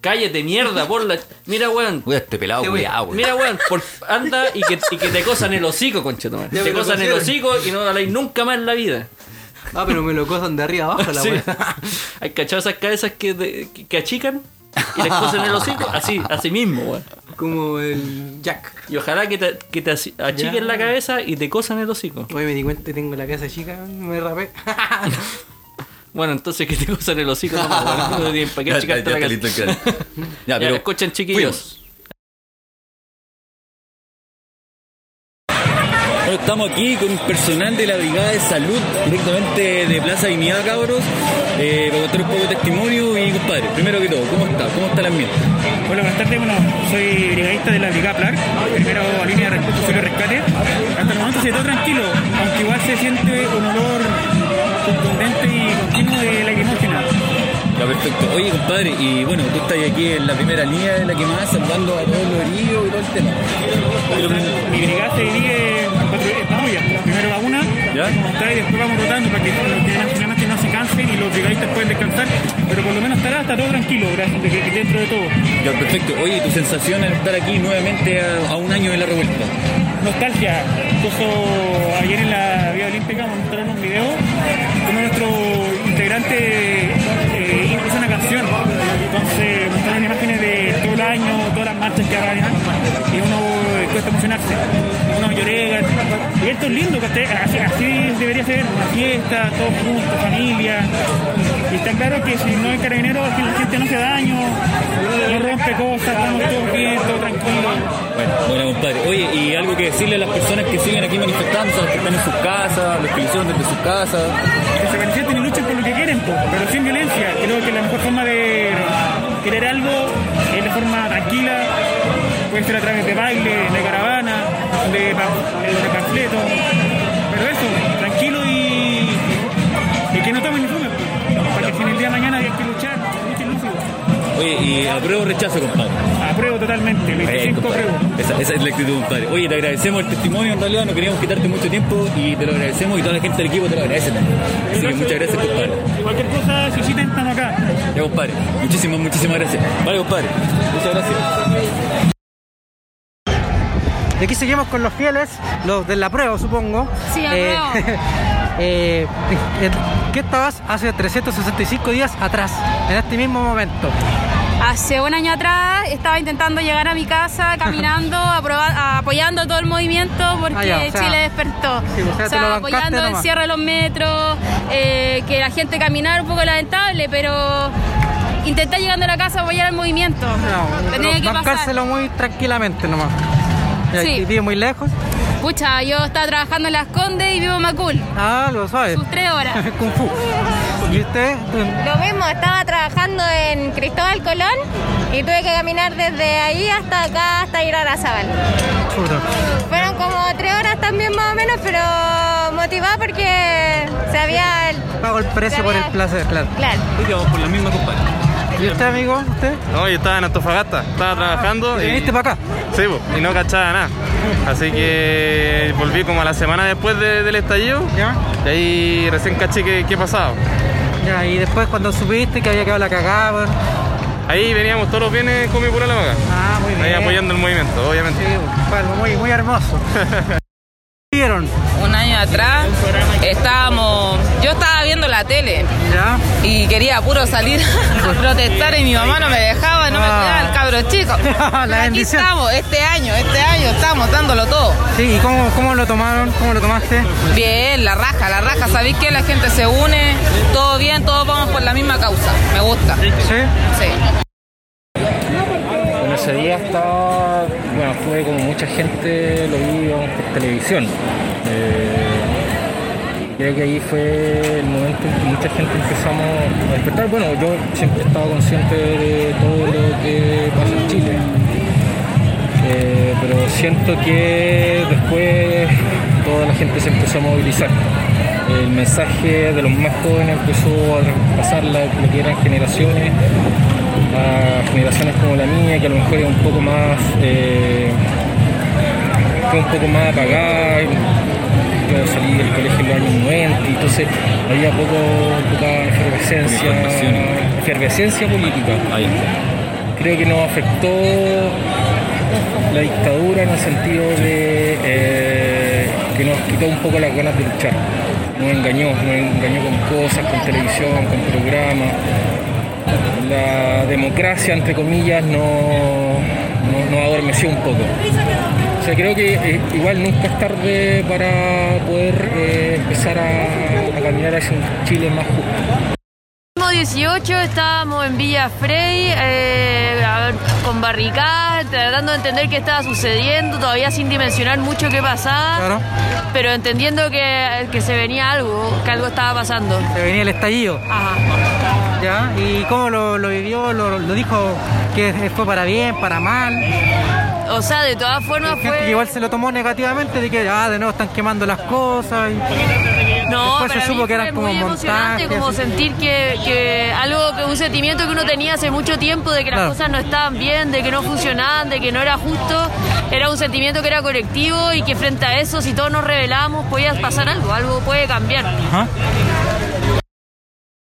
Speaker 2: Cállate, mierda, por la... Mira, weón.
Speaker 3: Weón, este pelado,
Speaker 4: Te voy-
Speaker 3: weón, weón.
Speaker 2: Mira, weón, por- anda y que, y que te cosan el hocico, conchetumare.
Speaker 4: Ya me
Speaker 2: Te
Speaker 4: lo
Speaker 2: cosan el
Speaker 4: cosieron.
Speaker 2: hocico y no habláis nunca más en la vida.
Speaker 4: Ah, pero me lo cosan de arriba abajo la
Speaker 2: Sí.
Speaker 4: wea.
Speaker 2: Hay cachado esas cabezas que, de- que, que achican y les cosen el hocico, así, así mismo, weón.
Speaker 4: Como el Jack.
Speaker 2: Y ojalá que te, que te así- achiquen
Speaker 4: Ya.
Speaker 2: la cabeza y te cosan el hocico.
Speaker 4: Hoy me di cuenta que tengo la casa chica, me rapé.
Speaker 2: Bueno, entonces que te cosan el hocico, no, weón. No tienen para qué
Speaker 3: Ya, ya,
Speaker 2: achicarte
Speaker 3: ya
Speaker 2: la
Speaker 3: está listo el
Speaker 2: cabeza.
Speaker 3: cráneo. Ya,
Speaker 2: Ya,
Speaker 3: pero.
Speaker 2: escuchen, chiquillos.
Speaker 10: Bueno, estamos aquí con un personal de la Brigada de Salud directamente de Plaza Dignidad, cabros, eh, para contar un poco de testimonio y compadre, primero que todo, ¿cómo está? ¿Cómo está el ambiente?
Speaker 11: Hola, buenas tardes. Bueno, soy brigadista de la Brigada Plar, primero línea de rescate, auxilio de rescate. Hasta el momento se está tranquilo, aunque igual se siente un olor contundente y continuo de lacrimógena.
Speaker 10: Ya, perfecto. Oye, compadre, y bueno, tú estás aquí en la primera línea de la que más, salvando a todos los heridos y todo el tema.
Speaker 11: Mi brigada se divide en cuatro en patrullas. Primero va una,
Speaker 10: ¿Ya?
Speaker 11: como está, y después vamos rotando para que los que eran finalmente no se cansen y los brigadistas pueden descansar. Pero por lo menos estará, está todo tranquilo, gracias, de que- dentro de todo.
Speaker 10: Ya, perfecto. Oye, tu sensación al estar aquí nuevamente a, a un año de la revuelta.
Speaker 11: nostalgia. Incluso ayer en la Vía Olímpica mostraron un video como nuestro integrante eh, hizo una canción. Entonces mostraron imágenes de todo el año, todas las marchas que había y uno eh, cuesta emocionarse. Uno llorega. Y esto es lindo, ¿cachai? así, así debería ser una fiesta, todos juntos, familia. Y está claro que si no hay carabineros, que la gente no hace daño, no rompe cosas, estamos todos bien, todo tranquilos.
Speaker 10: Bueno, bueno, compadre. Oye, y algo que decirle a las personas que siguen aquí manifestando, a los que están en sus casas, los que lo hicieron desde sus casas.
Speaker 11: que se manifiesten y luchen por lo que quieren, po, pero sin violencia. Creo que la mejor forma de querer algo es de forma tranquila, puede ser a través de baile, de caravana, de, pa- de panfleto, pero eso, tranquilo y, y que no tomen ni fumen, po, para que si en el día de mañana hay que luchar, luchen lúcidos.
Speaker 10: Oye, y apruebo o rechazo, compadre.
Speaker 11: Apruebo totalmente,
Speaker 10: Bien,
Speaker 11: 25
Speaker 10: compadre.
Speaker 11: apruebo.
Speaker 10: Esa, esa es la actitud, compadre. Oye, te agradecemos el testimonio, en realidad no queríamos quitarte mucho tiempo y te lo agradecemos y toda la gente del equipo te lo agradece también. Así que muchas gracias, compadre.
Speaker 11: Y Cualquier cosa, si existen, estamos acá.
Speaker 10: Ya, compadre. Muchísimas, muchísimas gracias. Vale, compadre. Muchas gracias.
Speaker 4: Y aquí seguimos con los fieles, los de la prueba, supongo.
Speaker 12: Sí, a
Speaker 4: Eh,
Speaker 12: prueba.
Speaker 4: eh, eh, ¿Qué estabas hace 365 días atrás, en este mismo momento?
Speaker 12: Hace un año atrás estaba intentando llegar a mi casa caminando, aproba- a- apoyando todo el movimiento porque
Speaker 4: Ah, ya, o sea,
Speaker 12: Chile despertó.
Speaker 4: sí, o sea, te lo bancaste
Speaker 12: apoyando
Speaker 4: nomás.
Speaker 12: el cierre de los metros, eh, que la gente caminara un poco lamentable, pero intenté llegando a la casa apoyar el movimiento. Tenía
Speaker 4: Ah, pero
Speaker 12: que pasar.
Speaker 4: bancárselo muy tranquilamente nomás. Ya,
Speaker 12: Sí.
Speaker 4: ¿y ¿Vive muy lejos?
Speaker 12: Pucha, yo estaba trabajando en Las Condes y vivo en Macul,
Speaker 4: Ah, lo sabes.
Speaker 12: sus tres horas.
Speaker 4: Kung Fu. ¿Y usted?
Speaker 12: Lo mismo, estaba trabajando en Cristóbal Colón y tuve que caminar desde ahí hasta acá, hasta ir a Razabal.
Speaker 4: Chuta.
Speaker 12: Fueron como tres horas también más o menos, pero motivada porque sabía el...
Speaker 4: Pago el precio por el placer, claro.
Speaker 12: Claro.
Speaker 10: por la misma, compadre.
Speaker 4: ¿Y usted, amigo? ¿Usted?
Speaker 11: No, yo estaba en Antofagasta, estaba trabajando
Speaker 4: ¿Y Ah, viniste para acá?
Speaker 11: Sí, po, y no cachaba nada. Así que volví como a la semana después de- del estallido.
Speaker 4: ¿Ya?
Speaker 11: Y ahí recién caché qué, qué pasaba.
Speaker 4: Ya, y después cuando subiste que había quedado la cagada, bueno,
Speaker 13: Ahí veníamos todos los bienes con mi pura la vaca.
Speaker 4: Ah, muy bien.
Speaker 13: Ahí apoyando el movimiento, obviamente.
Speaker 4: Fue algo muy, muy hermoso. ¿Vieron?
Speaker 14: Un año atrás estábamos, yo estaba viendo la tele y quería puro salir a protestar y mi mamá no me dejaba, no me cuidaba el cabro chico. Pero aquí estamos, este año, este año estamos dándolo todo.
Speaker 4: Sí, ¿y cómo, cómo lo tomaron? ¿Cómo lo tomaste?
Speaker 14: Bien, la raja, la raja, ¿sabéis que la gente se une? Todo bien, todos vamos por la misma causa, me gusta. ¿Sí? Sí.
Speaker 15: Bueno, ese día estaba, bueno, estuve como mucha gente, lo vi digamos, por televisión. Eh, creo que ahí fue el momento en que mucha gente empezamos a despertar. Bueno, yo siempre he estado consciente de todo lo que pasa en Chile. Eh, pero siento que después toda la gente se empezó a movilizar. El mensaje de los más jóvenes empezó a traspasar la- lo que eran generaciones a generaciones como la mía, que a lo mejor es un poco más eh, fue un poco más apagada. Yo salí del colegio en los años 90, entonces había poco, poca efervescencia, efervescencia política. Creo que nos afectó la dictadura en el sentido de eh, que nos quitó un poco las ganas de luchar. Nos engañó, nos engañó con cosas, con televisión, con programas. La democracia, entre comillas, no, no- nos adormeció un poco. O sea, creo que eh, igual nunca es tarde para poder eh, empezar a, a caminar hacia un Chile más justo.
Speaker 16: Estamos 18 estábamos en Villa Frey eh, a ver, con barricadas, tratando de entender qué estaba sucediendo, todavía sin dimensionar mucho qué pasaba, pero entendiendo que, que se venía algo, que algo estaba pasando.
Speaker 4: Se venía el estallido.
Speaker 16: Ajá.
Speaker 4: ¿Ya? ¿Y cómo lo, lo vivió? Lo, lo dijo que fue para bien, para mal?
Speaker 16: O sea, de todas formas
Speaker 4: Gente que
Speaker 16: fue...
Speaker 4: igual se lo tomó negativamente de que, ah, de nuevo están quemando las cosas. Y
Speaker 16: No,
Speaker 4: después
Speaker 16: para
Speaker 4: se supo
Speaker 16: mí
Speaker 4: que
Speaker 16: fue
Speaker 4: eran como
Speaker 16: muy emocionante
Speaker 4: montajes.
Speaker 16: como sentir que, que algo, que un sentimiento que uno tenía hace mucho tiempo de que las
Speaker 4: Claro.
Speaker 16: cosas no estaban bien, de que no funcionaban, de que no era justo, era un sentimiento que era colectivo y que frente a eso, si todos nos rebelábamos, podía pasar algo, algo puede cambiar.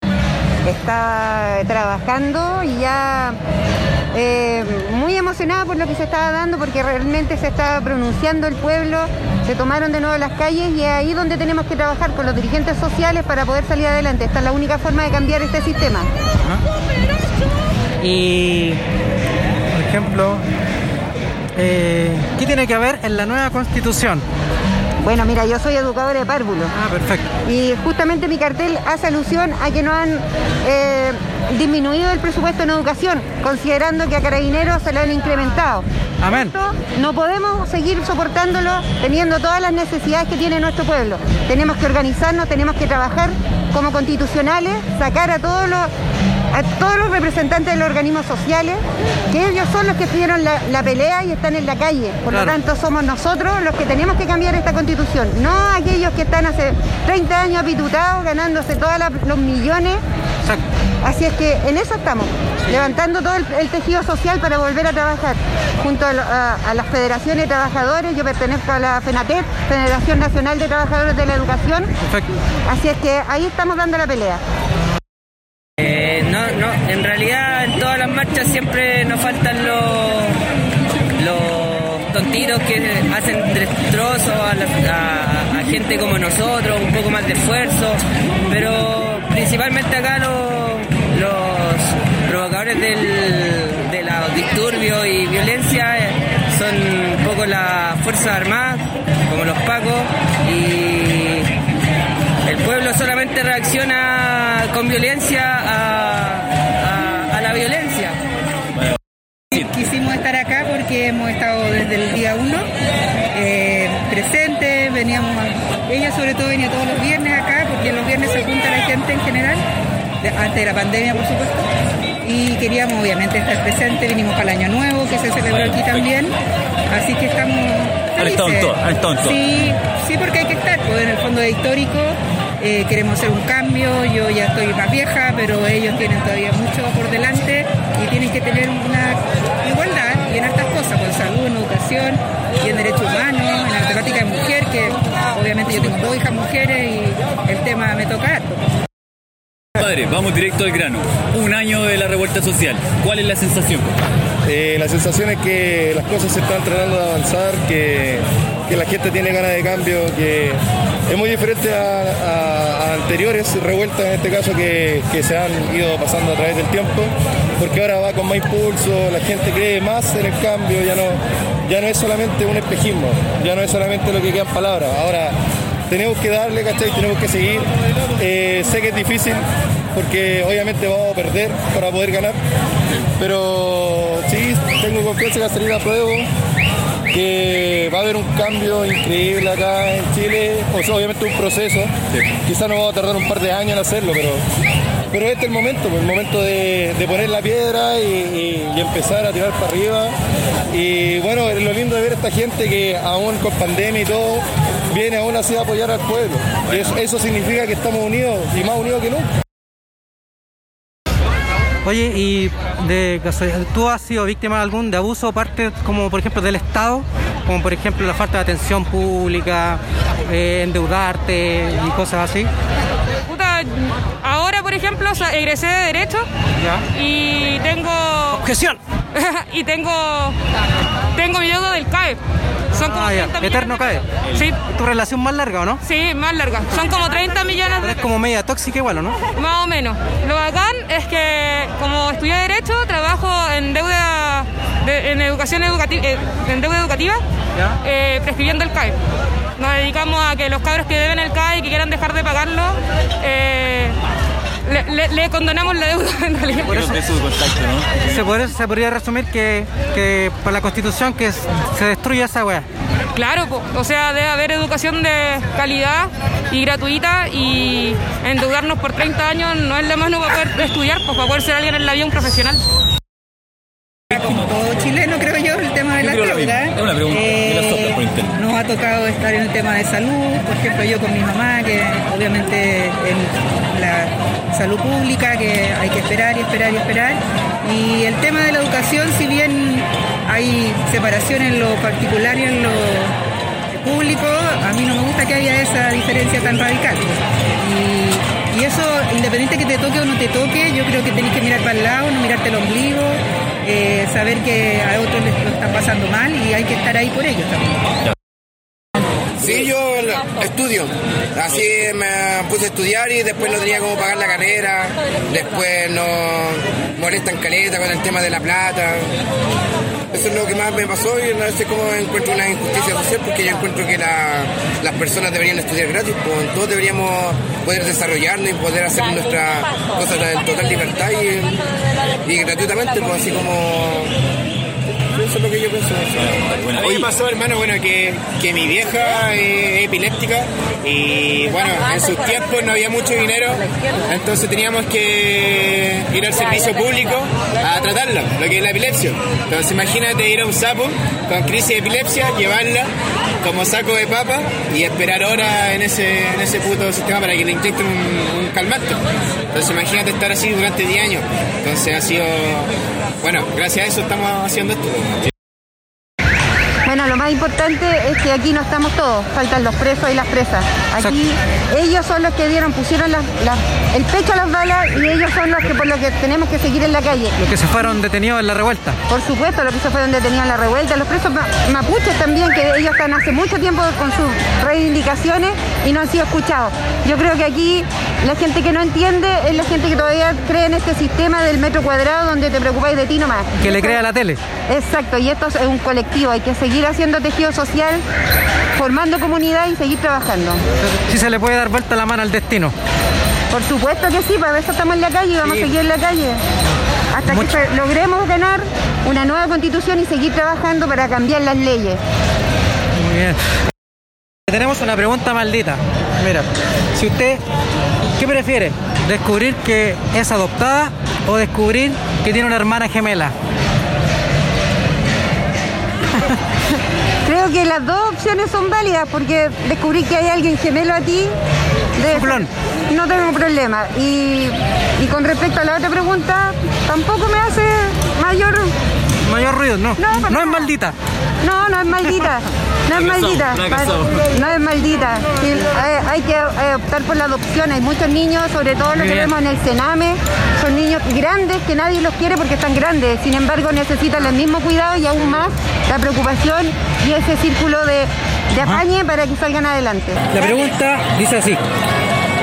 Speaker 17: Estaba trabajando y ya eh, muy emocionada por lo que se estaba dando, porque realmente se estaba pronunciando el pueblo, se tomaron de nuevo las calles y es ahí donde tenemos que trabajar con los dirigentes sociales para poder salir adelante. Esta es la única forma de cambiar este sistema.
Speaker 4: Y, por ejemplo, eh, ¿qué tiene que haber en la nueva constitución?
Speaker 17: Bueno, mira, yo soy educadora de párvulos.
Speaker 4: Ah, perfecto.
Speaker 17: Y justamente mi cartel hace alusión a que no han eh, disminuido el presupuesto en educación, considerando que a carabineros se lo han incrementado.
Speaker 4: Amén.
Speaker 17: Esto No podemos seguir soportándolo teniendo todas las necesidades que tiene nuestro pueblo. Tenemos que organizarnos, tenemos que trabajar como constitucionales, sacar a todos los a todos los representantes de los organismos sociales, que ellos son los que pidieron la, la pelea y están en la calle. Por lo
Speaker 18: Claro.
Speaker 17: tanto, tanto somos nosotros los que tenemos que cambiar esta constitución, no aquellos que están hace 30 años apitutados ganándose todos los millones. Así es que en eso estamos, levantando todo el, el tejido social para volver a trabajar. Junto a, lo- a- a las federaciones de trabajadores, yo pertenezco a la FENATEP, Federación Nacional de Trabajadores de la Educación. Así es que ahí estamos dando la pelea.
Speaker 19: Eh, no, no, en realidad en todas las marchas siempre nos faltan los, los tontitos que hacen destrozos a, la- a- a gente como nosotros, un poco más de esfuerzo, pero principalmente acá los, los provocadores del, de los disturbios y violencia eh, son un poco las Fuerzas Armadas, como los Pacos, y el pueblo solamente reacciona con violencia a, a- a la violencia.
Speaker 20: Quisimos estar acá porque hemos estado desde el día uno eh, presentes, veníamos, ella sobre todo venía todos los viernes acá porque los viernes se junta la gente en general, de- antes de la pandemia por supuesto, y queríamos obviamente estar presentes, vinimos para el Año Nuevo que se celebró aquí también, así que estamos
Speaker 10: Han estado en
Speaker 20: felices.
Speaker 10: todas, han estado en todas.
Speaker 20: Sí, sí, porque hay que estar, pues en el fondo es histórico, eh, queremos hacer un cambio, yo ya estoy más vieja, pero ellos tienen todavía mucho por delante y tienen que tener una igualdad y en hartas cosas, con salud, en educación y en derechos humanos, en la temática de mujer, que pues. obviamente yo tengo dos hijas mujeres y el tema me toca harto.
Speaker 10: Padre, vamos directo al grano. Un año de la revuelta social. ¿Cuál es la sensación?
Speaker 18: Eh, la sensación es que las cosas se están tratando de avanzar, que, que la gente tiene ganas de cambio, que es muy diferente a, a- a anteriores revueltas en este caso que, que se han ido pasando a través del tiempo, porque ahora va con más impulso, la gente cree más en el cambio, ya no, ya no es solamente un espejismo, ya no es solamente lo que quedan palabras, ahora tenemos que darle, ¿cachai? Tenemos que seguir. Eh, sé que es difícil porque obviamente vamos a perder para poder ganar, pero sí, tengo confianza que salir a prueba, que va a haber un cambio increíble acá en Chile, o sea, obviamente un proceso, quizás no vamos a tardar un par de años en hacerlo, pero, pero este es el momento, pues, el momento de, de poner la piedra y, y- y empezar a tirar para arriba. Y bueno, lo lindo de ver esta gente que aún con pandemia y todo, viene aún así a apoyar al pueblo. Y eso, eso significa que estamos unidos y más unidos que nunca.
Speaker 4: Oye, y de casualidad, tú has sido víctima de algún de abuso parte como por ejemplo del Estado, como por ejemplo la falta de atención pública, eh, endeudarte y cosas así.
Speaker 21: Puta, ahora por ejemplo sa- egresé de Derecho y tengo...
Speaker 4: ¡Objeción!
Speaker 21: y tengo... Tengo mi deuda del CAE. Son como
Speaker 4: Ah, ya,
Speaker 21: 30 millones
Speaker 4: Eterno
Speaker 21: de
Speaker 4: cae.
Speaker 21: pesos. Sí,
Speaker 4: ¿Tu relación más larga o no?
Speaker 21: sí, más larga. Son como 30 millones de
Speaker 4: Pero es como media tóxica igual, ¿o no?
Speaker 21: Más o menos. Lo bacán es que como estudié Derecho, trabajo en deuda, de- en educación educativa, en deuda educativa, eh, prescribiendo el CAE. Nos dedicamos a que los cabros que deben el CAE y que quieran dejar de pagarlo, eh, le, le- le condonamos la deuda en realidad.
Speaker 10: su contacto, ¿no?
Speaker 4: Se podría, se podría resumir que, que por la constitución que s- se destruye esa weá.
Speaker 21: Claro, po. o sea, debe haber educación de calidad y gratuita y endeudarnos por 30 años no es la mano para poder estudiar, pues para poder ser alguien en la vida un profesional.
Speaker 20: como todo chileno, creo yo, el tema de
Speaker 10: Yo
Speaker 20: la
Speaker 10: creo lo mismo.
Speaker 20: deuda.
Speaker 10: Es una pregunta de las
Speaker 20: Eh,
Speaker 10: otras por internet.
Speaker 20: Nos ha tocado estar en el tema de salud, por ejemplo, yo con mi mamá, que obviamente en la salud pública, que hay que esperar y esperar y esperar. Y el tema de la educación, si bien hay separación en lo particular y en lo público, a mí no me gusta que haya esa diferencia tan radical. Y, y eso, independiente que te toque o no te toque, yo creo que tenés que mirar para el lado, no mirarte el ombligo, eh, saber que a otros les lo están pasando mal y hay que estar ahí por ellos también.
Speaker 22: Sí, yo la- estudio. Así me puse a estudiar y después no tenía cómo pagar la carrera. Después nos molestan caleta con el tema de la plata. Eso es lo que más me pasó y no sé cómo encuentro una injusticia social porque yo encuentro que la- las personas deberían estudiar gratis. Pues, todos deberíamos poder desarrollarnos y poder hacer nuestras cosas en total libertad y, y gratuitamente, pues, así como... Eso es lo que yo pienso.
Speaker 23: A mí me pasó, hermano, bueno, que, que mi vieja eh, es epiléptica y, bueno, en sus tiempos no había mucho dinero, entonces teníamos que ir al servicio público a tratarla, lo que es la epilepsia. Entonces imagínate ir a un sapo con crisis de epilepsia, llevarla como saco de papa y esperar horas en ese, en ese puto sistema para que le inyecten un, un calmante. Entonces imagínate estar así durante 10 años. Entonces ha sido... Bueno, gracias a eso estamos haciendo esto.
Speaker 17: Bueno, lo más importante es que aquí no estamos todos, faltan los presos y las presas. Aquí ellos son los que dieron, pusieron las- las- el pecho a las balas y ellos son los que por lo que tenemos que seguir en la calle.
Speaker 4: Los que se fueron detenidos en la revuelta.
Speaker 17: Por supuesto, los presos fueron detenidos en la revuelta, los presos ma- mapuches también, que ellos están hace mucho tiempo con sus reivindicaciones y no han sido escuchados. Yo creo que aquí la gente que no entiende es la gente que todavía cree en este sistema del metro cuadrado donde te preocupáis de ti nomás.
Speaker 4: Que le crea a la tele.
Speaker 17: Exacto, y esto es un colectivo, hay que seguir haciendo tejido social, formando comunidad y seguir trabajando.
Speaker 4: Si se le puede dar vuelta la mano al destino.
Speaker 17: Por supuesto que sí, para eso estamos en la calle y vamos
Speaker 4: Sí.
Speaker 17: a seguir en la calle. Hasta que se- logremos ganar una nueva constitución y seguir trabajando para cambiar las leyes.
Speaker 4: Muy bien. Tenemos una pregunta maldita. Mira, si usted, ¿qué prefiere? ¿Descubrir que es adoptada o descubrir que tiene una hermana gemela?
Speaker 17: Creo que las dos opciones son válidas porque descubrir que hay alguien gemelo a ti. debe ser- no tengo problema. Y, y con respecto a la otra pregunta, tampoco me hace mayor.
Speaker 4: mayor ruido, no. No, es maldita.
Speaker 17: No, no es maldita. No es maldita.
Speaker 4: Fracasó, fracasó.
Speaker 17: No es maldita. Sí, hay- hay que eh, optar por la adopción. Hay muchos niños, sobre todo los
Speaker 1: Muy
Speaker 17: que
Speaker 1: bien.
Speaker 17: vemos en el Sename, son niños grandes que nadie los quiere porque están grandes. Sin embargo, necesitan el mismo cuidado y aún más la preocupación y ese círculo de, de apañe para que salgan adelante.
Speaker 4: La pregunta dice así: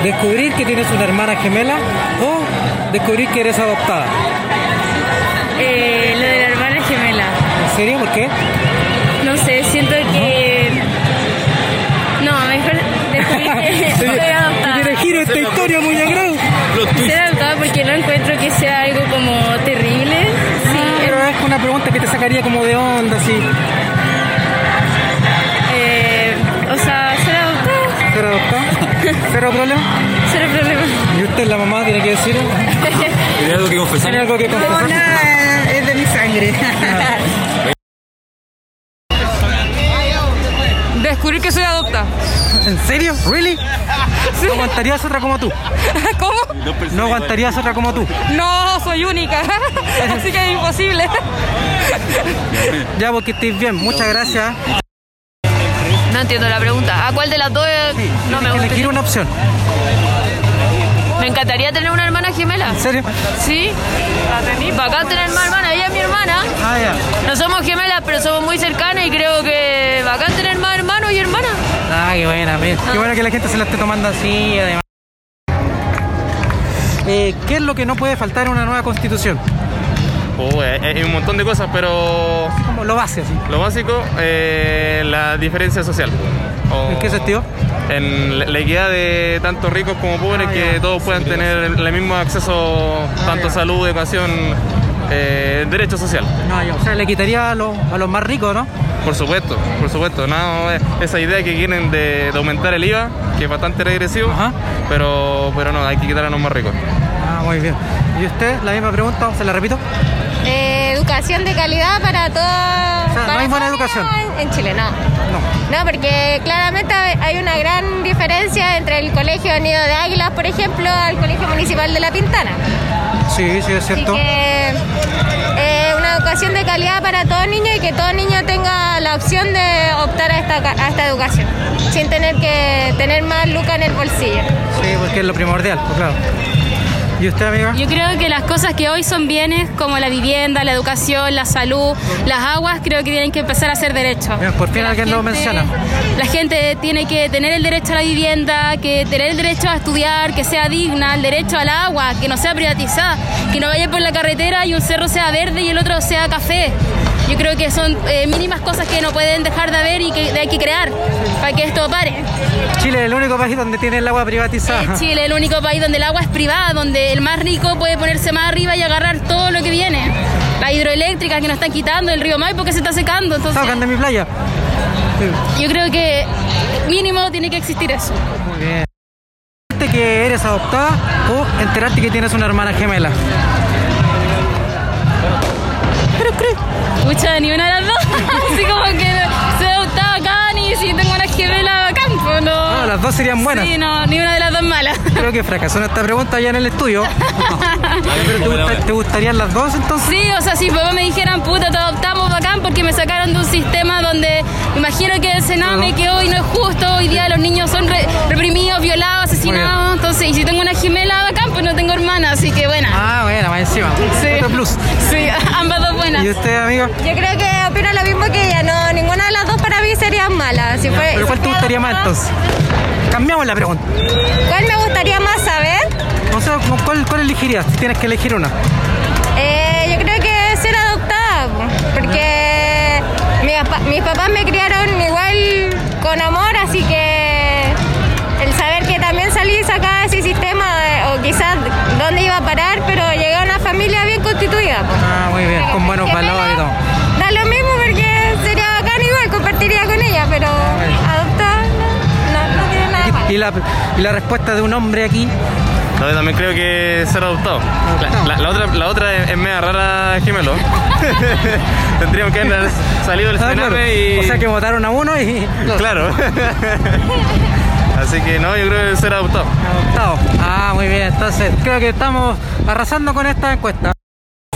Speaker 4: ¿descubrir que tienes una hermana gemela o descubrir que eres adoptada?
Speaker 5: Eh, lo de la hermana gemela.
Speaker 4: ¿En serio? ¿Por qué?
Speaker 5: No sé, siento que. No, mejor descubrí que
Speaker 4: Se
Speaker 5: soy
Speaker 4: dio-
Speaker 5: adoptada.
Speaker 4: se dio el giro esta historia, Muñagrado.
Speaker 5: Ser adoptada porque no encuentro que sea algo como terrible. Sí,
Speaker 4: Ah, pero es una pregunta que te sacaría como de onda, así.
Speaker 5: eh, o sea, ser adoptada,
Speaker 4: ¿Ser adoptada? ¿Cero problema?
Speaker 5: cero problema.
Speaker 4: ¿Y usted, la mamá, tiene que decir?
Speaker 10: ¿Tiene algo que confesar?
Speaker 4: ¿Tiene algo que
Speaker 23: No,
Speaker 4: confesar?
Speaker 23: nada, es de mi sangre.
Speaker 4: Ah.
Speaker 21: Descubrir que soy adopta.
Speaker 4: ¿En serio? ¿Really? ¿No aguantarías otra como tú?
Speaker 21: ¿Cómo?
Speaker 4: ¿No aguantarías otra como tú?
Speaker 21: No, soy única. Así que es imposible.
Speaker 4: Ya, porque estés bien. Muchas gracias.
Speaker 16: No entiendo la pregunta. ¿A cuál de las dos eh, no me gusta?
Speaker 4: Elegir una opción.
Speaker 16: Me encantaría tener una hermana gemela. ¿En
Speaker 4: serio?
Speaker 16: Sí. Bacán tener una hermana. Ella es mi hermana.
Speaker 4: Ah, ya.
Speaker 16: No somos gemelas, pero somos muy cercanas y creo que bacán tener más hermanos y hermanas.
Speaker 4: Ah, qué buena, mira. Qué bueno que la gente se la esté tomando así, además. Eh, ¿Qué es lo que no puede faltar en una nueva constitución?
Speaker 13: Oh, eh, eh, hay un montón de cosas, pero
Speaker 4: Como lo base, así.
Speaker 13: lo básico, eh, la diferencia social. O-
Speaker 4: ¿En qué sentido?
Speaker 13: En la, la equidad de tanto ricos como pobres,
Speaker 4: Ah,
Speaker 13: que todos puedan tener el mismo acceso, tanto salud, educación, eh, derecho social.
Speaker 4: No, yo. O sea, le quitaría a los, a los más ricos, ¿no?
Speaker 13: Por supuesto, por supuesto. No, eh, esa idea que tienen de, de aumentar el IVA, que es bastante regresivo, pero, pero no, hay que quitar a los más ricos.
Speaker 4: Ah, muy bien. ¿Y usted, la misma pregunta? ¿Se la repito?
Speaker 6: Eh, educación de calidad para todos.
Speaker 4: no hay buena educación.
Speaker 6: En Chile, no. No, porque claramente hay una gran diferencia entre el colegio Nido de Águilas, por ejemplo, al colegio municipal de La Pintana.
Speaker 4: Sí, sí, es
Speaker 6: Así
Speaker 4: cierto.
Speaker 6: que eh, una educación de calidad para todo niño y que todo niño tenga la opción de optar a esta, ca- a esta educación, sin tener que tener más lucas en el bolsillo.
Speaker 4: Sí, porque es lo primordial, pues claro. ¿Y usted, amiga?
Speaker 12: Yo creo que las cosas que hoy son bienes, como la vivienda, la educación, la salud, las aguas, creo que tienen que empezar a ser derechos.
Speaker 4: Bien, por fin alguien lo menciona.
Speaker 12: La gente tiene que tener el derecho a la vivienda, que tener el derecho a estudiar, que sea digna, el derecho al agua, que no sea privatizada, que no vaya por la carretera y un cerro sea verde y el otro sea café. Yo creo que son eh, mínimas cosas que no pueden dejar de haber y que hay que crear para que esto pare.
Speaker 4: Chile es el único país donde tiene el agua privatizada.
Speaker 12: Chile es el único país donde el agua es privada, donde el más rico puede ponerse más arriba y agarrar todo lo que viene. La hidroeléctrica que nos están quitando, el río Maipo que se está secando. Entonces,
Speaker 4: en mi playa. Sí.
Speaker 12: yo creo que mínimo tiene que existir eso.
Speaker 4: Muy bien. ¿Enterarte que eres adoptada o enterarte que tienes una hermana gemela?
Speaker 12: Mucha, ni una de las dos. Así como que se adoptaba acá, ni si tengo una gemela a campo, no.
Speaker 4: No, las dos serían buenas.
Speaker 12: Sí, no, ni una de las dos malas.
Speaker 4: Creo que fracasó en esta pregunta allá en el estudio. Pero ¿Te, gusta- te gustarían las dos entonces?
Speaker 12: Sí, o sea, si papá me dijeran, puta, te adoptamos bacán porque me sacaron de un sistema donde imagino que el Sename, que hoy no es justo, hoy día los niños son re- reprimidos, violados, asesinados, entonces, y si tengo una gemela bacán, pues no tengo hermana, así que buena.
Speaker 4: Ah, buena, más encima.
Speaker 12: Sí.
Speaker 4: Otro plus.
Speaker 12: Sí, ambas dos buenas.
Speaker 4: ¿Y usted, amigo?
Speaker 6: Yo creo que opino lo mismo que ella, no, ninguna de las dos para mí serían malas. Si fue-
Speaker 4: ¿Pero cuál te gustaría más entonces? Cambiamos la pregunta.
Speaker 6: ¿Cuál me gustaría más saber?
Speaker 4: O sea, ¿con ¿cuál, cuál elegirías? Si tienes que elegir una.
Speaker 6: Eh, yo creo que ser adoptada, po, porque mi papá- mis papás me criaron igual con amor, así que el saber que también salí sacada de ese sistema, eh, o quizás dónde iba a parar, pero llegué a una familia bien constituida. po.
Speaker 4: Ah, muy bien, con buenos valores y todo.
Speaker 6: Da lo mismo porque sería bacán igual, compartiría con ella, pero adoptada no, no, no tiene nada de malo.
Speaker 4: Y la, y la respuesta de un hombre aquí.
Speaker 13: No, yo también creo que ser adoptado. La, la- la otra, la otra es, es media rara, gemelo. Tendríamos que haber salido del
Speaker 4: Ah,
Speaker 13: cename
Speaker 4: claro.
Speaker 13: y.
Speaker 4: O sea que votaron a uno y.
Speaker 13: Claro. Así que no, yo creo que ser adoptado.
Speaker 4: Adoptado. Ah, muy bien. Entonces, creo que estamos arrasando con esta encuesta.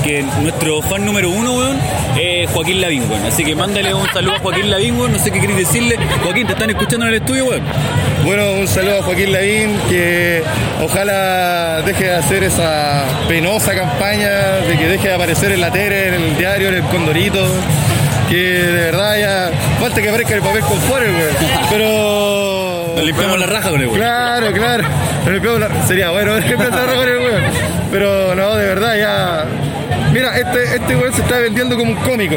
Speaker 10: que nuestro fan número uno, weón, es Joaquín Lavín, weón. Así que mándale un saludo a Joaquín Lavín, weón. No sé qué querés decirle. Joaquín, te están escuchando en el estudio, weón.
Speaker 18: Bueno, un saludo a Joaquín Lavín, que ojalá deje de hacer esa penosa campaña de que deje de aparecer en la tele, en el diario, en el Condorito. Que de verdad ya falta que aparezca el papel con Forrest, güey. Pero.
Speaker 10: Nos limpiamos la raja con el güey.
Speaker 18: Claro, claro. Nos limpiamos la- Sería bueno limpiarse la raja con el güey. Pero no, de verdad ya. Mira, este, este güey se está vendiendo como un cómico.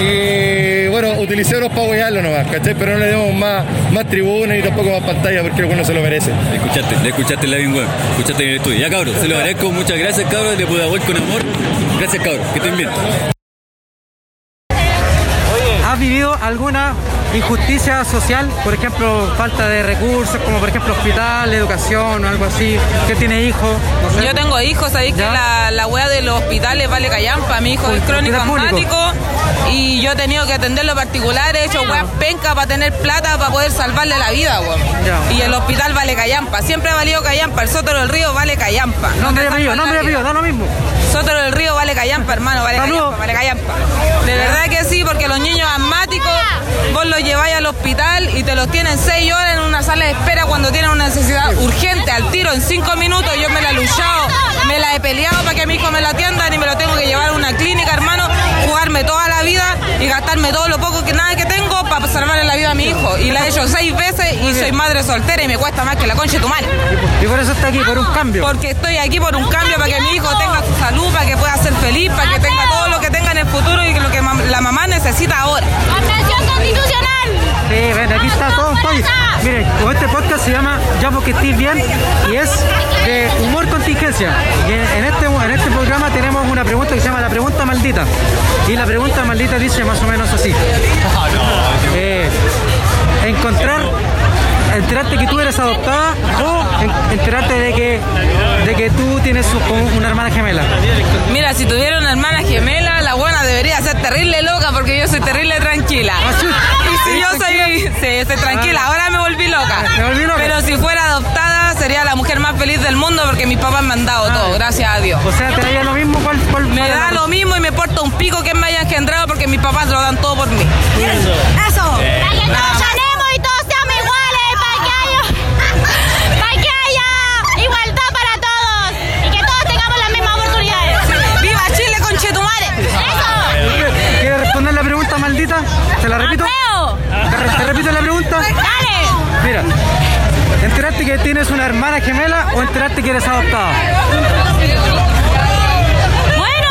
Speaker 18: Y bueno, utilicémonos para huearlo nomás, ¿cachai? Pero no le demos más, más tribuna y tampoco más pantalla porque el güey no se lo merece.
Speaker 10: Le escuchaste, le escuchaste la bien, weón. Escuchaste en el estudio. Ya, cabros, se lo agradezco. Muchas gracias, cabros. Te puedo dar con amor. Gracias, cabros. Que estén bien.
Speaker 4: ¿Has vivido alguna injusticia social? Por ejemplo, falta de recursos, como por ejemplo hospital, educación o algo así. ¿Qué tiene hijos? No sé.
Speaker 14: Yo tengo hijos, sabéis que la, la wea de los hospitales vale callampa. Mi hijo es crónico
Speaker 4: hospital
Speaker 14: asmático
Speaker 4: público.
Speaker 14: y yo he tenido que atenderlo particular. He hecho weas penca para tener plata para poder salvarle la vida, weón.
Speaker 4: Ya.
Speaker 14: Y el hospital vale callampa. Siempre ha valido callampa. El sótano del río vale callampa. No
Speaker 4: Nombre
Speaker 14: te
Speaker 4: y apellido,
Speaker 14: salvan la
Speaker 4: nombre y
Speaker 14: vida.
Speaker 4: apellido, da lo mismo.
Speaker 14: Sótano del Río vale callampa, hermano, vale callampa, vale callampa. De verdad que sí, porque los niños asmáticos, vos los lleváis al hospital y te los tienen seis horas en una sala de espera cuando tienen una necesidad urgente, al tiro, en cinco minutos. Yo me la he luchado, me la he peleado para que mi hijo me la atiendan y me lo tengo que llevar a una clínica, hermano, jugarme toda la vida y gastarme todo lo poco que nada que tengo para salvarle la vida a mi hijo. Y la he hecho seis veces y soy madre soltera y me cuesta más que la concha de tu madre.
Speaker 4: Y por eso está aquí, por un cambio.
Speaker 14: Porque estoy aquí por un cambio, para que mi hijo tenga su salud, para que pueda ser feliz, para que tenga todo lo que tenga en el futuro y que lo que mam- la mamá necesita ahora.
Speaker 4: ¡Atención constitucional! Sí, ven, aquí está todo. Oye, miren, como este podcast se llama Ya porque estoy bien y es de humor contingencia. Y en en este, en este programa tenemos una pregunta que se llama La pregunta maldita. Y la pregunta maldita dice más o menos así. Eh, encontrar, enterarte que tú eres adoptada o en- enterarte de que, de que tú tienes un- como una hermana gemela.
Speaker 14: Mira, si tuviera una hermana gemela, la buena debería ser terrible loca porque yo soy terrible tranquila.
Speaker 4: Ah,
Speaker 14: Y si yo soy, sí, soy tranquila, ahora me volví loca.
Speaker 4: Ah,
Speaker 14: Pero si fuera adoptada, sería la mujer más feliz del mundo porque mis papás me han dado todo, gracias a Dios.
Speaker 4: Ah. O sea, ¿te daría lo mismo cuál, cuál
Speaker 14: Me
Speaker 4: cuál-
Speaker 14: da lo mismo y me porta un pico que me haya engendrado porque mis papás lo dan todo por mí.
Speaker 4: Eso.
Speaker 14: Eso.
Speaker 6: Para que
Speaker 14: Nada
Speaker 6: todos
Speaker 14: más.
Speaker 6: llanemos y todos seamos iguales, para que haya, para que haya igualdad para todos y que todos tengamos las mismas oportunidades.
Speaker 14: ¡Viva Chile, conchetumare!
Speaker 6: ¡Eso!
Speaker 4: ¿Quieres responder la pregunta maldita? ¿Te la repito? ¿Te, re- te repito la pregunta?
Speaker 14: Pues
Speaker 6: ¡Dale!
Speaker 4: Mira, ¿enteraste que tienes una hermana gemela o enteraste que eres adoptada?
Speaker 6: Bueno,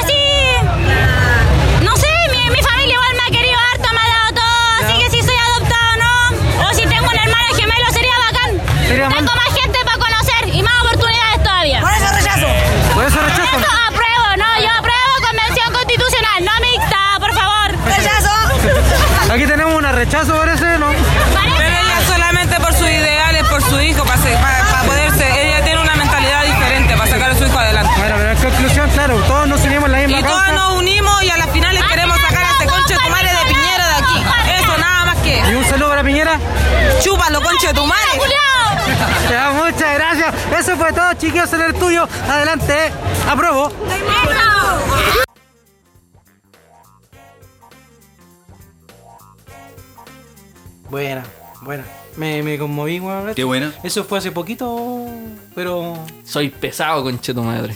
Speaker 6: así, no sé, mi, mi familia igual me ha querido harto, me ha dado todo, así que si soy adoptada o no, o si tengo una hermana gemela sería bacán.
Speaker 4: Sería
Speaker 6: tengo
Speaker 4: mal-
Speaker 6: más gente para conocer y más oportunidades todavía. Por eso rechazo.
Speaker 4: Por eso rechazo.
Speaker 6: Eso apruebo, no, yo apruebo convención constitucional, no mixta, por favor.
Speaker 4: Aquí tenemos una rechazo, parece, ¿no?
Speaker 14: Pero ella solamente por sus ideales, por su hijo, para, se- para- para poderse. Ella tiene una mentalidad diferente para sacar a su hijo adelante.
Speaker 4: Bueno, pero en conclusión, claro, todos nos unimos en la misma
Speaker 14: Y
Speaker 4: causa.
Speaker 14: todos nos unimos y a las finales queremos sacar a este conche de tu madre de Piñera de aquí. Eso, nada más que.
Speaker 4: ¿Y un saludo para Piñera?
Speaker 14: Chúpalo, conche de tu madre.
Speaker 4: Ya, muchas gracias. Eso fue todo, chiquillos, en el estudio. Adelante, eh. apruebo. Buena, buena. Me, me conmoví, weón.
Speaker 2: Qué buena.
Speaker 4: Eso fue hace poquito, pero.
Speaker 2: Soy pesado, conche tu madre.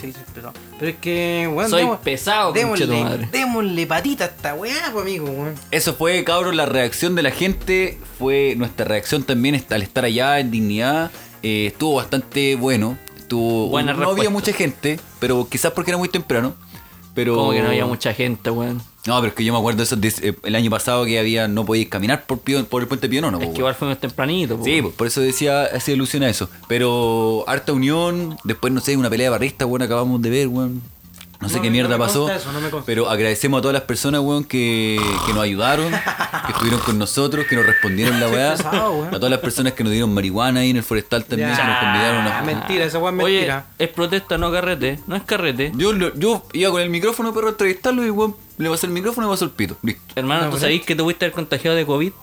Speaker 4: Pero es que, weón.
Speaker 2: Soy
Speaker 4: demos-
Speaker 2: pesado,
Speaker 4: démosle,
Speaker 2: conche tu madre.
Speaker 4: Démosle patita a esta weá, pues, amigo, weón.
Speaker 3: Eso fue, cabros, la reacción de la gente. Fue nuestra reacción también est- al estar allá en dignidad. Eh, estuvo bastante bueno. Estuvo,
Speaker 2: Buena
Speaker 3: no había
Speaker 2: respuesta.
Speaker 3: mucha gente, pero quizás porque era muy temprano. Pero...
Speaker 2: Como que no había mucha gente, weón.
Speaker 3: No, pero es que yo me acuerdo eso de- eh, el año pasado que había no podíais caminar por, Pío- por el puente Pío no,
Speaker 2: Es que igual fuimos tempranito, po,
Speaker 3: Sí,
Speaker 2: weón.
Speaker 3: pues, por eso decía, hacía ilusión a eso. Pero harta unión, después no sé, una pelea de barristas, bueno, acabamos de ver, weón. No sé
Speaker 4: No,
Speaker 3: qué
Speaker 4: no
Speaker 3: mierda
Speaker 4: me
Speaker 3: pasó.
Speaker 4: consta eso, no me consta.
Speaker 3: pero agradecemos a todas las personas, weón, que, que nos ayudaron, que estuvieron con nosotros, que nos respondieron la
Speaker 4: Soy
Speaker 3: weá.
Speaker 4: pesado,
Speaker 3: A
Speaker 4: weón.
Speaker 3: todas las personas que nos dieron marihuana ahí en el forestal también,
Speaker 4: Ya,
Speaker 3: que nos convidaron a.
Speaker 4: Mentira, esa weá es
Speaker 2: Oye,
Speaker 4: mentira.
Speaker 2: es protesta, no carrete. No es carrete.
Speaker 3: Yo, lo- yo iba con el micrófono para entrevistarlo y weón, le pasé el micrófono y pasó el pito. Listo.
Speaker 2: Hermano,
Speaker 3: No,
Speaker 2: ¿tú
Speaker 3: pero-
Speaker 2: sabés que te fuiste al contagiado de COVID?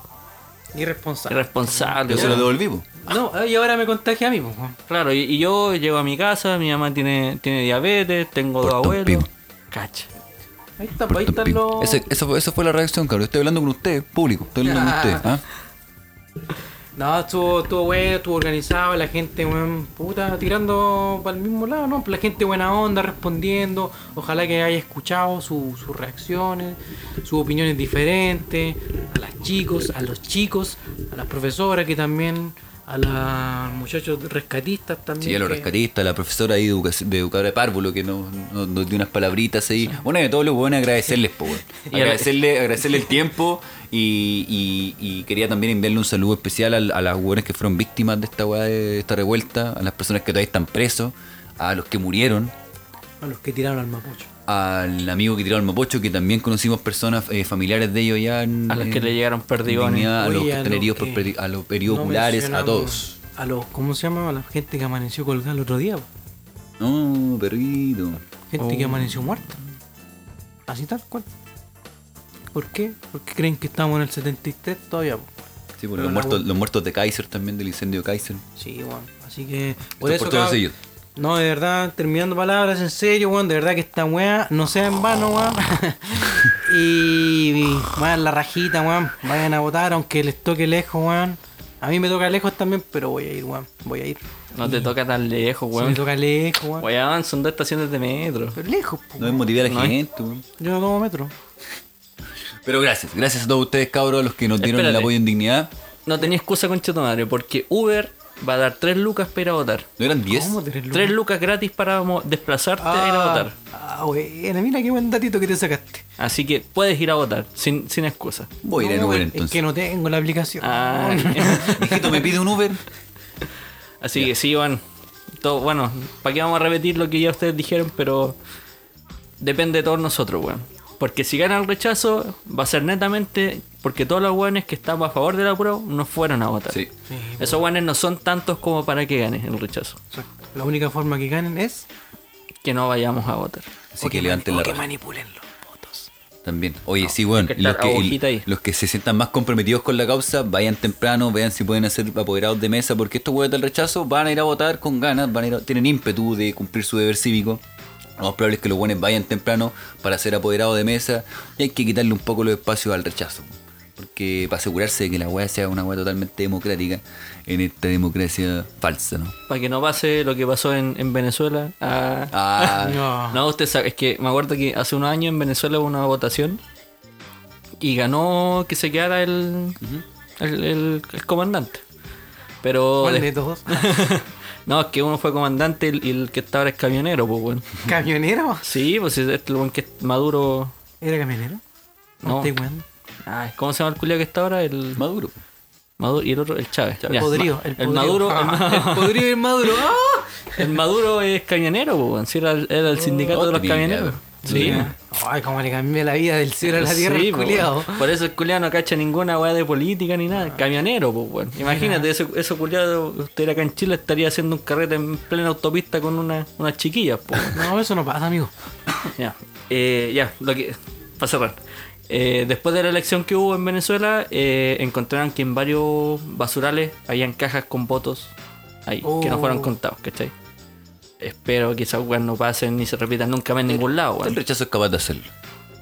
Speaker 4: Irresponsable.
Speaker 2: Irresponsable.
Speaker 3: Yo se lo devolví, po.
Speaker 4: No, y ahora me contagia a mí, po.
Speaker 2: Claro, y, y yo llego a mi casa, mi mamá tiene, tiene diabetes, tengo dos abuelos. Cacha.
Speaker 4: Ahí está, pues, ahí están los.
Speaker 3: Ese- eso, fue- eso fue la reacción, cabrón. Estoy hablando con usted, público. Estoy hablando con usted. ¿ah?
Speaker 4: No, estuvo, estuvo bueno, estuvo organizado, la gente, weón, puta, tirando para el mismo lado, ¿no? La gente buena onda, respondiendo. Ojalá que haya escuchado su- sus reacciones, sus opiniones diferentes, a las chicos, a los chicos, a las profesoras que también, a los muchachos rescatistas también.
Speaker 3: Sí, a los
Speaker 4: que-
Speaker 3: rescatistas, la profesora ahí de, educa- de educadora de párvulo que nos no, nos dio unas palabritas ahí. Bueno, de todo lo bueno, agradecerles, po, weón.
Speaker 2: Y a la-
Speaker 3: agradecerle, agradecerle el tiempo y, y- y quería también enviarle un saludo especial al- a, las weones que fueron víctimas de esta weá, de esta revuelta, a las personas que todavía están presos, a los que murieron,
Speaker 4: A los que tiraron al mapucho.
Speaker 3: al amigo que tiró al Mapocho, que también conocimos personas eh, familiares de ellos ya. en-
Speaker 2: A los que
Speaker 3: en
Speaker 2: le llegaron perdigones.
Speaker 3: dignidad, A los
Speaker 4: Oye,
Speaker 3: que
Speaker 4: a
Speaker 3: están
Speaker 4: los
Speaker 3: heridos
Speaker 4: que
Speaker 3: por perdi- a los
Speaker 4: No
Speaker 3: periculares, a
Speaker 4: mencionamos
Speaker 3: todos.
Speaker 4: A los, ¿cómo se llama? A la gente que amaneció colgada el otro día, po.
Speaker 3: No, perdido.
Speaker 4: gente que
Speaker 3: Oh.
Speaker 4: amaneció muerta. Así tal cual. ¿Por qué? Porque creen que estamos en el 73 todavía. po.
Speaker 3: Sí, por
Speaker 4: Pero
Speaker 3: los,
Speaker 4: la
Speaker 3: muertos,
Speaker 4: wea-
Speaker 3: los muertos de Kaiser también, del incendio de Kaiser.
Speaker 4: Sí, weón. Así que. Por eso,
Speaker 3: por todos
Speaker 4: cab-
Speaker 3: ellos.
Speaker 4: No, de verdad, terminando palabras, en serio, weón. De verdad que esta weá no sea en vano, weón. y. Vayan la rajita, weón. Vayan a votar, aunque les toque lejos, weón. A mí me toca lejos también, pero voy a ir, weón. Voy a ir.
Speaker 2: No te toca tan lejos,
Speaker 4: Si
Speaker 2: weón.
Speaker 4: me toca lejos, weón.
Speaker 2: Weón, son dos estaciones de metro.
Speaker 4: Pero lejos,
Speaker 3: No es motivar a la
Speaker 2: No es-
Speaker 3: gente, weón.
Speaker 4: Yo no tomo metro.
Speaker 3: Pero gracias, gracias a todos ustedes, cabros, a los que nos dieron el
Speaker 2: Espérate.
Speaker 3: apoyo en dignidad.
Speaker 2: No tenía excusa, concha tu madre, porque Uber va a dar 3 lucas para ir a votar.
Speaker 3: ¿No eran 10?
Speaker 4: ¿Cómo tres lucas?
Speaker 2: 3 lucas gratis para mo- desplazarte a ir a votar.
Speaker 4: Ah, bueno, mira qué buen datito que te sacaste.
Speaker 2: Así que puedes ir a votar, sin, sin excusa.
Speaker 3: Voy a ir en Uber,
Speaker 4: Es que no tengo la aplicación.
Speaker 2: Ah,
Speaker 3: Mijito, ¿me pide un Uber?
Speaker 2: Así que sí, Iván. Todo, bueno, ¿para qué vamos a repetir lo que ya ustedes dijeron? Pero depende de todos nosotros, weón. Porque si gana el rechazo, va a ser netamente porque todos los weones que estaban a favor de la prueba no fueron a votar. Esos weones no son tantos como para que gane el rechazo.
Speaker 4: La única forma que ganen es
Speaker 2: Que no vayamos a votar.
Speaker 3: Así que levanten la
Speaker 4: que
Speaker 3: raja.
Speaker 4: manipulen.
Speaker 3: También. Oye, sí, weón.
Speaker 2: que
Speaker 3: Los
Speaker 2: estar
Speaker 3: que,
Speaker 2: agujita ahí.
Speaker 3: los que se sientan más comprometidos con la causa, vayan temprano, vean si pueden hacer apoderados de mesa, porque estos weones del rechazo van a ir a votar con ganas, van a ir a- tienen ímpetu de cumplir su deber cívico. Lo más probable es que los buenos vayan temprano para ser apoderados de mesa y hay que quitarle un poco los espacios al rechazo. Porque para asegurarse de que la weá sea una weá totalmente democrática en esta democracia falsa, ¿no?
Speaker 2: Para que no pase lo que pasó en, en Venezuela. Ah.
Speaker 3: Ah.
Speaker 2: no. usted sabe, es que me acuerdo que hace unos años en Venezuela hubo una votación y ganó que se quedara el, el, el- el comandante. Pero.
Speaker 4: ¿Cuál
Speaker 2: de-
Speaker 4: de todos?
Speaker 2: no, es que uno fue comandante y el- y el que está ahora es camionero, pues, weón.
Speaker 4: ¿Camionero?
Speaker 2: Sí, pues es el weón que es Maduro.
Speaker 4: ¿Era camionero?
Speaker 2: No.
Speaker 4: Este weón.
Speaker 2: Ay, ¿Cómo se llama el culiao que está ahora? El
Speaker 3: Maduro.
Speaker 2: Maduro y el otro, el Chávez. Ya,
Speaker 4: Podrido,
Speaker 2: ma-
Speaker 4: el
Speaker 2: El,
Speaker 4: podrido. Ah.
Speaker 2: Maduro.
Speaker 4: El podrido y el Maduro. ¡Ah!
Speaker 2: El Maduro es camionero, po, weón. Sí, era, el- era el sindicato de los
Speaker 4: mira.
Speaker 2: camioneros. Sí.
Speaker 4: Mira. Ay, cómo le cambié la vida del cielo a la tierra
Speaker 2: Sí,
Speaker 4: al
Speaker 2: po,
Speaker 4: culiao.
Speaker 2: weón. Por eso el culiado no cacha ninguna weá de política ni nada. Camionero, pues, weón. Imagínate, ese, ese culiado, usted acá en Chile estaría haciendo un carrete en plena autopista con una, unas chiquillas, po, weón.
Speaker 4: No, eso no pasa, amigo.
Speaker 2: Ya, eh, ya, lo que. Para cerrar. Eh, después de la elección que hubo en Venezuela, eh, encontraron que en varios basurales habían cajas con votos ahí, que no fueron
Speaker 3: Oh.
Speaker 2: contados, ¿cachai? Espero que esas weas no pasen ni se repitan nunca más en ningún lado, weón.
Speaker 3: El rechazo es capaz de hacerlo.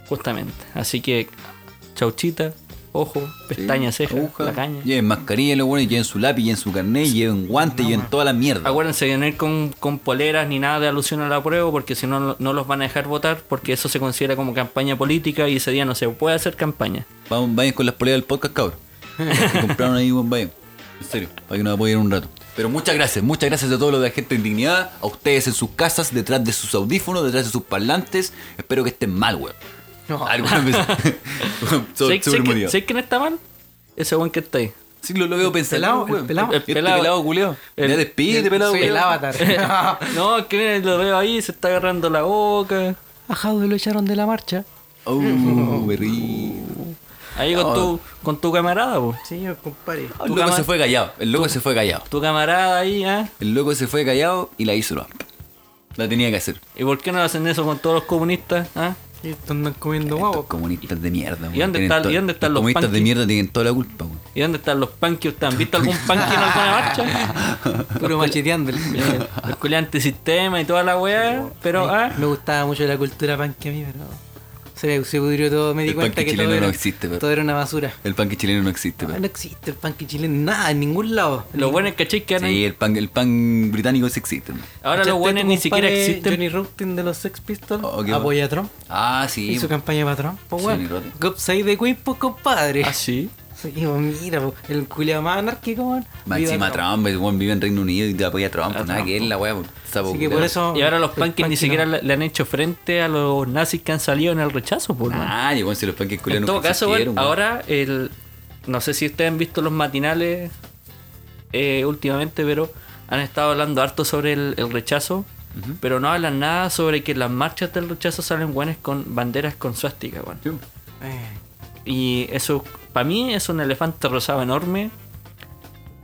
Speaker 2: Justamente. Así que, chauchita, ojo, pestaña, ceja, la caña.
Speaker 3: Lleven mascarilla, lo bueno, y lleven su lápiz, lleven su carnet, lleven guantes, lleven toda la mierda.
Speaker 2: Acuérdense de no ir con, con poleras ni nada de alusión a la prueba, porque si no, no los van a dejar votar, porque eso se considera como campaña política y ese día no se puede hacer campaña.
Speaker 3: Vamos, vayan con las poleas del podcast, cabrón. Que compraron ahí, buen vayan. En serio, para que nos apoyen un rato. Pero muchas gracias, muchas gracias a todos los de la gente en dignidad, a ustedes en sus casas, detrás de sus audífonos, detrás de sus parlantes. Espero que estén mal, weón.
Speaker 4: No.
Speaker 3: Ah, Alguna vez. Soy súper
Speaker 2: ¿Sabes- ¿Sabes Oh. que-
Speaker 3: motivado.
Speaker 2: sabes quién está mal? Ese buen que está ahí.
Speaker 3: Sí, lo, veo pensando.
Speaker 2: El pelado,
Speaker 3: Este pelado, culeo. Ya despídete, pelado,
Speaker 2: soy
Speaker 3: culeo.
Speaker 2: no, es que mira, lo veo ahí, se está agarrando la boca.
Speaker 4: A Jaude lo echaron de la marcha.
Speaker 3: Oh, berrido.
Speaker 2: Ahí con
Speaker 3: No.
Speaker 2: tu, con tu camarada, po.
Speaker 4: Sí, compadre.
Speaker 3: El loco se fue callado, el loco se fue callado.
Speaker 2: Tu camarada ahí, ¿ah?
Speaker 3: El loco se fue callado y la hizo, no. La tenía que hacer.
Speaker 2: ¿Y por qué no hacen eso con todos los comunistas? ¿Ah?
Speaker 4: Y andan comiendo
Speaker 3: huevos. Comunistas de mierda,
Speaker 2: ¿Y dónde
Speaker 3: Tienen
Speaker 2: está-
Speaker 3: todo-
Speaker 2: y dónde están los
Speaker 3: comunistas de
Speaker 2: punky?
Speaker 3: mierda tienen toda la culpa, weón.
Speaker 2: ¿Y dónde están los pankios? ¿Te han visto algún panky en alguna marcha?
Speaker 4: Puro macheteándole.
Speaker 2: Los culiados antisistema y toda la weá. Pero, ah,
Speaker 4: Me gustaba mucho la cultura punk a mí, pero. Se, me- se pudrió todo. Me di
Speaker 3: El
Speaker 4: cuenta
Speaker 3: punk
Speaker 4: que
Speaker 3: chileno
Speaker 4: todo,
Speaker 3: no
Speaker 4: era,
Speaker 3: existe, pero-
Speaker 4: todo era una basura.
Speaker 3: El panque chileno no existe,
Speaker 4: No,
Speaker 3: pero.
Speaker 4: no existe el punk chileno, nada, en ningún lado.
Speaker 2: Los buenos caché que
Speaker 3: Sí, el pan, el pan británico sí existe. man.
Speaker 2: Ahora los buenos ni siquiera existen.
Speaker 4: Johnny Rotten de los Sex Pistols
Speaker 3: Oh, qué
Speaker 4: apoya
Speaker 3: bueno.
Speaker 4: a Trump.
Speaker 3: Ah, sí.
Speaker 4: Y su campaña para Trump, pues
Speaker 3: Sí,
Speaker 4: weón.
Speaker 3: Johnny Rotten.
Speaker 4: God Save the Queen, pues compadre.
Speaker 2: Ah, sí.
Speaker 4: pues, mira, pues, el culiado más anárquico, weón.
Speaker 3: Más
Speaker 4: Viva
Speaker 3: encima
Speaker 4: Trump.
Speaker 3: Trump, el weón vive en Reino Unido y te apoya a Trump. pues nada que es la weá.
Speaker 4: Así que por eso-
Speaker 2: Y ahora los
Speaker 4: el
Speaker 2: panques ni
Speaker 4: punk
Speaker 2: siquiera
Speaker 4: no.
Speaker 2: le, le han hecho frente a los nazis que han salido en el rechazo, por
Speaker 3: Ah, y bueno, si los panques
Speaker 2: En
Speaker 3: culianos
Speaker 2: todo
Speaker 3: nunca
Speaker 2: caso, weón,
Speaker 3: existieron, weón.
Speaker 2: ahora el. No sé si ustedes han visto los matinales eh, últimamente, pero han estado hablando harto sobre el, el rechazo. Pero no hablan nada sobre que en las marchas del rechazo salen guanes con banderas con suástica, weón.
Speaker 4: Eh.
Speaker 2: Y eso, para mí, es un elefante rosado enorme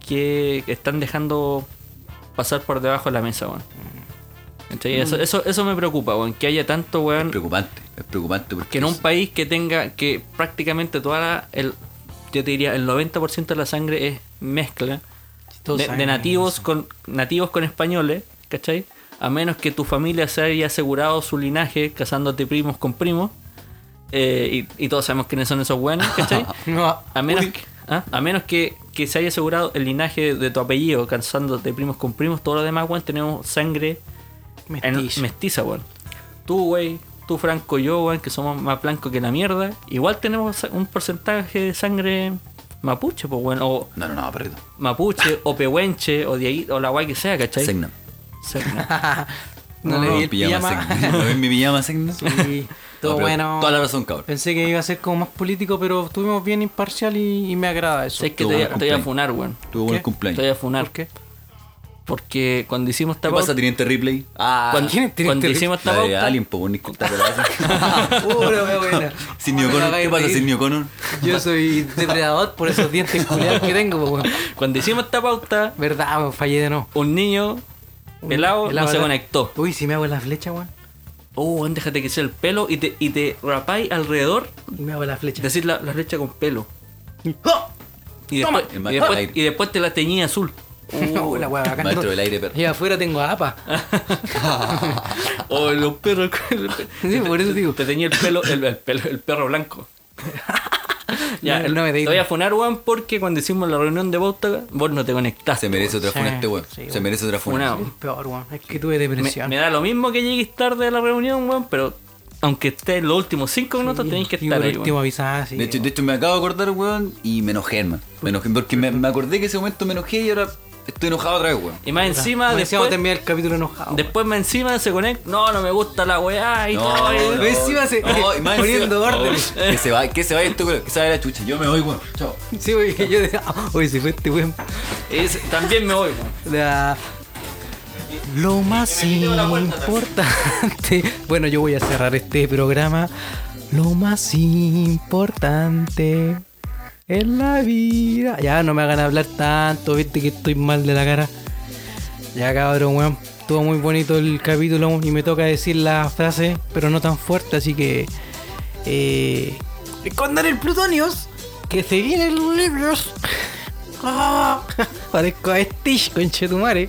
Speaker 2: que están dejando pasar por debajo de la mesa, weón. ¿Cachai? Eso,
Speaker 3: Mm.
Speaker 2: eso, eso me preocupa, weón, que haya tanto, weón. Es
Speaker 3: preocupante, es preocupante. Porque
Speaker 2: que en un país que tenga, que prácticamente toda la, el, yo te diría, el 90% de la sangre es mezcla
Speaker 4: todos
Speaker 2: de,
Speaker 4: saben
Speaker 2: de nativos con nativos con españoles, ¿cachai? A menos que tu familia se haya asegurado su linaje casándote primos con primos. eh, y, y todos sabemos quiénes son esos buenos, ¿cachai? A menos, que, ¿ah? a menos que, que se haya asegurado el linaje de tu apellido, cansándote primos con primos, todos los demás, weón, tenemos sangre en- mestiza, weón. Tú, güey, tú, Franco, yo, weón, que somos más blancos que la mierda, igual tenemos sa- un porcentaje de sangre mapuche, pues, weón. O
Speaker 3: No, no, no, perdido.
Speaker 2: mapuche, o pehuenche, o diaguito, o la guay que sea, ¿cachai?
Speaker 3: Segna.
Speaker 2: Segna.
Speaker 4: No le di el pijama.
Speaker 3: Segna. ¿No ves mi pijama, Segna?
Speaker 4: Sí, todo
Speaker 3: No, pero
Speaker 4: bueno.
Speaker 3: Toda la razón, cabrón.
Speaker 4: Pensé que iba a ser como más político, pero estuvimos bien imparcial y, y me agrada eso.
Speaker 2: Sé que te, te voy a funar, weón.
Speaker 3: Tuvo buen cumpleaños.
Speaker 2: Te voy a funar. ¿Por qué? Porque cuando hicimos esta
Speaker 3: ¿Qué pasa, Teniente Ripley? Ah,
Speaker 2: Cuando- este cuando hicimos esta
Speaker 3: La de
Speaker 2: pauta-
Speaker 3: Alien, po, ni con esta cosa.
Speaker 4: Pura wea buena.
Speaker 3: Sidney
Speaker 4: Me
Speaker 3: O'Connor,
Speaker 4: acabáis
Speaker 3: ¿qué
Speaker 4: de
Speaker 3: pasa,
Speaker 4: reír.
Speaker 3: Sidney O'Connor?
Speaker 4: Yo soy depredador por esos dientes culiados que tengo, pues, weón.
Speaker 2: Cuando hicimos esta pauta.
Speaker 4: Verdad, weón, fallé de no.
Speaker 2: Un niño pelado no se
Speaker 4: ¿verdad?
Speaker 2: conectó.
Speaker 4: Uy, si me hago la flecha, weón.
Speaker 2: Oh, weón, déjate que sea el pelo y te, y te rapáis alrededor.
Speaker 4: Y me hago la flecha.
Speaker 2: Decir la, la flecha con pelo.
Speaker 4: ¡Oh!
Speaker 2: Y
Speaker 4: Toma.
Speaker 2: después,
Speaker 4: El maestro
Speaker 2: y,
Speaker 4: del
Speaker 2: después,
Speaker 4: aire.
Speaker 2: y después te la teñía azul.
Speaker 4: Oh, la weá, bacán.
Speaker 3: Maestro del aire, perro.
Speaker 4: Y afuera tengo a APA.
Speaker 2: O Oh, los perros. sí, por eso digo. Te teñía el pelo, el, el pelo, el perro blanco. ya,
Speaker 4: No, no me
Speaker 2: te voy a funar, weón, porque cuando hicimos la reunión de pauta, vos no te conectaste. Se
Speaker 3: merece otra funa este weón. Se merece otra funa.
Speaker 4: Peor, weón. Es que tuve
Speaker 2: Me,
Speaker 4: depresión.
Speaker 2: me da lo mismo que llegues tarde a la reunión, weón, pero aunque estés en los últimos cinco minutos, tenés que
Speaker 4: y
Speaker 2: estar
Speaker 4: por
Speaker 2: ahí,
Speaker 4: último
Speaker 2: weón.
Speaker 4: avisaba así.
Speaker 3: De hecho, de hecho, me acabo de acordar, weón, y me enojé, hermano. Me enojé porque me, me acordé que ese momento me enojé y ahora estoy enojado otra vez, weón.
Speaker 2: Y más encima,
Speaker 4: Me decía,
Speaker 2: después,
Speaker 4: terminar el capítulo enojado.
Speaker 2: después más encima se conecta. No, no me gusta la weá y
Speaker 3: No,
Speaker 2: todo. y-
Speaker 3: no, no, y más
Speaker 4: poniendo
Speaker 3: encima-
Speaker 4: órdenes.
Speaker 3: Oh, que se vaya, que se vaya esto, weón, que se vaya la chucha. Yo me voy, weón. Chao.
Speaker 4: Sí, oye, que yo decía, ah, oye, si fue este weón.
Speaker 2: Es- también me voy, weón.
Speaker 4: La- Lo más importante. Bueno, yo voy a cerrar este programa. Lo más importante en la vida. Ya no me hagan hablar tanto, viste que estoy mal de la cara. Ya cabrón, weón. Estuvo muy bonito el capítulo y me toca decir la frase, pero no tan fuerte, así que. Eh, escondan el plutonios, que se vienen los libros. Ah, Parezco a Stitch, conchetumare.